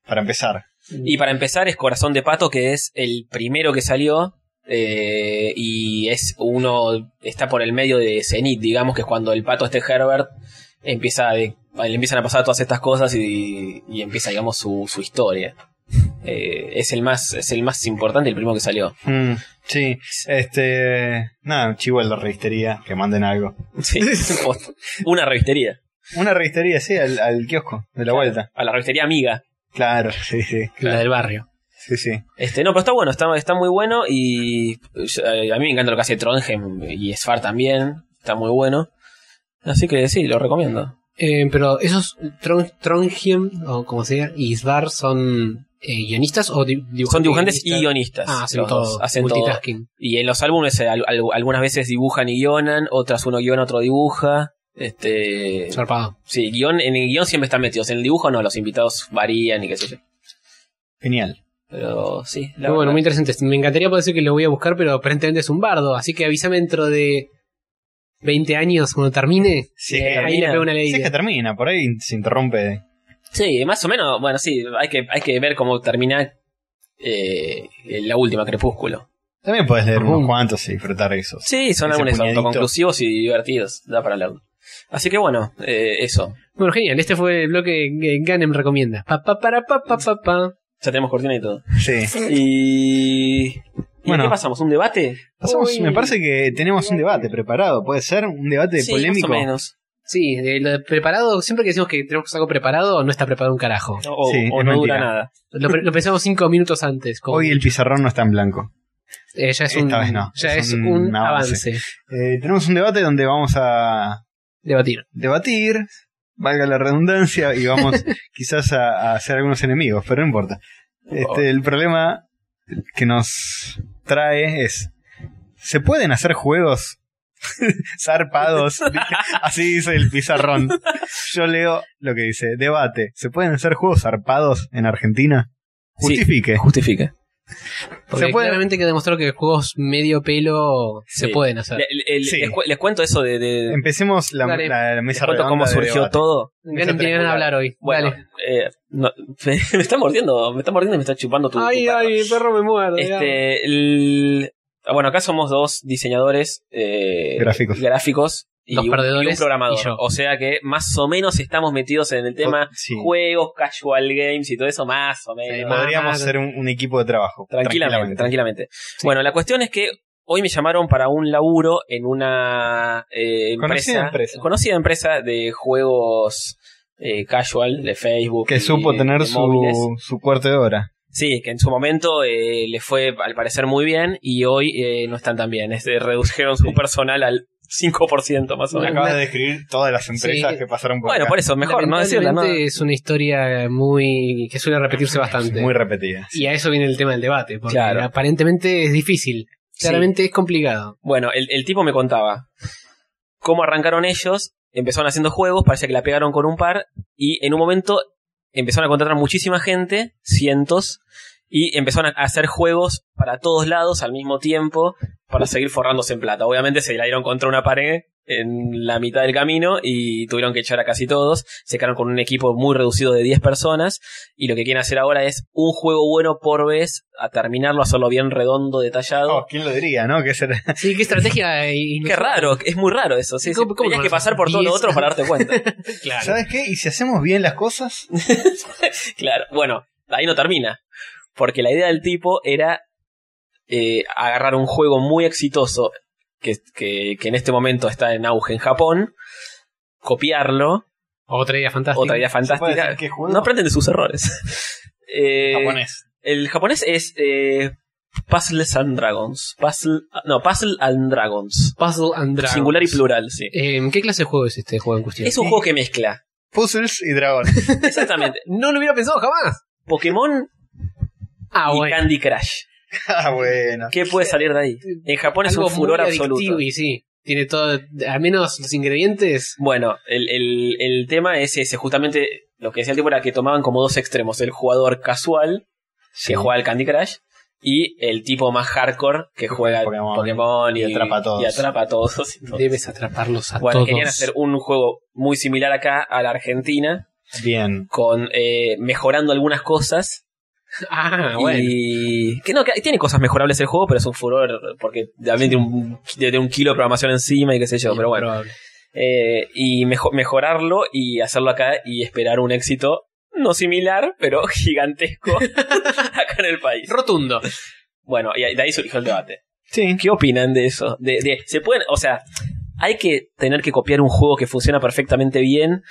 B: Para empezar.
C: Y para empezar es Corazón de Pato, que es el primero que salió. eh, y es uno. está por el medio de Zenith, digamos, que es cuando el pato este Herbert empieza de- le empiezan a pasar todas estas cosas y, y empieza, digamos, su, su historia. Eh, es el más, es el más importante, el primero que salió.
B: Mm, sí. Este. Nada, chivo a la revistería, que manden algo.
C: Sí, posta. una revistería.
B: Una revistería, sí, al, al kiosco, de la vuelta.
C: A la revistería amiga.
B: Claro, sí, sí.
A: La del barrio.
B: Sí, sí.
C: Este, no, pero está bueno, está, está muy bueno y yo- eh, a mí me encanta lo que hace Trondheim y Sfar también, está muy bueno. Así que sí, lo recomiendo.
A: Eh, pero esos Tron- Trondheim, o como sea, y Isbar son eh, guionistas o di- dibujantes.
C: Son dibujantes y
A: guionistas?
C: guionistas.
A: Ah, hacen
C: los dos.
A: todo.
C: Hacen todo.
A: multitasking.
C: Y en los álbumes eh, al- al- algunas veces dibujan y guionan, otras uno guiona, otro dibuja. Este,
A: Zarpado.
C: sí, guión, en el guión siempre están metidos. En el dibujo no, los invitados varían y qué sé yo.
B: Genial.
C: Pero sí, la
A: Muy bueno,
C: verdad.
A: muy interesante. Me encantaría poder decir que lo voy a buscar, pero aparentemente es un bardo. Así que avísame dentro de 20 años cuando termine.
B: Sí,
A: Eh,
B: que
A: ahí le
C: termina.
A: pego una
B: Si es que
A: leída.
B: termina, por ahí se interrumpe.
C: Sí, más o menos, bueno, sí, hay que, hay que ver cómo termina eh, la última Crepúsculo.
B: También puedes leer
A: Ujú.
B: unos cuantos y disfrutar de esos.
C: Sí, son
B: Ese
C: álbumes
B: puñadito.
C: autoconclusivos y divertidos, da para hablar. Así que bueno, eh, eso.
A: Bueno, genial. Este fue el bloque que Ganem recomienda. Pa, pa, para, pa, pa, pa, pa.
C: Ya tenemos cortina y todo.
B: Sí.
C: Y... ¿Y
B: Bueno.
C: a qué pasamos? ¿Un debate?
B: Pasamos-
A: Uy.
B: me parece que tenemos un debate preparado, puede ser un debate
C: Sí,
B: polémico.
C: Más o menos.
A: Sí, de lo de preparado, siempre que decimos que tenemos algo preparado, no está preparado un carajo.
C: O,
B: Sí,
C: o
B: es
C: no
B: mentira.
C: dura nada.
A: Lo, pre- lo pensamos cinco minutos antes. como-
B: Hoy el pizarrón no está en blanco.
A: eh, ya es un,
B: esta vez no,
A: ya
B: es
A: es
B: un
A: un,
B: avance.
A: avance.
B: Eh, tenemos un debate donde vamos a
A: Debatir.
B: debatir, valga la redundancia, y vamos quizás a, a hacer algunos enemigos, pero no importa. Este, el problema que nos trae es, ¿se pueden hacer juegos zarpados? Así dice el pizarrón. Yo leo lo que dice, debate, ¿se pueden hacer juegos zarpados en Argentina?
C: Sí.
B: Justifique.
C: Justifica.
A: Porque
B: Se puede-
A: claramente que demostró que juegos medio pelo se
C: Sí.
A: pueden hacer.
C: Le- le- le-
B: Sí.
C: les, cu- les cuento eso de... de- de-
B: Empecemos la,
A: Dale.
B: la- la
C: les
B: mesa
C: cuento
B: redonda
C: cómo
B: de
C: surgió
B: debate.
C: todo.
A: Ganem tiene ganas de hablar hoy.
C: Bueno,
A: Dale.
C: eh, no- me está mordiendo, me está mordiendo y me está chupando tu... tu perro.
A: el perro me muerde.
C: Este, el- bueno, acá somos dos diseñadores eh,
B: Gráficos.
C: gráficos y,
A: Dos
C: un,
A: perdedores
C: y un programador.
A: y yo.
C: O sea que más o menos estamos metidos en el tema
B: Sí.
C: juegos, casual games y todo eso, más o menos.
A: Sí, más
B: Podríamos
A: Ah,
B: ser un, un equipo de trabajo.
C: Tranquilamente, tranquilamente. Bueno, la cuestión es que hoy me llamaron para un laburo en una eh, empresa,
B: Conocida empresa.
C: conocida empresa de juegos eh, casual de Facebook. y
B: Que supo
C: de-
B: tener
C: de móviles.
B: su, su cuarto de hora.
C: Sí, que en su momento eh, le fue al parecer muy bien y hoy eh, no están tan bien. Este, redujeron su personal al 5% más o
A: Me acabas
B: Me
C: menos.
B: acabas
A: de
B: de describir todas las empresas
A: empresas Sí.
B: que
A: que
B: pasaron por
C: Bueno, por eso, mejor no decirla, ¿no? Ah,
A: Lamentablemente es una historia muy que suele repetirse bastante.
B: Muy repetidas.
A: y a eso viene el tema del debate, porque
C: Claro.
A: aparentemente es difícil.
C: Sí.
A: Claramente es complicado.
C: Bueno, el, el tipo me contaba cómo arrancaron ellos, empezaron haciendo juegos, parece que la pegaron con un par y en un momento empezaron a contratar muchísima gente, cientos, y empezaron a hacer juegos para todos lados al mismo tiempo para seguir forrándose en plata. Obviamente se la dieron contra una pared en la mitad del camino y tuvieron que echar a casi todos. Se quedaron con un equipo muy reducido de 10 personas y lo que quieren hacer ahora es un juego bueno por vez, a terminarlo, hacerlo bien redondo, detallado.
B: Oh, ¿Quién lo diría, no? Que será-
A: Sí, qué estrategia. y-
C: Qué raro, es muy raro eso. Sí, sí.
A: ¿Cómo- cómo
C: Tenías
A: no
C: que
A: van a
C: pasar
A: hacer
C: por todo lo
A: 10?
C: otro para darte cuenta.
A: Claro.
B: ¿Sabes qué? ¿Y si hacemos bien las cosas?
C: claro, bueno, ahí no termina. Porque la idea del tipo era eh, agarrar un juego muy exitoso que, que- que en este momento está en auge en Japón, copiarlo,
A: Otra idea fantástica.
C: otra idea
B: ¿Se puede
C: fantástica.
B: decir qué juego?
C: No aprenden de sus errores. Eh,
B: Japonés.
C: El japonés es eh, Puzzles and Dragons. Puzzle, no, Puzzle and Dragons.
A: Puzzle and Dragons.
C: Singular y plural, sí.
A: Eh, ¿Qué clase de juego es este juego en cuestión?
C: Es un juego que mezcla.
B: Puzzles y dragones.
C: Exactamente.
A: No lo hubiera pensado jamás.
C: Pokémon
A: Ah,
C: y
A: bueno.
C: Candy Crush.
B: ah, bueno.
C: ¿Qué puede salir de ahí? En Japón es
A: Algo
C: un furor
A: muy
C: absoluto.
A: adictivo y sí. Tiene todo, al menos los ingredientes.
C: Bueno, el, el- el tema es ese. Justamente lo que decía el tipo era que tomaban como dos extremos. El jugador casual, que juega al Candy Crush, y el tipo más hardcore, que juega al
B: Pokémon.
C: Pokémon,
B: Y atrapa a todos.
C: Y atrapa a todos y todo.
A: Debes atraparlos a
C: Bueno,
A: todos.
C: querían hacer un juego muy similar acá a la Argentina,
B: Bien.
C: con eh, mejorando algunas cosas,
A: Ah, bueno.
C: Y que no, que tiene cosas mejorables el juego, pero es un furor porque también tiene un, tiene un kilo de programación encima y qué sé yo, pero bueno.
A: Probable.
C: Eh, y mejo- mejorarlo y hacerlo acá y esperar un éxito no similar, pero gigantesco acá en el país.
A: Rotundo.
C: Bueno, y de ahí surgió el debate.
B: Sí.
C: ¿Qué opinan de eso? De, de- ¿Se pueden, o sea, hay que tener que copiar un juego que funciona perfectamente bien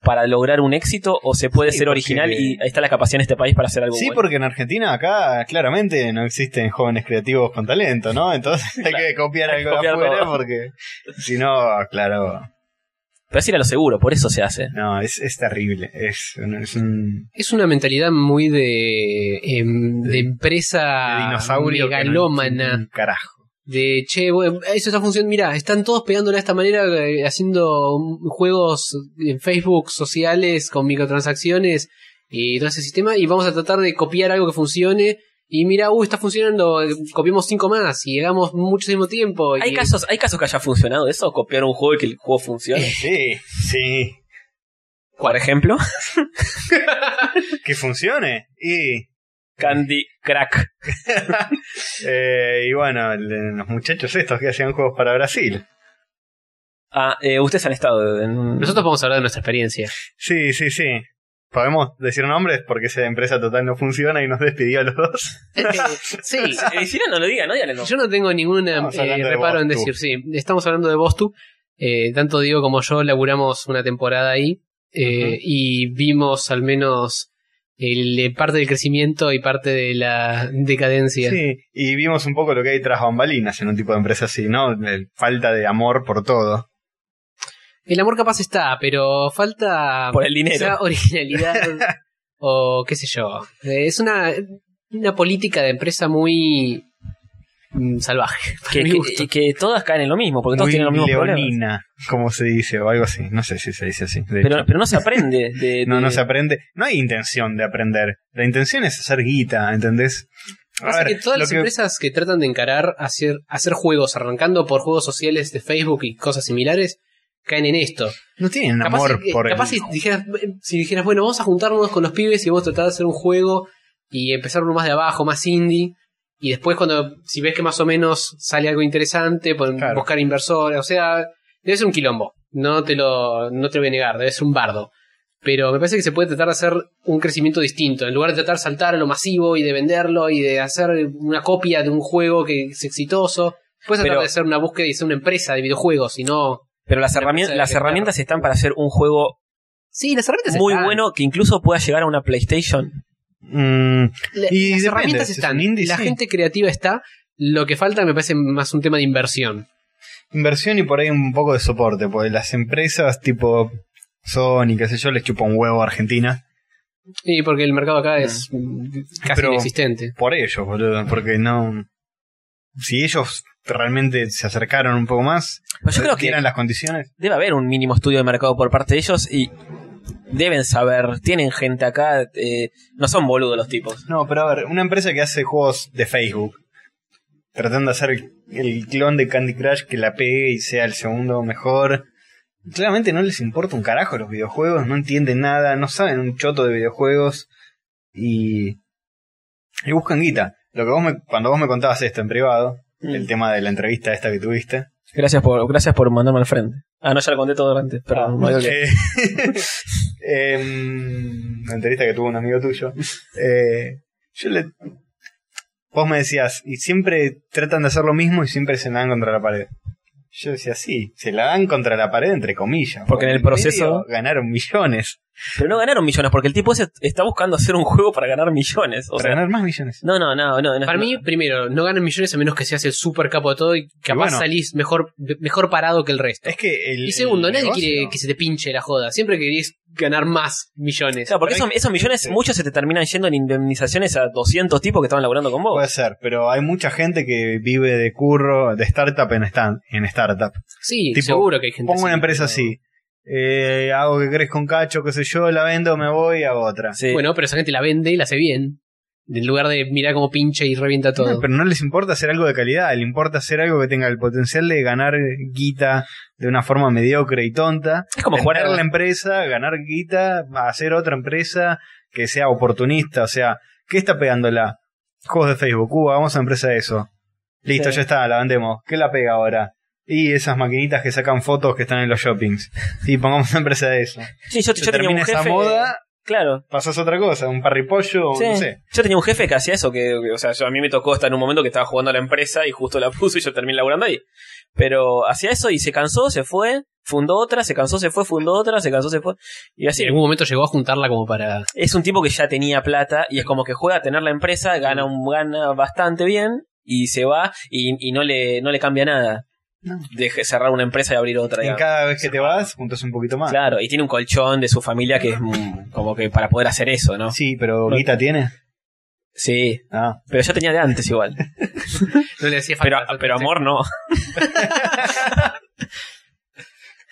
C: para lograr un éxito o se puede
B: Sí,
C: ser
B: porque-
C: original y ahí está la capacidad en este país para hacer algo
B: Sí,
C: bueno?
B: porque en Argentina acá claramente no existen jóvenes creativos con talento, ¿no? Entonces hay que copiar
C: Hay que
B: algo de
C: copiar
B: afuera
C: todo.
B: porque si no, claro,
C: Pero es ir a lo seguro, por eso se hace.
B: No, es, es terrible. Es, un- es un.
A: Es una mentalidad muy de, em, de
B: de
C: Ah,
A: empresa
B: dinosaurio. que no entiende
A: megalómana.
B: un Carajo.
A: De che, bueno, eso está funcionando. Mirá, están todos pegándole de esta manera, eh, haciendo mm, juegos en Facebook sociales con microtransacciones y todo ese sistema. Y vamos a tratar de copiar algo que funcione. Y mirá, uh, está funcionando, eh, copiemos cinco más y llegamos mucho al mismo tiempo.
C: ¿Hay
A: y,
C: casos, ¿Hay casos que haya funcionado eso? ¿Copiar un juego y que el juego funcione?
B: Sí, sí.
C: Por ejemplo,
B: Que funcione. Y.
C: Candy Crack.
B: eh, y bueno, el- los muchachos estos que hacían juegos para Brasil.
C: Ah, eh, ustedes han estado en un...
A: Nosotros vamos a hablar de nuestra experiencia.
B: Sí, sí, sí. Podemos decir nombres porque esa empresa total no funciona y nos despidió a los dos.
A: Eh, sí,
C: Eh, si no, no lo digan, no díganle no.
A: Yo no tengo ningún eh,
B: Estamos hablando de
A: reparo en
B: Bostu.
A: decir, sí, estamos hablando de Bostu. Eh, tanto Diego como yo laburamos una temporada ahí eh,
B: Ujú.
A: y vimos al menos el, eh, parte del crecimiento y parte de la decadencia.
B: Sí, y vimos un poco lo que hay tras bambalinas en un tipo de empresa así, ¿no? El- Falta de amor por todo.
A: El amor capaz está, pero falta
C: Por el dinero.
A: quizá originalidad o qué sé yo. Eh, es una, una política de empresa muy mm, salvaje. para
C: que,
A: mi
C: que-
A: gusto.
C: y que todas caen en lo mismo, porque todos
B: Muy
C: tienen los mismos problemas.
B: leonina, como se dice, o algo así. No sé si se dice así. de
C: Pero, eh,
B: hecho.
C: pero no se aprende. De,
B: no,
C: de-
B: no se aprende. No hay intención de aprender. La intención es hacer guita, ¿entendés? A
A: Pasa
B: ver,
A: que todas
B: lo
A: las
B: que-
A: empresas que tratan de encarar hacer, hacer juegos, arrancando por juegos sociales de Facebook y cosas similares, caen en esto.
B: no tienen
A: Capaz,
B: amor
A: eh,
B: por el-
A: capaz si, dijeras, si dijeras, bueno, vamos a juntarnos con los pibes y vos tratás de hacer un juego y empezar uno más de abajo, más indie. Y después cuando, si ves que más o menos sale algo interesante, pon-
B: Claro.
A: buscar inversores, o sea, debe ser un quilombo. No te lo, no te lo voy a negar, debe ser un bardo. Pero me parece que se puede tratar de hacer un crecimiento distinto. En lugar de tratar de saltar a lo masivo y de venderlo y de hacer una copia de un juego que es exitoso. Puedes tratar
C: Pero-
A: de hacer una búsqueda y hacer una empresa de videojuegos y no...
C: Pero las,
A: La
C: herramien-
A: empresa de
C: las
A: vender.
C: herramientas están para hacer un juego
A: Sí, las herramientas
C: muy
A: están.
C: bueno que incluso pueda llegar a una PlayStation.
B: Mm,
A: La- las
B: Y depende,
A: herramientas
B: si es
A: están,
B: un indie,
A: la
B: sí.
A: gente creativa está, lo que falta me parece más un tema de inversión.
B: inversión y por ahí un poco de soporte, porque las empresas tipo Sony, qué sé yo, les chupa un huevo a Argentina.
A: Y porque el mercado acá
C: Mm.
A: es mm, casi
B: Ah. Pero-
A: inexistente.
B: Por ellos, boludo, porque no... Si ellos realmente se acercaron un poco más,
C: Pero Pues yo creo que
B: eran las condiciones.
C: debe haber un mínimo estudio de mercado por parte de ellos y deben saber, tienen gente acá, eh, no son boludos los tipos.
B: No, pero a ver, una empresa que hace juegos de Facebook, tratando de hacer el, el clon de Candy Crush que la pegue y sea el segundo mejor, claramente no les importa un carajo los videojuegos, no entienden nada, no saben un choto de videojuegos y, y buscan guita. Lo que vos me, cuando vos me contabas esto en privado, el tema de la entrevista esta que tuviste,
C: Gracias por, gracias por mandarme al frente. Ah, no, ya lo conté todo antes, perdón. me olvidé.
B: Eh, em, una entrevista que tuvo un amigo tuyo. Eh, yo le- Vos me decías, y siempre tratan de hacer lo mismo y siempre se la dan contra la pared. Yo decía, sí, se la dan contra la pared, entre comillas.
C: Porque en el proceso-
B: medio ganaron millones.
C: Pero no ganaron millones, porque el tipo ese está buscando hacer un juego para ganar millones. O
B: para
C: sea,
B: ganar más millones.
C: no, no, no, no, no.
A: Para mí, primero, no ganan millones a menos que seas el super capo de todo y capaz
B: bueno.
A: salís mejor, mejor parado que el resto.
B: Es que el.
A: y segundo,
B: el
A: nadie
B: negocio-
A: quiere que se te pinche la joda. Siempre querés ganar más millones.
C: Claro, porque
A: Pero
C: esos, esos millones, muchos se te terminan yendo en indemnizaciones a 200 tipos que estaban laburando con vos.
B: Puede ser, pero hay mucha gente que vive de curro, de startup en, stan- en startup.
A: hay- sí,
B: tipo,
A: seguro que hay gente
B: Pongo una
A: así,
B: empresa
A: pero-
B: así. eh, hago que crezca un cacho, qué sé yo, la vendo, me voy, hago otra.
C: Sí.
A: Bueno, pero esa gente la vende y la hace bien. En lugar de mirar cómo pinche y revienta todo.
B: No, pero no les importa hacer algo de calidad, le importa hacer algo que tenga el potencial de ganar guita de una forma mediocre y tonta.
C: es como jugar
B: Tener
C: a
B: la empresa, ganar guita, hacer otra empresa que sea oportunista, o sea, ¿qué está pegándola? Juegos de Facebook, Cuba, vamos a una empresa de eso. Listo,
C: Sí.
B: ya está, la vendemos. ¿Qué la pega ahora? Y esas maquinitas que sacan fotos que están en los shoppings. Y pongamos una empresa de eso.
C: Sí, yo,
B: Se
C: yo tenía un
B: termina
C: jefe.
B: esa moda,
C: Claro.
B: pasas otra cosa, un parripollo,
C: Sí.
B: no sé.
C: Yo tenía un jefe que hacía eso, que, que, o sea, yo- a mí me tocó estar en un momento que estaba jugando a la empresa y justo la puso y yo terminé laburando ahí. Pero hacía eso y se cansó, se fue, fundó otra, se cansó, se fue, fundó otra, se cansó, se fue. Y así.
A: En algún momento llegó a juntarla como para.
C: Es un tipo que ya tenía plata y es como que juega a tener la empresa, gana un, gana bastante bien y se va y, y no le no le cambia nada.
B: No.
C: deje cerrar una empresa y abrir otra.
B: En
C: digamos.
B: cada vez que te vas, juntas un poquito más.
C: Claro, y tiene un colchón de su familia que es mm, como que para poder hacer eso, ¿no?
B: Sí, pero Guita tiene.
C: Sí,
B: Ah.
C: pero ya tenía de antes igual.
A: No le hacía falta.
C: Pero, pero amor no.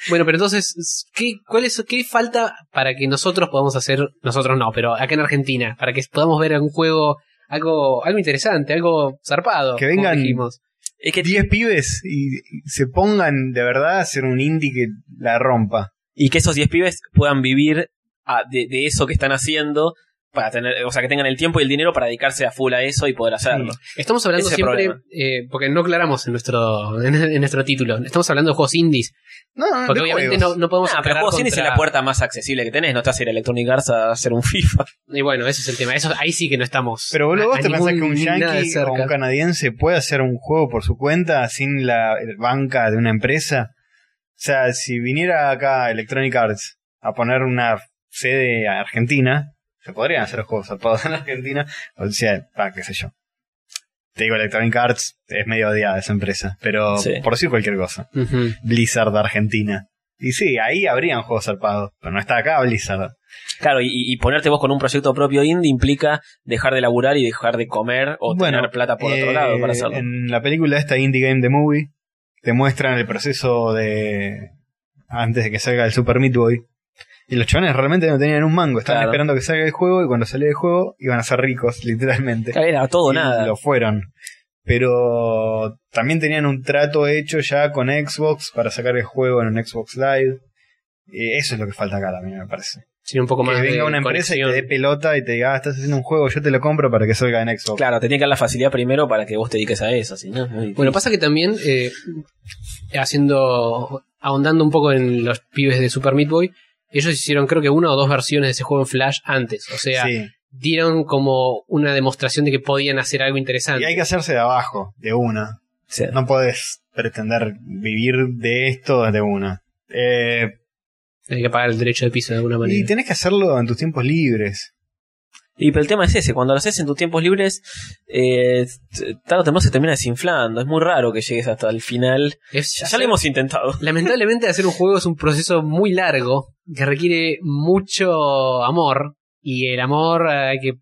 A: Bueno, pero entonces, ¿qué, cuál es, ¿qué falta para que nosotros podamos hacer, nosotros no, pero acá en Argentina, para que podamos ver algún juego, algo, algo interesante, algo zarpado?
B: Que
A: como
B: vengan-
A: dijimos?
C: Es que,
B: 10 pibes y y se pongan de verdad a hacer un indie que la rompa.
C: y que esos 10 pibes puedan vivir ah, de, de eso que están haciendo, para tener, o sea, que tengan el tiempo y el dinero para dedicarse a full a eso y poder hacerlo.
A: Estamos hablando
C: Ese es el
A: siempre,
C: problema.
A: eh, porque no aclaramos en nuestro, en, en nuestro título, estamos hablando de juegos indies,
B: No, Ah, no,
A: porque
B: de
A: obviamente no,
B: juegos.
A: no podemos
C: Ah, pero
A: aclarar
C: juegos indies es
A: contra-
C: la puerta más accesible que tenés, no te vas a ir a Electronic Arts a hacer un FIFA.
A: Y bueno, ese es el tema, eso, ahí sí que no estamos.
B: Pero boludo,
A: a-
B: vos
A: a
B: te pensás que
A: ningún-
B: un
A: ni nada de
B: yankee o
A: cerca.
B: un canadiense puede hacer un juego por su cuenta sin la eh, banca de una empresa. O sea, si viniera acá Electronic Arts a poner una sede a Argentina, se podrían hacer los juegos zarpados en Argentina. O sea, ah, qué sé yo. Te digo, Electronic Arts es medio odiada esa empresa, pero
C: Sí.
B: por decir cualquier cosa.
A: Ujú.
B: Blizzard de Argentina. Y sí, ahí habrían juegos zarpados, pero no está acá Blizzard.
C: Claro, y, y ponerte vos con un proyecto propio indie implica dejar de laburar y dejar de comer o tener plata por otro
B: eh,
C: lado para hacerlo.
B: En la película esta Indie Game The Movie, te muestran el proceso de. antes de que salga el Super Meat Boy. Y los chones realmente no tenían un mango, estaban
C: Claro.
B: esperando que salga el juego y cuando salía el juego iban a ser ricos, literalmente.
C: Claro, Era todo o
B: Y
C: nada.
B: Lo fueron. Pero también tenían un trato hecho ya con Xbox para sacar el juego en un Xbox Live. Eh, Eso es lo que falta acá también, me parece.
A: Sí, un poco más
B: que
A: de
B: venga una empresa y te dé
A: conexión.
B: pelota y te diga, ah, estás haciendo un juego, yo te lo compro para que salga en Xbox.
C: Claro, te tiene que dar la facilidad primero para que vos te dediques a eso, si no, muy
A: Bueno,
C: difícil.
A: pasa que también, eh, haciendo, ahondando un poco en los pibes de Super Meat Boy, ellos hicieron creo que una o dos versiones de ese juego en Flash antes. O sea,
B: Sí.
A: dieron como una demostración de que podían hacer algo interesante.
B: Y hay que hacerse de abajo, de una.
C: Sí.
B: No podés pretender vivir de esto de una. Eh,
A: Hay que pagar el derecho de piso de alguna
B: y
A: manera.
B: tenés que hacerlo en tus tiempos libres.
C: Y pero el tema es ese, cuando lo haces en tus tiempos libres, eh, t- tarde o temprano se termina desinflando. Es muy raro que llegues hasta el final.
A: Es-
C: Ya, ya lo hemos intentado.
A: Lamentablemente hacer un juego es un proceso muy largo que requiere mucho amor y el amor eh, que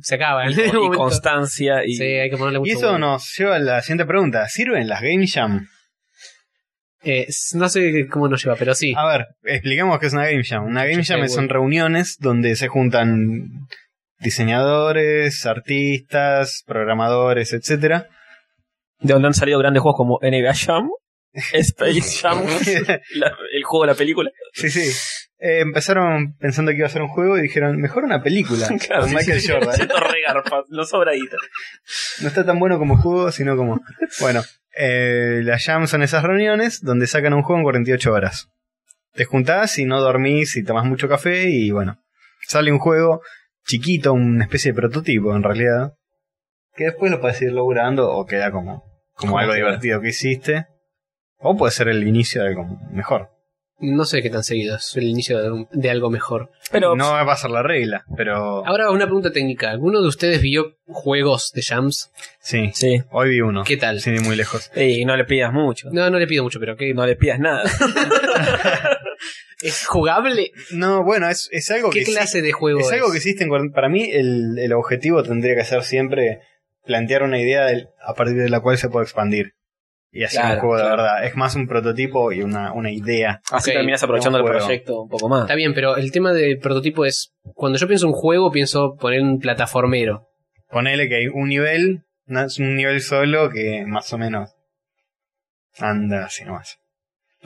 A: se acaba en
C: Y,
A: el momento.
C: constancia. Y,
A: Sí, hay que ponerle
B: Y
A: mucho
B: eso
A: huevo.
B: nos lleva a la siguiente pregunta. ¿Sirven las Game Jam?
A: Eh, no sé cómo nos lleva, pero sí.
B: A ver, expliquemos qué es una Game Jam. Una Game Jam
A: sé,
B: son reuniones donde se juntan diseñadores, artistas, programadores, etcétera.
C: De donde han salido grandes juegos como NBA Jam, Space Jam, la- el juego, la película.
B: Sí, sí. Eh, empezaron pensando que iba a ser un juego y dijeron, mejor una película.
C: Claro,
B: con
C: sí,
B: Michael
C: sí,
B: Jordan.
C: Siento regarpa, no sobra ahí.
B: No está tan bueno como juego, sino como... Bueno, eh, las jams son esas reuniones donde sacan un juego en 48 horas. Te juntás y no dormís y tomás mucho café y bueno. Sale un juego chiquito, una especie de prototipo en realidad. Que después lo puedes ir logrando o queda como, como
C: Como
B: algo
C: queda.
B: divertido que hiciste. O puede ser el inicio de algo mejor.
A: No sé qué tan seguido es el inicio de, un- de algo mejor.
C: Pero Ah.
B: no va a ser la regla, pero...
A: Ahora una pregunta técnica. ¿Alguno de ustedes vio juegos de jams?
B: Sí,
C: sí,
B: hoy vi uno.
A: ¿Qué tal?
B: Sí, muy lejos.
C: y no le pidas mucho.
A: No, no le pido mucho, pero ¿qué?
C: No le pidas nada.
A: ¿es jugable?
B: No, bueno, es, es algo
A: ¿Qué
B: que sí-
A: clase de juego es?
B: es algo que existe en cuaren- para mí el, el objetivo tendría que ser siempre plantear una idea del- a partir de la cual se puede expandir y hacer
C: Claro,
B: un juego
C: claro.
B: de verdad es más un prototipo y una, una idea
C: Así
A: Ok,
C: terminas aprovechando el
B: un juego.
C: proyecto un poco más.
A: Está bien, pero el tema del prototipo es... Cuando yo pienso en un juego, pienso poner un plataformero.
B: ponele que hay un nivel na- es un nivel solo que más o menos anda así nomás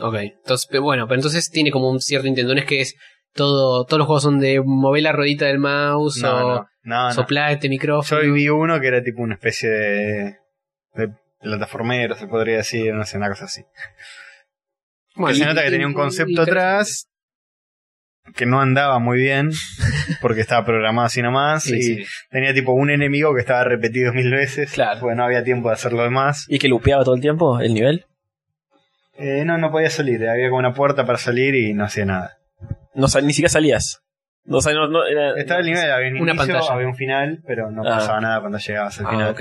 A: Ok. Entonces, pero bueno, pero entonces tiene como un cierto intento. No es que es todo... Todos los juegos son de mover la ruedita del mouse
B: no,
A: o
B: no, no, no.
A: soplar este micrófono.
B: yo vi uno que era tipo una especie de, de plataformero se podría decir no sé una cosa así
A: Bueno,
B: que se
A: y-
B: nota que
A: y-
B: tenía un
A: y-
B: concepto
A: interesante.
B: atrás que no andaba muy bien porque estaba programado así nomás
A: Sí,
B: y
A: sí.
B: tenía tipo un enemigo que estaba repetido mil veces
C: Claro.
B: porque no había tiempo de hacerlo demás
C: Y que lupeaba todo el tiempo el nivel.
B: eh, no no podía salir había como una puerta para salir y no hacía nada
C: No sal- ni siquiera salías. No, sal- no- no- era-
B: estaba el nivel había un
A: Una
B: inicio
A: pantalla.
B: había un final pero no
C: Ah.
B: pasaba nada cuando llegabas al
C: Ah,
B: final
C: ok.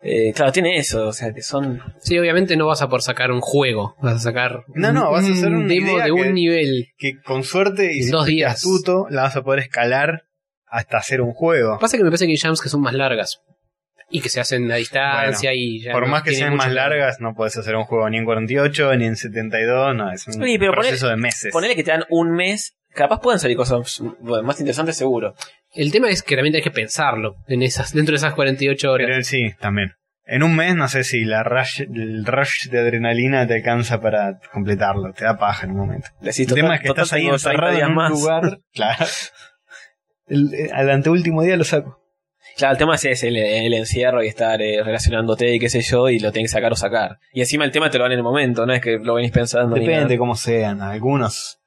C: Eh, claro, tiene eso, o sea, que son...
A: Sí, obviamente no vas a poder sacar un juego, vas a sacar
B: No, no,
A: un-
B: vas a hacer
A: un
B: una
A: demo
B: idea
A: de
B: que-
A: un nivel.
B: Que con suerte y
A: En
B: si
A: dos
B: sos
A: días.
B: astuto, la vas a poder escalar hasta hacer un juego.
A: Pasa que me parece que hay jams que son más largas y que se hacen a distancia y ya
B: Por
A: no
B: más que
A: tienen
B: sean más
A: mucho-
B: largas, no puedes hacer un juego ni en 48, ni en 72, no, es un
C: Sí, pero
B: proceso de meses.
C: Ponele que te dan un mes, capaz pueden salir cosas bueno, más interesantes seguro.
A: El tema es que también tenés que pensarlo en esas, dentro de esas 48 horas.
B: Pero sí, también. En un mes no sé si la rush, el rush de adrenalina te alcanza para completarlo, te da paja en un momento.
C: Decís,
B: el tema
C: total-
B: es que
C: total
B: estás ahí
C: tengo 30
B: encerrado en
C: días
B: un
C: más.
B: lugar. Claro. El- eh, al anteúltimo día lo saco.
C: Claro, el tema es ese, el, el encierro y estar eh, relacionándote y qué sé yo, y lo tenés que sacar o sacar. Y encima el tema te lo dan en el momento, no es que lo venís pensando. ni
B: Depende
C: nada.
B: cómo sean. Algunos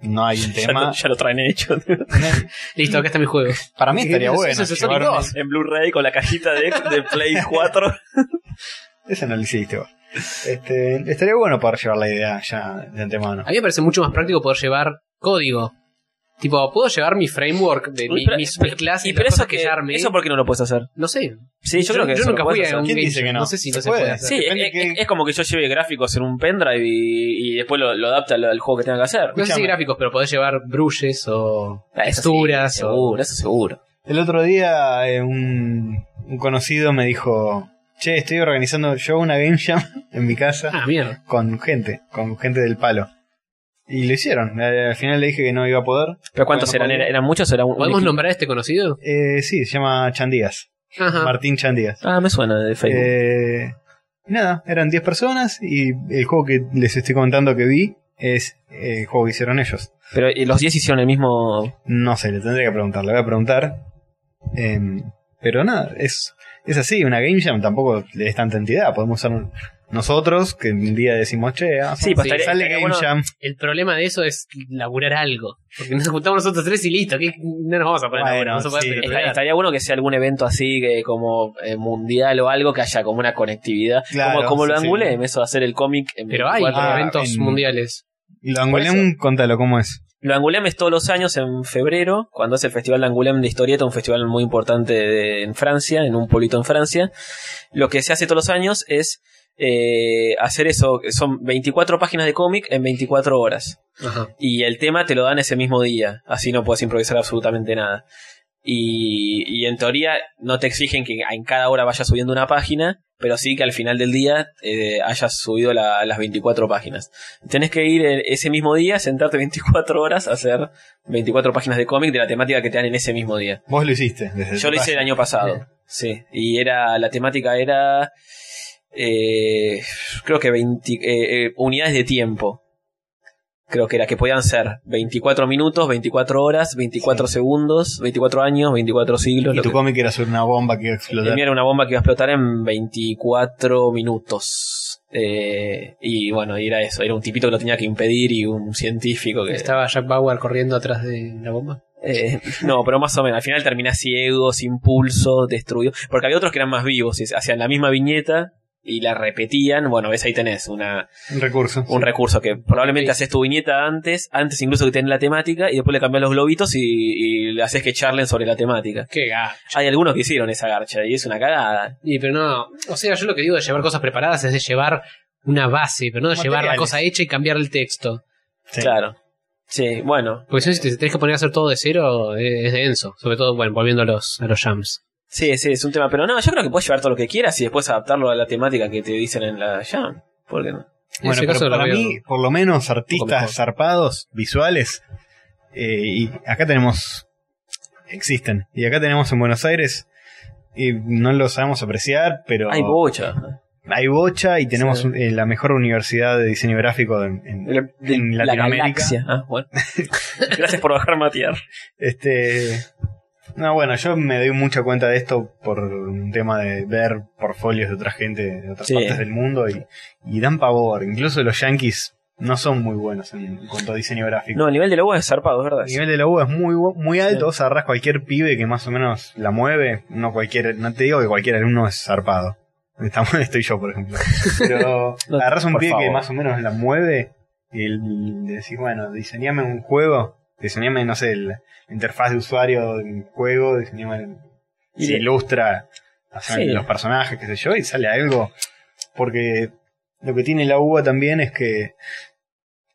B: no hay un
C: Ya
B: tema.
C: lo- ya lo traen hecho.
A: Listo, acá está mi juego.
B: Para mí estaría
A: Eso-
B: bueno.
A: eso es Sonic
B: llevarme-
A: dos.
C: en Blu-ray con la cajita de, de Play 4.
B: Ese no lo hiciste vos. Este, estaría bueno poder llevar la idea ya de antemano.
A: A mí me parece mucho más práctico poder llevar código. Tipo, puedo llevar mi framework de mi-
C: Uy, pero-
A: mis, mis
C: pero-
A: clases
C: y
A: y las
C: pero eso
A: cosas
C: que,
A: que ya armé.
C: eso porque no lo puedes hacer.
A: No sé.
C: Sí, yo, creo que eso
A: nunca
C: lo podés
A: fui
C: hacer.
A: a un
B: ¿Quién
A: game
B: dice
A: jam.
B: que no?
A: No sé si no
B: Se
A: se puede
B: puede.
A: hacer.
C: Sí,
B: Depende
C: es,
B: que-
C: es- es como que yo lleve gráficos en un pendrive y, y después lo, lo adapta al, al juego que tenga que hacer.
A: No sé si
B: Escuchame.
A: gráficos, pero podés llevar brushes o
C: Ah, eso sí,
A: texturas. o-
C: seguro, eso seguro.
B: El otro día eh, un, un conocido me dijo, che, estoy organizando yo una game jam en mi casa
A: Ah, mierda.
B: con gente, con gente del palo. Y lo hicieron. Eh, Al final le dije que no iba a poder.
C: ¿Pero cuántos
B: Bueno,
C: eran?
B: podría-
C: ¿Eran muchos o era un, un
A: ¿Podemos
C: equipo?
A: nombrar a este conocido?
B: Eh, sí, se llama Chandías.
A: Ajá.
B: Martín Chandías.
C: Ah, me suena de Facebook.
B: Eh, y nada, eran 10 personas y el juego que les estoy contando que vi es eh, el juego que hicieron ellos.
C: Pero ¿y los 10 hicieron el mismo.
B: No sé, le tendré que preguntar, le voy a preguntar. Em, pero nada, es, es así, una Game Jam tampoco le es tanta entidad. Podemos ser nosotros que un día decimos, che, ah,
C: Sí, pues, estaría-
B: sale
C: estaría
B: Game
C: bueno-
B: Jam.
A: El problema de eso es laburar algo. Porque nos juntamos nosotros tres y listo. ¿qué? No nos vamos a poner a
B: Bueno,
A: laburar, vamos a poder
B: sí.
A: pelotudear.
C: Estaría, estaría bueno que sea algún evento así, que como eh, mundial o algo, que haya como una conectividad.
B: Claro,
C: como como lo
B: sí,
C: angulé, eso de hacer el cómic. en
A: Pero hay
C: 24
B: Ah,
A: eventos
B: en-
A: mundiales.
B: Y lo Angolem, contalo cómo es.
C: Lo Angulem es todos los años en febrero, cuando es el Festival de Angulem de Historieta, un festival muy importante de- en Francia, en un pueblito en Francia. Lo que se hace todos los años es eh, hacer eso, son 24 páginas de cómic en 24 horas.
A: Ajá.
C: Y el tema te lo dan ese mismo día, así no puedes improvisar absolutamente nada. Y, y en teoría no te exigen que en cada hora vayas subiendo una página, pero sí que al final del día eh, hayas subido la- las 24 páginas. Tenés que ir el- ese mismo día, sentarte 24 horas a hacer 24 páginas de cómic de la temática que te dan en ese mismo día.
B: Vos lo hiciste. Desde
C: Yo
B: tu
C: lo hice el año pasado.
A: Bien.
C: Sí. Y era. La temática era. eh, creo que 20, eh, eh, unidades de tiempo. Creo que era que podían ser 24 minutos, 24 horas, 24 segundos, 24 años, 24 siglos.
B: Y
C: lo
B: tu
C: que-
B: cómic era sobre una bomba que iba a
C: el
B: explotar.
C: mío era una bomba que iba a explotar en 24 minutos. Eh, y bueno, y era eso. Era un tipito que lo tenía que impedir y un científico que.
A: Estaba Jack Bauer corriendo atrás de la bomba.
C: Eh, no, pero más o menos. Al final terminás ciego, sin pulso, destruido. Porque había otros que eran más vivos y hacían la misma viñeta y la repetían. Bueno, ves, ahí tenés una,
B: Un recurso.
C: un recurso que probablemente
A: Sí.
C: haces tu viñeta antes, antes incluso que tenés la temática, y después le cambias los globitos y, y le haces que charlen sobre la temática.
A: Qué gato.
C: Hay algunos que hicieron esa garcha y es una cagada.
A: Y pero no, o sea, yo lo que digo de llevar cosas preparadas es de llevar una base, pero no de llevar la
B: Materiales.
A: cosa hecha y cambiar el texto.
B: Sí.
C: Claro. Sí, bueno.
A: Porque si no, si te tenés que poner a hacer todo de cero, eh, es denso. Sobre todo, bueno, volviendo a los, a los jams.
C: Sí, sí, es un tema. Pero no, yo creo que puedes llevar todo lo que quieras y después adaptarlo a la temática que te dicen en la jam. ¿Por qué no?
A: En
B: Bueno,
A: ese
B: pero
A: caso lo
B: para
A: veo-
B: mí, por lo menos artistas
A: mejor.
B: zarpados, visuales, eh, y acá tenemos, existen, y acá tenemos en Buenos Aires, y no lo sabemos apreciar, pero
C: Hay bocha.
B: hay bocha y tenemos
C: Sí.
B: eh, la mejor universidad de diseño gráfico de- en-
C: De la- de
B: en
C: la
B: Latinoamérica.
C: galaxia. Ah, bueno. Gracias por bajar Matiar.
B: Este. No, bueno, yo me doy mucha cuenta de esto por un tema de ver portfolios de otra gente de otras
C: Sí.
B: partes del mundo y, y dan pavor. Incluso los yankees no son muy buenos en cuanto a diseño gráfico.
C: No, el nivel de la UA es zarpado, es verdad.
B: El nivel de la UBA es muy, bu- muy alto. Vos agarrás cualquier pibe que más o menos la mueve. No cualquier, no te digo que cualquier alumno es zarpado. Estamos- estoy yo, por ejemplo. Pero
C: No,
B: agarrás un
C: por
B: pibe que
C: favor.
B: más o menos la mueve y le decís, bueno, diseñame un juego. Diseñame, no sé, el- la interfaz de usuario de un juego. Diseñame,
C: Y
B: se
C: le-
B: ilustra. hacer
C: Sí.
B: los personajes, qué sé yo, y sale algo. Porque lo que tiene la uva también es que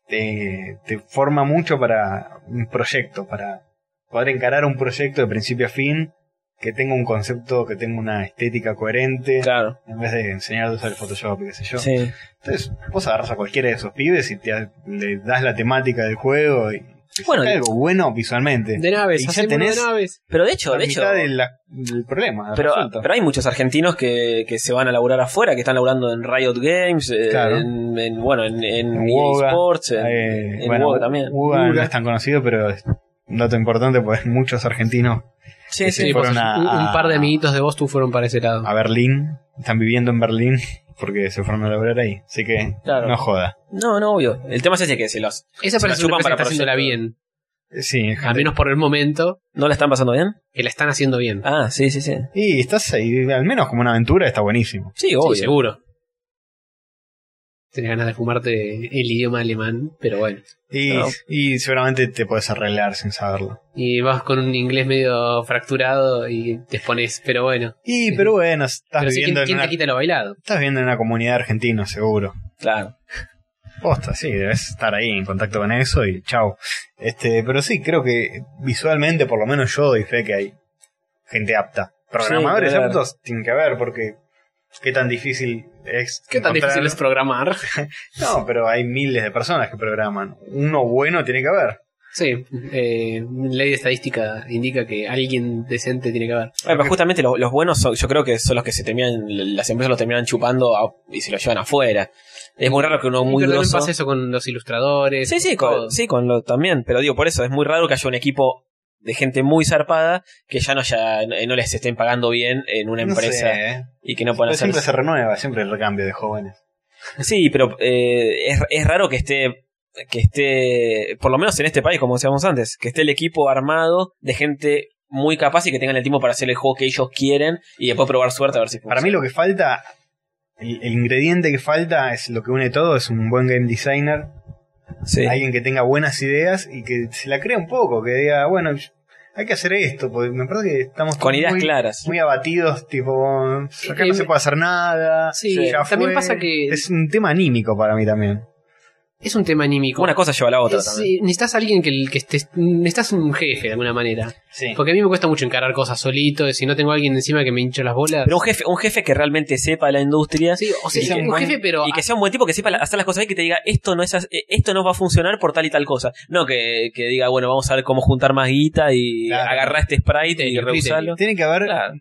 B: te, te forma mucho para un proyecto, para poder encarar un proyecto de principio a fin, que tenga un concepto, que tenga una estética coherente,
C: Claro.
B: en vez de enseñarte a usar el Photoshop, qué sé yo.
C: Sí.
B: Entonces, vos agarras a cualquiera de esos pibes y te, le das la temática del juego y te
C: Bueno,
B: saca
C: y-
B: algo bueno visualmente.
A: De
B: Y
A: naves,
B: ya
A: hacemos
B: tenés-
A: de naves.
C: Pero de hecho,
B: La
C: de hecho.
B: mitad de la- del problema.
C: Pero,
B: resuelto.
C: pero hay muchos argentinos que, que se van a laburar afuera, que están laburando en Riot Games, eh,
B: Claro.
C: en, en- bueno, en, en
B: En
C: EA
B: Woga,
C: Sports, en-
B: Eh,
C: en
B: bueno,
C: Woga también.
B: Woga no
A: Woga.
B: es tan conocido, pero es un dato importante porque muchos argentinos
C: Sí,
B: sí,
C: sí.
B: fueron
A: vos-
B: a-
A: un, un
B: a-
A: par de amiguitos de vos tú fueron para ese lado.
B: a Berlín están viviendo en Berlín porque se fueron a laburar ahí. Así que
C: Claro.
B: no joda.
C: No, no, obvio. El tema es ese que se los,
A: Esa
C: se la
A: parece una
C: chupan
A: empresa que
C: para
A: está haciéndola
C: proyectos.
A: bien.
B: Sí,
A: Al menos por el momento,
C: ¿No la están pasando bien?
A: que la están haciendo bien.
C: Ah, sí, sí, sí.
B: y estás ahí, al menos como una aventura está buenísimo.
C: Sí,
A: Sí,
C: obvio.
A: seguro. Tenés ganas de fumarte el idioma alemán, pero bueno.
B: Y,
C: Claro.
B: y seguramente te puedes arreglar sin saberlo.
A: Y vas con un inglés medio fracturado y te expones, pero bueno.
B: Y pero bueno, estás
A: Pero sí, ¿quién,
B: viviendo en
A: quién
B: una,
A: te quita lo bailado?
B: estás viviendo en una comunidad argentina, seguro.
C: Claro.
B: Posta, sí, debes estar ahí en contacto con eso y chao. Este, pero sí, creo que visualmente, por lo menos yo doy fe que hay gente apta. Programadores
C: Sí, claro.
B: aptos tienen que haber, porque qué tan difícil es.
A: ¿Qué tan
B: encontrar-
A: difícil es programar?
B: No, pero hay miles de personas que programan. Uno bueno tiene que haber.
A: Sí, eh, ley de estadística indica que alguien decente tiene que haber.
C: Bueno, Eh, pero justamente lo- los buenos son- yo creo que son los que se terminan, las empresas los terminan chupando a- y se los llevan afuera. Es muy raro que uno muy
A: pero también
C: grosso.
A: pasa eso con los ilustradores.
C: Sí, sí,
A: todo.
C: con, sí, con lo también. Pero digo, por eso es muy raro que haya un equipo de gente muy zarpada que ya no haya, eh, no les estén pagando bien en una
B: No
C: empresa
B: sé, ¿eh?
C: y que no puedan
B: Pero
C: hacer.
B: siempre se renueva, siempre el recambio de jóvenes.
C: Sí, pero eh, es, es raro que esté que esté, por lo menos en este país, como decíamos antes, que esté el equipo armado de gente muy capaz y que tengan el tiempo para hacer el juego que ellos quieren y después probar suerte a ver si funciona.
B: Para mí lo que falta, el, el ingrediente que falta es lo que une todo, es un buen game designer
C: Sí.
B: alguien que tenga buenas ideas y que se la crea un poco, que diga, bueno, yo- hay que hacer esto, porque me parece que estamos
C: con
B: todos
C: ideas
B: muy,
C: claras.
B: muy abatidos, tipo, acá no
A: Eh,
B: se puede hacer nada.
A: Sí,
C: Sí.
B: ya
A: también
B: fue.
A: pasa que es,
B: Es un tema anímico para mí también.
A: un tema anímico.
C: Una cosa lleva a la otra
A: Es,
C: también.
A: eh, necesitas alguien que, que estés- necesitas un jefe de alguna manera.
B: Sí.
A: Porque a mí me cuesta mucho encarar cosas solito, y si no tengo a alguien encima que me hinche las bolas.
C: Pero un jefe, un jefe que realmente sepa la industria
A: sí, o sea,
B: que sea
A: un
B: un buen-
A: jefe, pero ah,
C: y que sea un buen tipo que sepa la- hacer las cosas y que te diga esto no es as- eh, esto no va a funcionar por tal y tal cosa. No que, que diga, bueno, vamos a ver cómo juntar más guita y
B: Claro.
C: agarrar este sprite y
A: Criterio,
C: reusarlo.
B: Tiene que haber
C: Claro.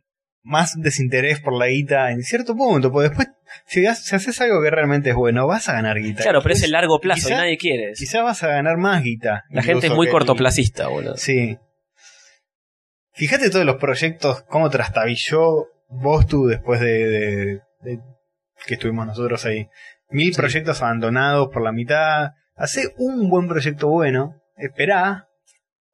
B: más desinterés por la guita en cierto punto, porque después, si, ha- si haces algo que realmente es bueno, vas a ganar guita.
C: Claro, pero es el largo plazo
B: quizá-
C: y nadie quiere. eso.
B: Quizás vas a ganar más guita.
C: La gente es
B: incluso
C: muy
B: que-
C: cortoplacista, boludo.
B: Sí. Fíjate todos los proyectos, cómo trastabilló Bostu después de, de- de que estuvimos nosotros ahí. Mil
A: Sí.
B: proyectos abandonados por la mitad. Hacé un buen proyecto bueno, esperá.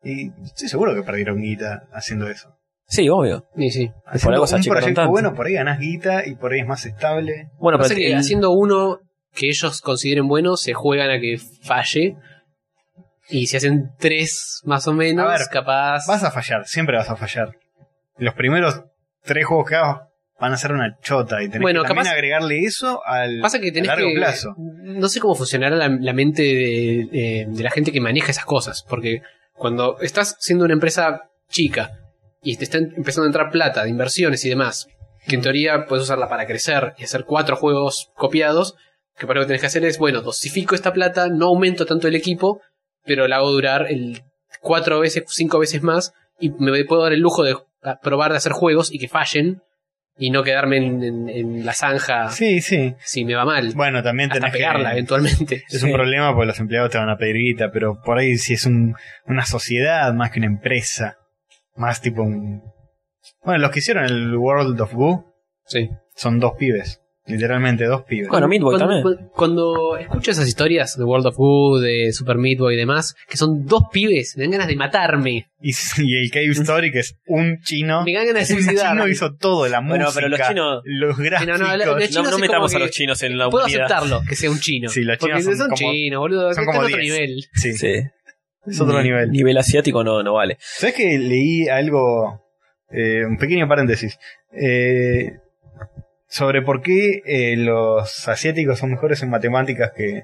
B: Y estoy seguro que perdieron guita haciendo eso.
C: Sí, obvio.
A: Sí, sí.
B: Haciendo
C: algo se
B: un
C: achicaron
B: proyecto
C: tanto.
B: bueno, por ahí ganás guita y por ahí es más estable.
C: Bueno,
A: Pasa
C: pero
A: que
C: el-
A: haciendo uno que ellos consideren bueno, se juegan a que falle. Y si hacen tres más o menos,
B: A ver,
A: capaz.
B: Vas a fallar, siempre vas a fallar. Los primeros tres juegos que hagas van a ser una chota y tenés
A: Bueno,
B: que también
A: capaz-
B: agregarle eso al
A: Pasa que tenés
B: a largo
A: que-
B: plazo.
A: No sé cómo funcionará la, la mente de, eh, de la gente que maneja esas cosas. Porque cuando estás siendo una empresa chica y te está empezando a entrar plata de inversiones y demás, que en teoría puedes usarla para crecer y hacer cuatro juegos copiados, que para lo que tenés que hacer es, bueno, dosifico esta plata, no aumento tanto el equipo, pero la hago durar el cuatro veces, cinco veces más, y me puedo dar el lujo de a- probar de hacer juegos y que fallen, y no quedarme en, en- en la zanja
B: Sí, sí.
A: si me va mal.
B: Bueno, también
A: hasta
B: tenés que-
A: pegarla ¿eh? eventualmente.
B: Es un
C: Sí.
B: problema porque los empleados te van a pedir guita, pero por ahí si es un- una sociedad más que una empresa, más tipo un... Bueno, los que hicieron el World of Goo
A: Sí.
B: son dos pibes, literalmente dos pibes.
C: Bueno, Meat Boy
A: cuando,
C: también.
A: cu- Cuando escucho esas historias de World of Good, de Super Meat Boy y demás, que son dos pibes, me dan ganas de matarme.
B: Y, y el Cave Story, que es Ah. un chino...
A: Me dan ganas de
B: El chino
A: suicidarme.
B: hizo todo, la
C: Bueno,
B: música,
C: pero los chinos-
B: los gráficos...
A: no, la- los
C: no,
A: chinos
C: no
A: es
C: metamos a
A: como
C: los
A: que
C: chinos en la
A: Puedo
C: unidad.
A: aceptarlo que sea un chino.
B: Sí, los
A: porque
B: chinos son
A: son,
B: como-
A: chinos, boludo.
B: son
A: está
B: como
A: en otro
B: 10.
A: nivel.
B: Sí,
C: Sí.
B: es otro
C: Ni-
B: nivel.
C: Nivel asiático no, no vale.
B: ¿Sabes que leí algo eh, un pequeño paréntesis. Eh, sobre por qué eh, los asiáticos son mejores en matemáticas que.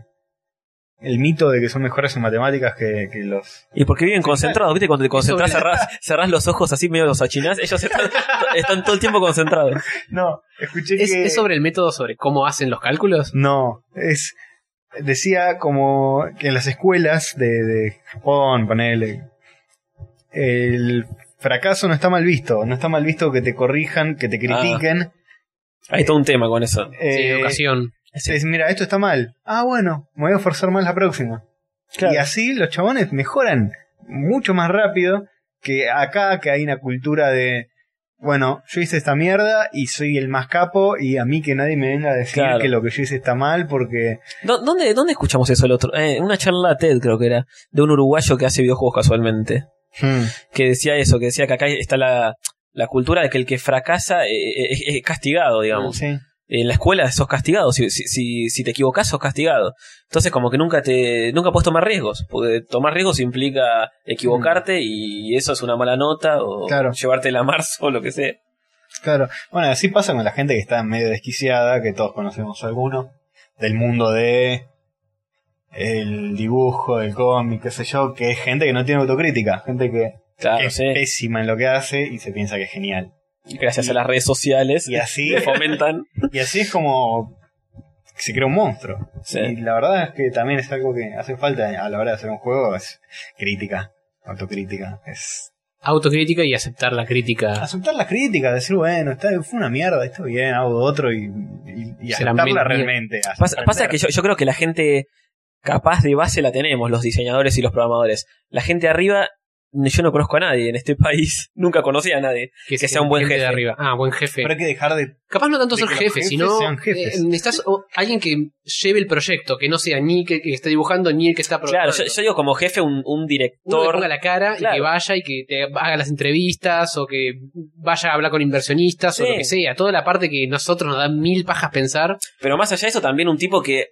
B: El mito de que son mejores en matemáticas que, que los.
C: Y porque viven concentrados, ¿viste? Cuando te concentras,
A: Sobre
C: cerrás, cerrás los ojos así medio los achinás, ellos están, están todo el tiempo concentrados.
B: No, escuché
A: ¿Es,
B: que.
A: es sobre el método, sobre cómo hacen los cálculos?
B: No, es. Decía como que en las escuelas de, de Japón, ponele. El fracaso no está mal visto. No está mal visto que te corrijan, que te critiquen.
C: Hay todo un tema con eso.
A: Ah, Sí,
B: Eh,
A: educación.
C: Sí.
B: es, mira, esto está mal. Ah, bueno, me voy a forzar más la próxima. Y así los chabones mejoran mucho más rápido que acá, que hay una cultura de. Bueno, yo hice esta mierda y soy el más capo y a mí que nadie me venga a decir
C: Claro.
B: que lo que yo hice está mal porque
C: ¿Dó- ¿Dónde, ¿Dónde escuchamos eso el otro? Eh, una charla TED creo que era, de un uruguayo que hace videojuegos casualmente.
B: Hmm.
C: que decía eso, que decía que acá está la, la cultura de que el que fracasa eh, eh, es, es castigado, digamos.
B: Sí.
C: En la escuela sos castigado, si, si- si, si te equivocas sos castigado. Entonces como que nunca te nunca puedes tomar riesgos, porque tomar riesgos implica equivocarte y eso es una mala nota o
B: Claro.
C: llevarte la marzo o lo que sea.
B: Claro. Bueno, así pasa con la gente que está medio desquiciada, que todos conocemos alguno, del mundo de el dibujo, del cómic, qué sé yo, que es gente que no tiene autocrítica, gente que, que
C: Claro,
B: es
C: sí.
B: pésima en lo que hace y se piensa que es genial.
C: Gracias a las redes sociales
B: Y así,
C: que fomentan.
B: y así es como se crea un monstruo.
C: Sí.
B: Y la verdad es que también es algo que hace falta a la hora de hacer un juego, es crítica, autocrítica, es
A: Autocrítica y aceptar la crítica.
B: aceptar las críticas, decir, bueno, está, fue una mierda, está bien, hago otro y, y, y
A: Será men-
B: aceptarla realmente.
C: Pasa,
B: aprender.
C: pasa que yo, yo creo que la gente capaz de base la tenemos, los diseñadores y los programadores. La gente arriba, yo no conozco a nadie en este país. Nunca conocí a nadie. que sea un buen
A: gente
C: jefe.
A: de arriba. Ah, buen jefe.
B: Pero hay que dejar de...
A: Capaz no tanto
B: de
A: ser
B: que los
A: jefe,
B: jefes
A: sino
B: sean jefes.
A: eh, necesitas o- alguien que lleve el proyecto, que no sea ni el que, que esté dibujando ni el que está
C: Claro,
A: programando.
C: yo, yo digo como jefe un, un
A: Uno que
C: director.
A: ponga la cara y
C: Claro.
A: que vaya y que te haga las entrevistas o que vaya a hablar con inversionistas o
C: Sí.
A: lo que sea. Toda la parte que nosotros nos dan mil pajas pensar.
C: Pero más allá de eso, también un tipo que,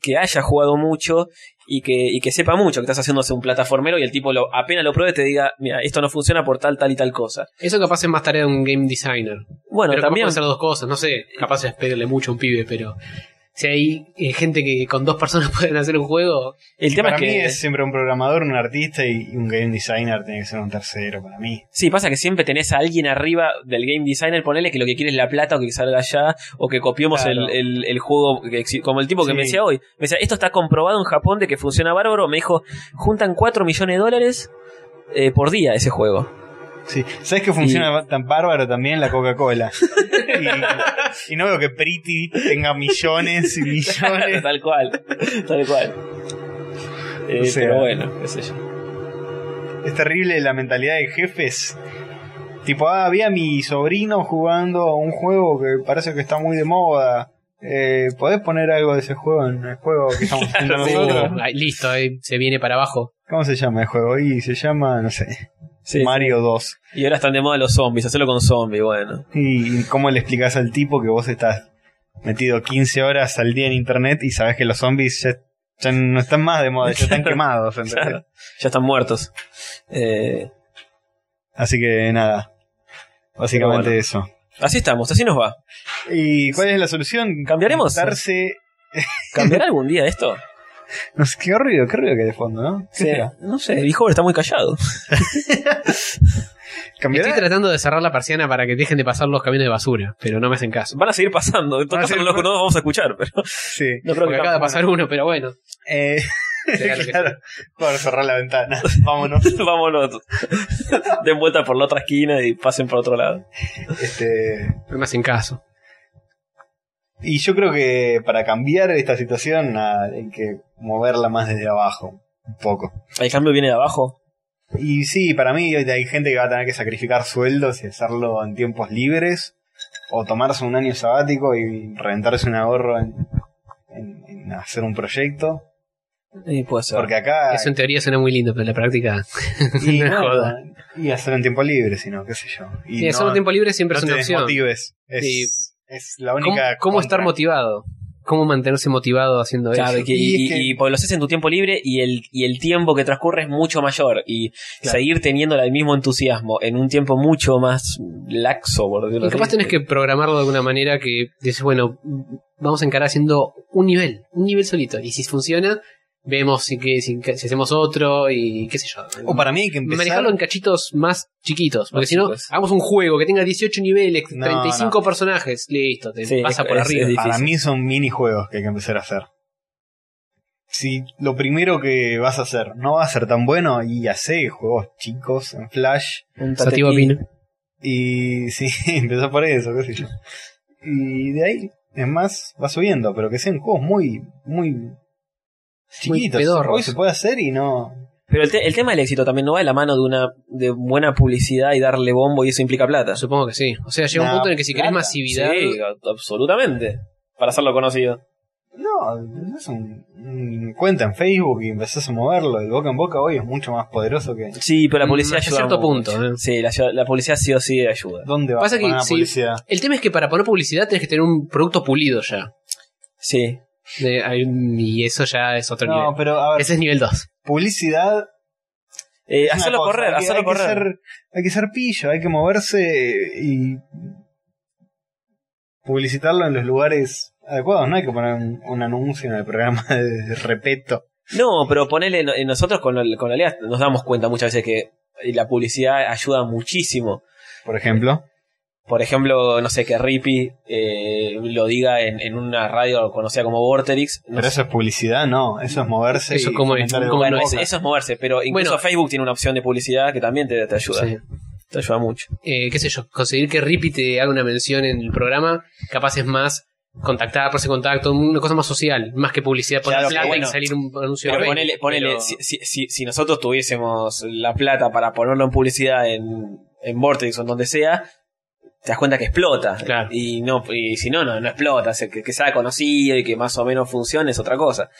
C: que haya jugado mucho y que, y que sepa mucho, que estás haciéndose un plataformero y el tipo lo, apenas lo pruebe te diga, mira, esto no funciona por tal, tal y tal cosa.
A: Eso capaz es más tarea de un game designer.
C: Bueno,
A: pero capaz
C: también...
A: puede hacer dos cosas, no sé, capaz es pedirle mucho a un pibe, pero si hay eh, gente que con dos personas pueden hacer un juego,
C: El tema
B: para
C: es que...
B: mí es siempre un programador, un artista y, y un game designer tiene que ser un tercero para mí.
C: Sí, pasa que siempre tenés a alguien arriba del game designer, ponele que lo que quiere es la plata o que salga ya, o que copiemos
B: Claro.
C: el, el- el juego, que exi- como el tipo que
B: Sí.
C: me decía hoy. Me decía, esto está comprobado en Japón de que funciona bárbaro. Me dijo, juntan 4 millones de dólares eh, por día ese juego.
B: Sí. ¿Sabes que funciona tan bárbaro también la Coca-Cola? y, y no veo que Pretty tenga millones y millones.
C: tal cual, tal cual. Eh,
B: O sea.
C: pero bueno, qué sé yo.
B: Es terrible la mentalidad de jefes. Tipo, ah, había mi sobrino jugando a un juego que parece que está muy de moda. Eh, ¿Podés poner algo de ese juego en el juego que estamos haciendo
C: Sí.
B: nosotros?
A: uh, ahí, listo, ahí se viene para abajo.
B: ¿Cómo se llama el juego? Y se llama, no sé,
C: Sí.
B: Mario 2.
C: Y ahora están de moda los zombies, hacerlo con zombies, bueno.
B: ¿Y cómo le explicás al tipo que vos estás metido 15 horas al día en internet y sabés que los zombies ya, ya no están más de moda, ya están
C: Claro.
B: quemados? ¿entendés?
C: ya están muertos. Eh,
B: Así que nada, básicamente
C: bueno.
B: eso.
C: así estamos, así nos va.
B: ¿Y cuál es la solución?
C: ¿Cambiaremos?
B: Darse
C: ¿Cambiará algún día esto?
B: No sé, qué ruido, qué ruido que hay de fondo, ¿no? ¿Qué
C: Sí,
B: será?
C: no sé, el hijo está muy callado.
A: Estoy
B: ¿Cambiará?
A: tratando de cerrar la persiana para que dejen de pasar los camiones de basura, pero no me hacen caso.
C: Van a seguir pasando, en todo
B: Van a
C: caso no
B: seguir
C: los no los vamos a escuchar, pero
B: Sí.
C: no creo
A: Porque
C: que
A: acaba de pasar uno, pero bueno.
B: Eh,
A: Claro que sí.
B: claro. Bueno, cerrar la ventana. Vámonos.
C: Vámonos. Den vuelta por la otra esquina y pasen por otro lado.
B: Este,
A: No me hacen caso.
B: y yo creo que para cambiar esta situación nada, hay que moverla más desde abajo. Un poco.
C: El cambio viene de abajo.
B: Y sí, para mí hay gente que va a tener que sacrificar sueldos y hacerlo en tiempos libres. O tomarse un año sabático y reventarse un ahorro en, en- en hacer un proyecto.
C: Y puede ser.
B: Porque acá.
A: Eso en teoría suena muy lindo, pero en la práctica.
B: y,
A: no es
B: nada,
A: joda.
B: y hacerlo en tiempo libre, sino qué sé yo. Y
A: Sí, hacer
B: no-
A: un tiempo libre siempre
B: no
A: es
B: te
A: una opción.
B: desmotives. Es,
A: Sí.
B: es la
A: ¿Cómo,
B: única.
A: cómo estar
B: contra.
A: motivado? cómo mantenerse motivado haciendo
C: Claro, y,
A: eso.
C: que- y-
B: Y es que-
C: y- porque lo haces en tu tiempo libre y el, y el tiempo que transcurre es mucho mayor. Y seguir teniendo el mismo entusiasmo en un tiempo mucho más laxo, por decirlo
A: Y capaz
C: así.
A: tenés que programarlo de alguna manera que dices, bueno, vamos a encarar haciendo un nivel, un nivel solito. Y si funciona, vemos si, que, si, si hacemos otro y qué sé yo.
B: O para mí hay que empezar.
A: Manejarlo en cachitos más chiquitos. Porque
C: Más
A: si no,
C: chicos.
A: hagamos un juego que tenga 18 niveles,
B: No,
A: 35 personajes. Listo, te
C: Sí,
A: pasa
C: es-
A: por
C: es-
A: arriba.
C: es
B: Para
C: difícil.
B: mí son minijuegos que hay que empezar a hacer. Si lo primero que vas a hacer no va a ser tan bueno, y hace juegos chicos en Flash,
C: Un
A: Sativa
C: tatequín.
A: Pin.
B: Y sí, empezó por eso, qué sé yo. Y de ahí, es más, va subiendo, pero que sean juegos muy, muy chiquitos.
A: pedorros.
B: Hoy se puede hacer y no.
C: Pero el, te- el tema del éxito también no va de la mano de una de buena publicidad y darle bombo y eso implica plata.
A: Supongo que sí. O sea, llega
B: No,
A: un punto en el que si querés
B: plata,
A: masividad,
C: Sí, a- absolutamente. Para hacerlo conocido.
B: No, es un, un cuenta en Facebook y empezás a moverlo. El boca en boca hoy es mucho más poderoso que.
C: Sí, pero la publicidad
A: Mm, hasta
C: ayuda.
A: cierto
C: mucho.
A: punto, eh.
C: Sí, la, ayuda- la publicidad sí o sí ayuda.
B: ¿Dónde vas
A: Pasa
B: a
A: que
B: poner la
A: si-
B: publicidad?
A: el tema es que para poner publicidad tenés que tener un producto pulido ya.
C: Sí. Eh,
A: De- hay un- y eso ya es otro
B: No,
A: nivel.
B: pero a ver,
A: Ese es nivel 2.
B: publicidad.
C: Eh,
B: es una
C: hacerlo
B: cosa,
C: correr,
B: hay que-
C: hacerlo
B: hay
C: correr.
B: Que ser, hay que ser pillo, hay que moverse y. publicitarlo en los lugares adecuados, no hay que poner un, un anuncio en el programa de repeto.
C: No, pero ponele, no- eh, nosotros con, la- con la Lea nos damos cuenta muchas veces que eh, la publicidad ayuda muchísimo.
B: Por ejemplo,
C: Por ejemplo, no sé, que Rippy eh, lo diga en, en una radio conocida como Vorterix. No
B: pero
C: sé.
B: eso es publicidad, no, eso es moverse.
A: Eso
B: y
A: como es,
B: comentar de
A: como
B: boca en
C: Bueno, es-
B: boca.
C: eso es moverse, pero incluso
A: Bueno.
C: Facebook tiene una opción de publicidad que también te, te ayuda.
A: Sí.
C: Te ayuda mucho.
A: eh, qué sé yo, conseguir que Rippy te haga una mención en el programa, capaz es más contactar, por ese contacto, una cosa más social, más que publicidad por la
C: Claro, pero
A: plata
C: bueno,
A: y salir un anuncio.
C: Pero
A: de
C: ponele,
A: Facebook,
C: ponele
A: pero-
C: si, si- si- si nosotros tuviésemos la plata para ponerlo en publicidad en, en Vortex o en donde sea, te das cuenta que explota.
A: Claro.
C: Y no y si no, no, no explota. O sea, que, que sea conocido y que más o menos funcione es otra cosa.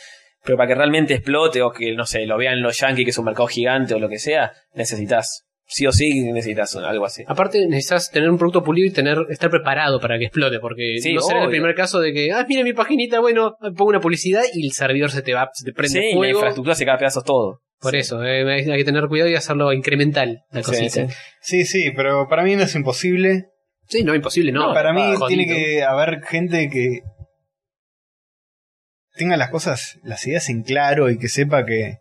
C: Pero para que realmente explote o que, no sé, lo vean los Yankees, que es un mercado gigante o lo que sea, necesitas. Sí o sí necesitas algo así.
A: Aparte necesitas tener un producto pulido y tener estar preparado para que explote, porque
C: Sí,
A: no será el
C: obvio.
A: primer caso de que, ah, mira mi paginita, bueno, pongo una publicidad y el servidor se te va, se te prende
C: Sí, la
A: fuego.
C: infraestructura se cae a pedazos todo.
A: Por
C: Sí.
A: eso, eh, hay hay que tener cuidado y hacerlo incremental la
C: Sí,
A: cosita.
C: sí.
A: Sí,
B: Sí, sí, pero para mí no es imposible.
A: no, imposible, no. ah,
B: para mí
A: Jodido.
B: tiene que haber gente que tenga las cosas, las ideas en claro y que sepa que,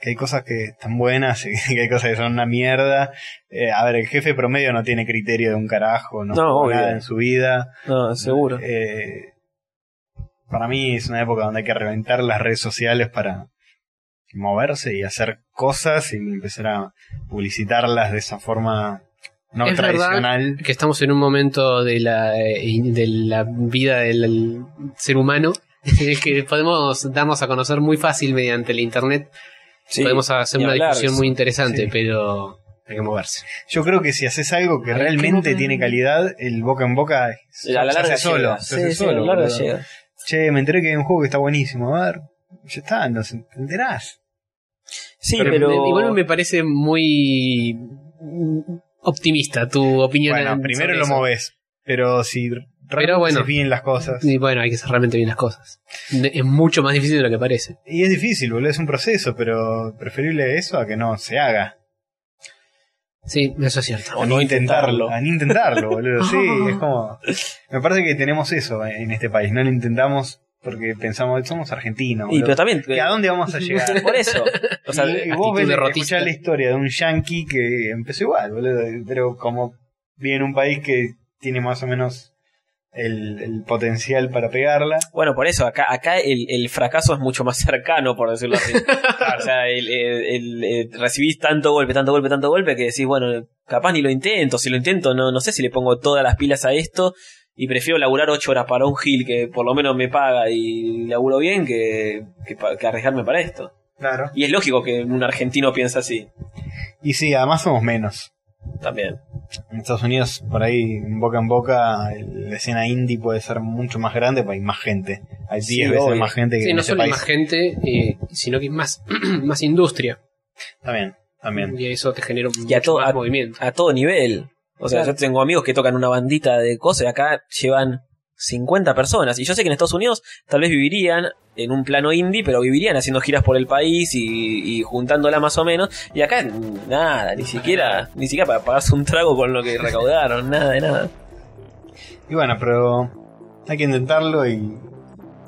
B: que hay cosas que están buenas y que hay cosas que son una mierda. Eh, a ver, el jefe promedio no tiene criterio de un carajo, no,
C: No,
B: jugó
C: obvio.
B: nada en su vida.
C: No, seguro.
B: Eh, para mí es una época donde hay que reventar las redes sociales para moverse y hacer cosas y empezar a publicitarlas de esa forma no
A: Es verdad.
B: tradicional.
A: que estamos en un momento de la, eh, in- de la vida del del ser humano en el que podemos darnos a conocer muy fácil mediante el internet.
C: Sí.
A: podemos hacer
C: ni
A: una
C: hablar,
A: discusión
C: sí.
A: muy interesante,
B: Sí.
A: pero hay que moverse.
B: Yo creo que si haces algo que
C: Ay,
B: realmente
C: qué boca.
B: tiene calidad, el boca en boca se,
C: A la
B: se
C: larga
B: hace solo.
C: llega.
B: se
C: Sí,
B: hace
C: sí, a
B: solo,
C: la larga
B: boludo.
C: llega.
B: Che, me enteré que hay un juego que está buenísimo. A ver, ya está, nos enterás.
C: Sí,
B: Pero-
C: pero.
A: Igual me parece muy mm, optimista tu opinión.
B: bueno,
A: sobre
B: primero lo
A: eso.
B: moves. Pero si realmente
A: bueno.
B: se bien las cosas.
A: Y bueno, hay que hacer realmente bien las cosas. De- Es mucho más difícil de lo que parece.
B: Y es difícil, boludo, es un proceso, pero preferible eso a que no se haga.
A: Sí, eso es cierto.
C: O no intentarlo.
B: A no intentarlo, boludo. Sí, es como. Me parece que tenemos eso en este país. No lo intentamos porque pensamos, somos argentinos.
C: Y,
B: boludo.
C: pero también.
B: ¿Que ¿A dónde vamos a llegar?
C: Por eso. O sea,
B: y, y vos
A: actitud
B: ves
A: derrotista.
B: escuchás la historia de un yankee que empezó igual, boludo, pero como vive en un país que tiene más o menos el, el potencial para pegarla.
C: bueno, por eso, acá, acá el, el fracaso es mucho más cercano, por decirlo así. o sea, el, el- el- eh, recibís tanto golpe, tanto golpe, tanto golpe que decís, bueno, capaz ni lo intento. Si lo intento, no, no sé si le pongo todas las pilas a esto. Y prefiero laburar ocho horas para un gil que por lo menos me paga y laburo bien que, que, pa- que arriesgarme para esto.
B: Claro.
C: Y es lógico que un argentino piensa así
B: Y sí, además somos menos.
C: también.
B: En Estados Unidos, por ahí, boca en boca, el- la escena indie puede ser mucho más grande, porque hay más gente. Hay 10
C: Sí,
B: veces
C: obvio.
B: más gente que
A: Sí,
B: en
A: no
B: este
A: solo hay
B: país.
A: más gente, eh, sino que es más, más industria.
B: También, también.
A: Y eso te genera un
C: Y a
A: mucho
C: todo-
A: más
C: a-
A: movimiento.
C: a todo nivel. O sea,
A: Claro.
C: yo tengo amigos que tocan una bandita de cosas y acá llevan 50 personas. Y yo sé que en Estados Unidos tal vez vivirían en un plano indie, pero vivirían haciendo giras por el país y, y juntándola más o menos. Y acá nada, ni siquiera, ni siquiera para pagarse un trago con lo que recaudaron, nada de nada.
B: Y bueno, pero hay que intentarlo y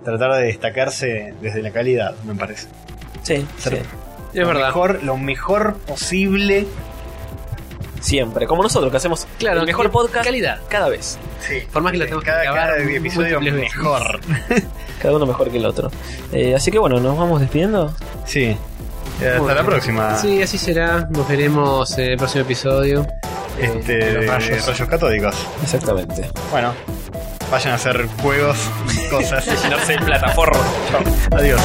B: tratar de destacarse desde la calidad, me parece.
C: Sí, sí,
A: Es
B: lo
A: verdad.
B: Mejor, lo mejor posible.
C: siempre. Como nosotros que hacemos
A: Claro,
C: el mejor podcast
A: Calidad.
C: cada vez.
B: Sí.
A: Por más que lo tenemos que
B: cada,
A: grabar
B: cada episodio
A: múltiples veces.
B: mejor.
C: Cada uno mejor que el otro. Eh, así que bueno, nos vamos despidiendo.
B: Sí. Eh, Hasta
A: Bueno.
B: la próxima.
A: Sí, así será. Nos veremos en el próximo episodio.
B: Este,
A: Eh,
B: de
A: los rayos.
B: rayos. catódicos.
C: Exactamente.
B: Bueno, vayan a hacer juegos y cosas.
C: Llenarse el plataforma.
B: Adiós.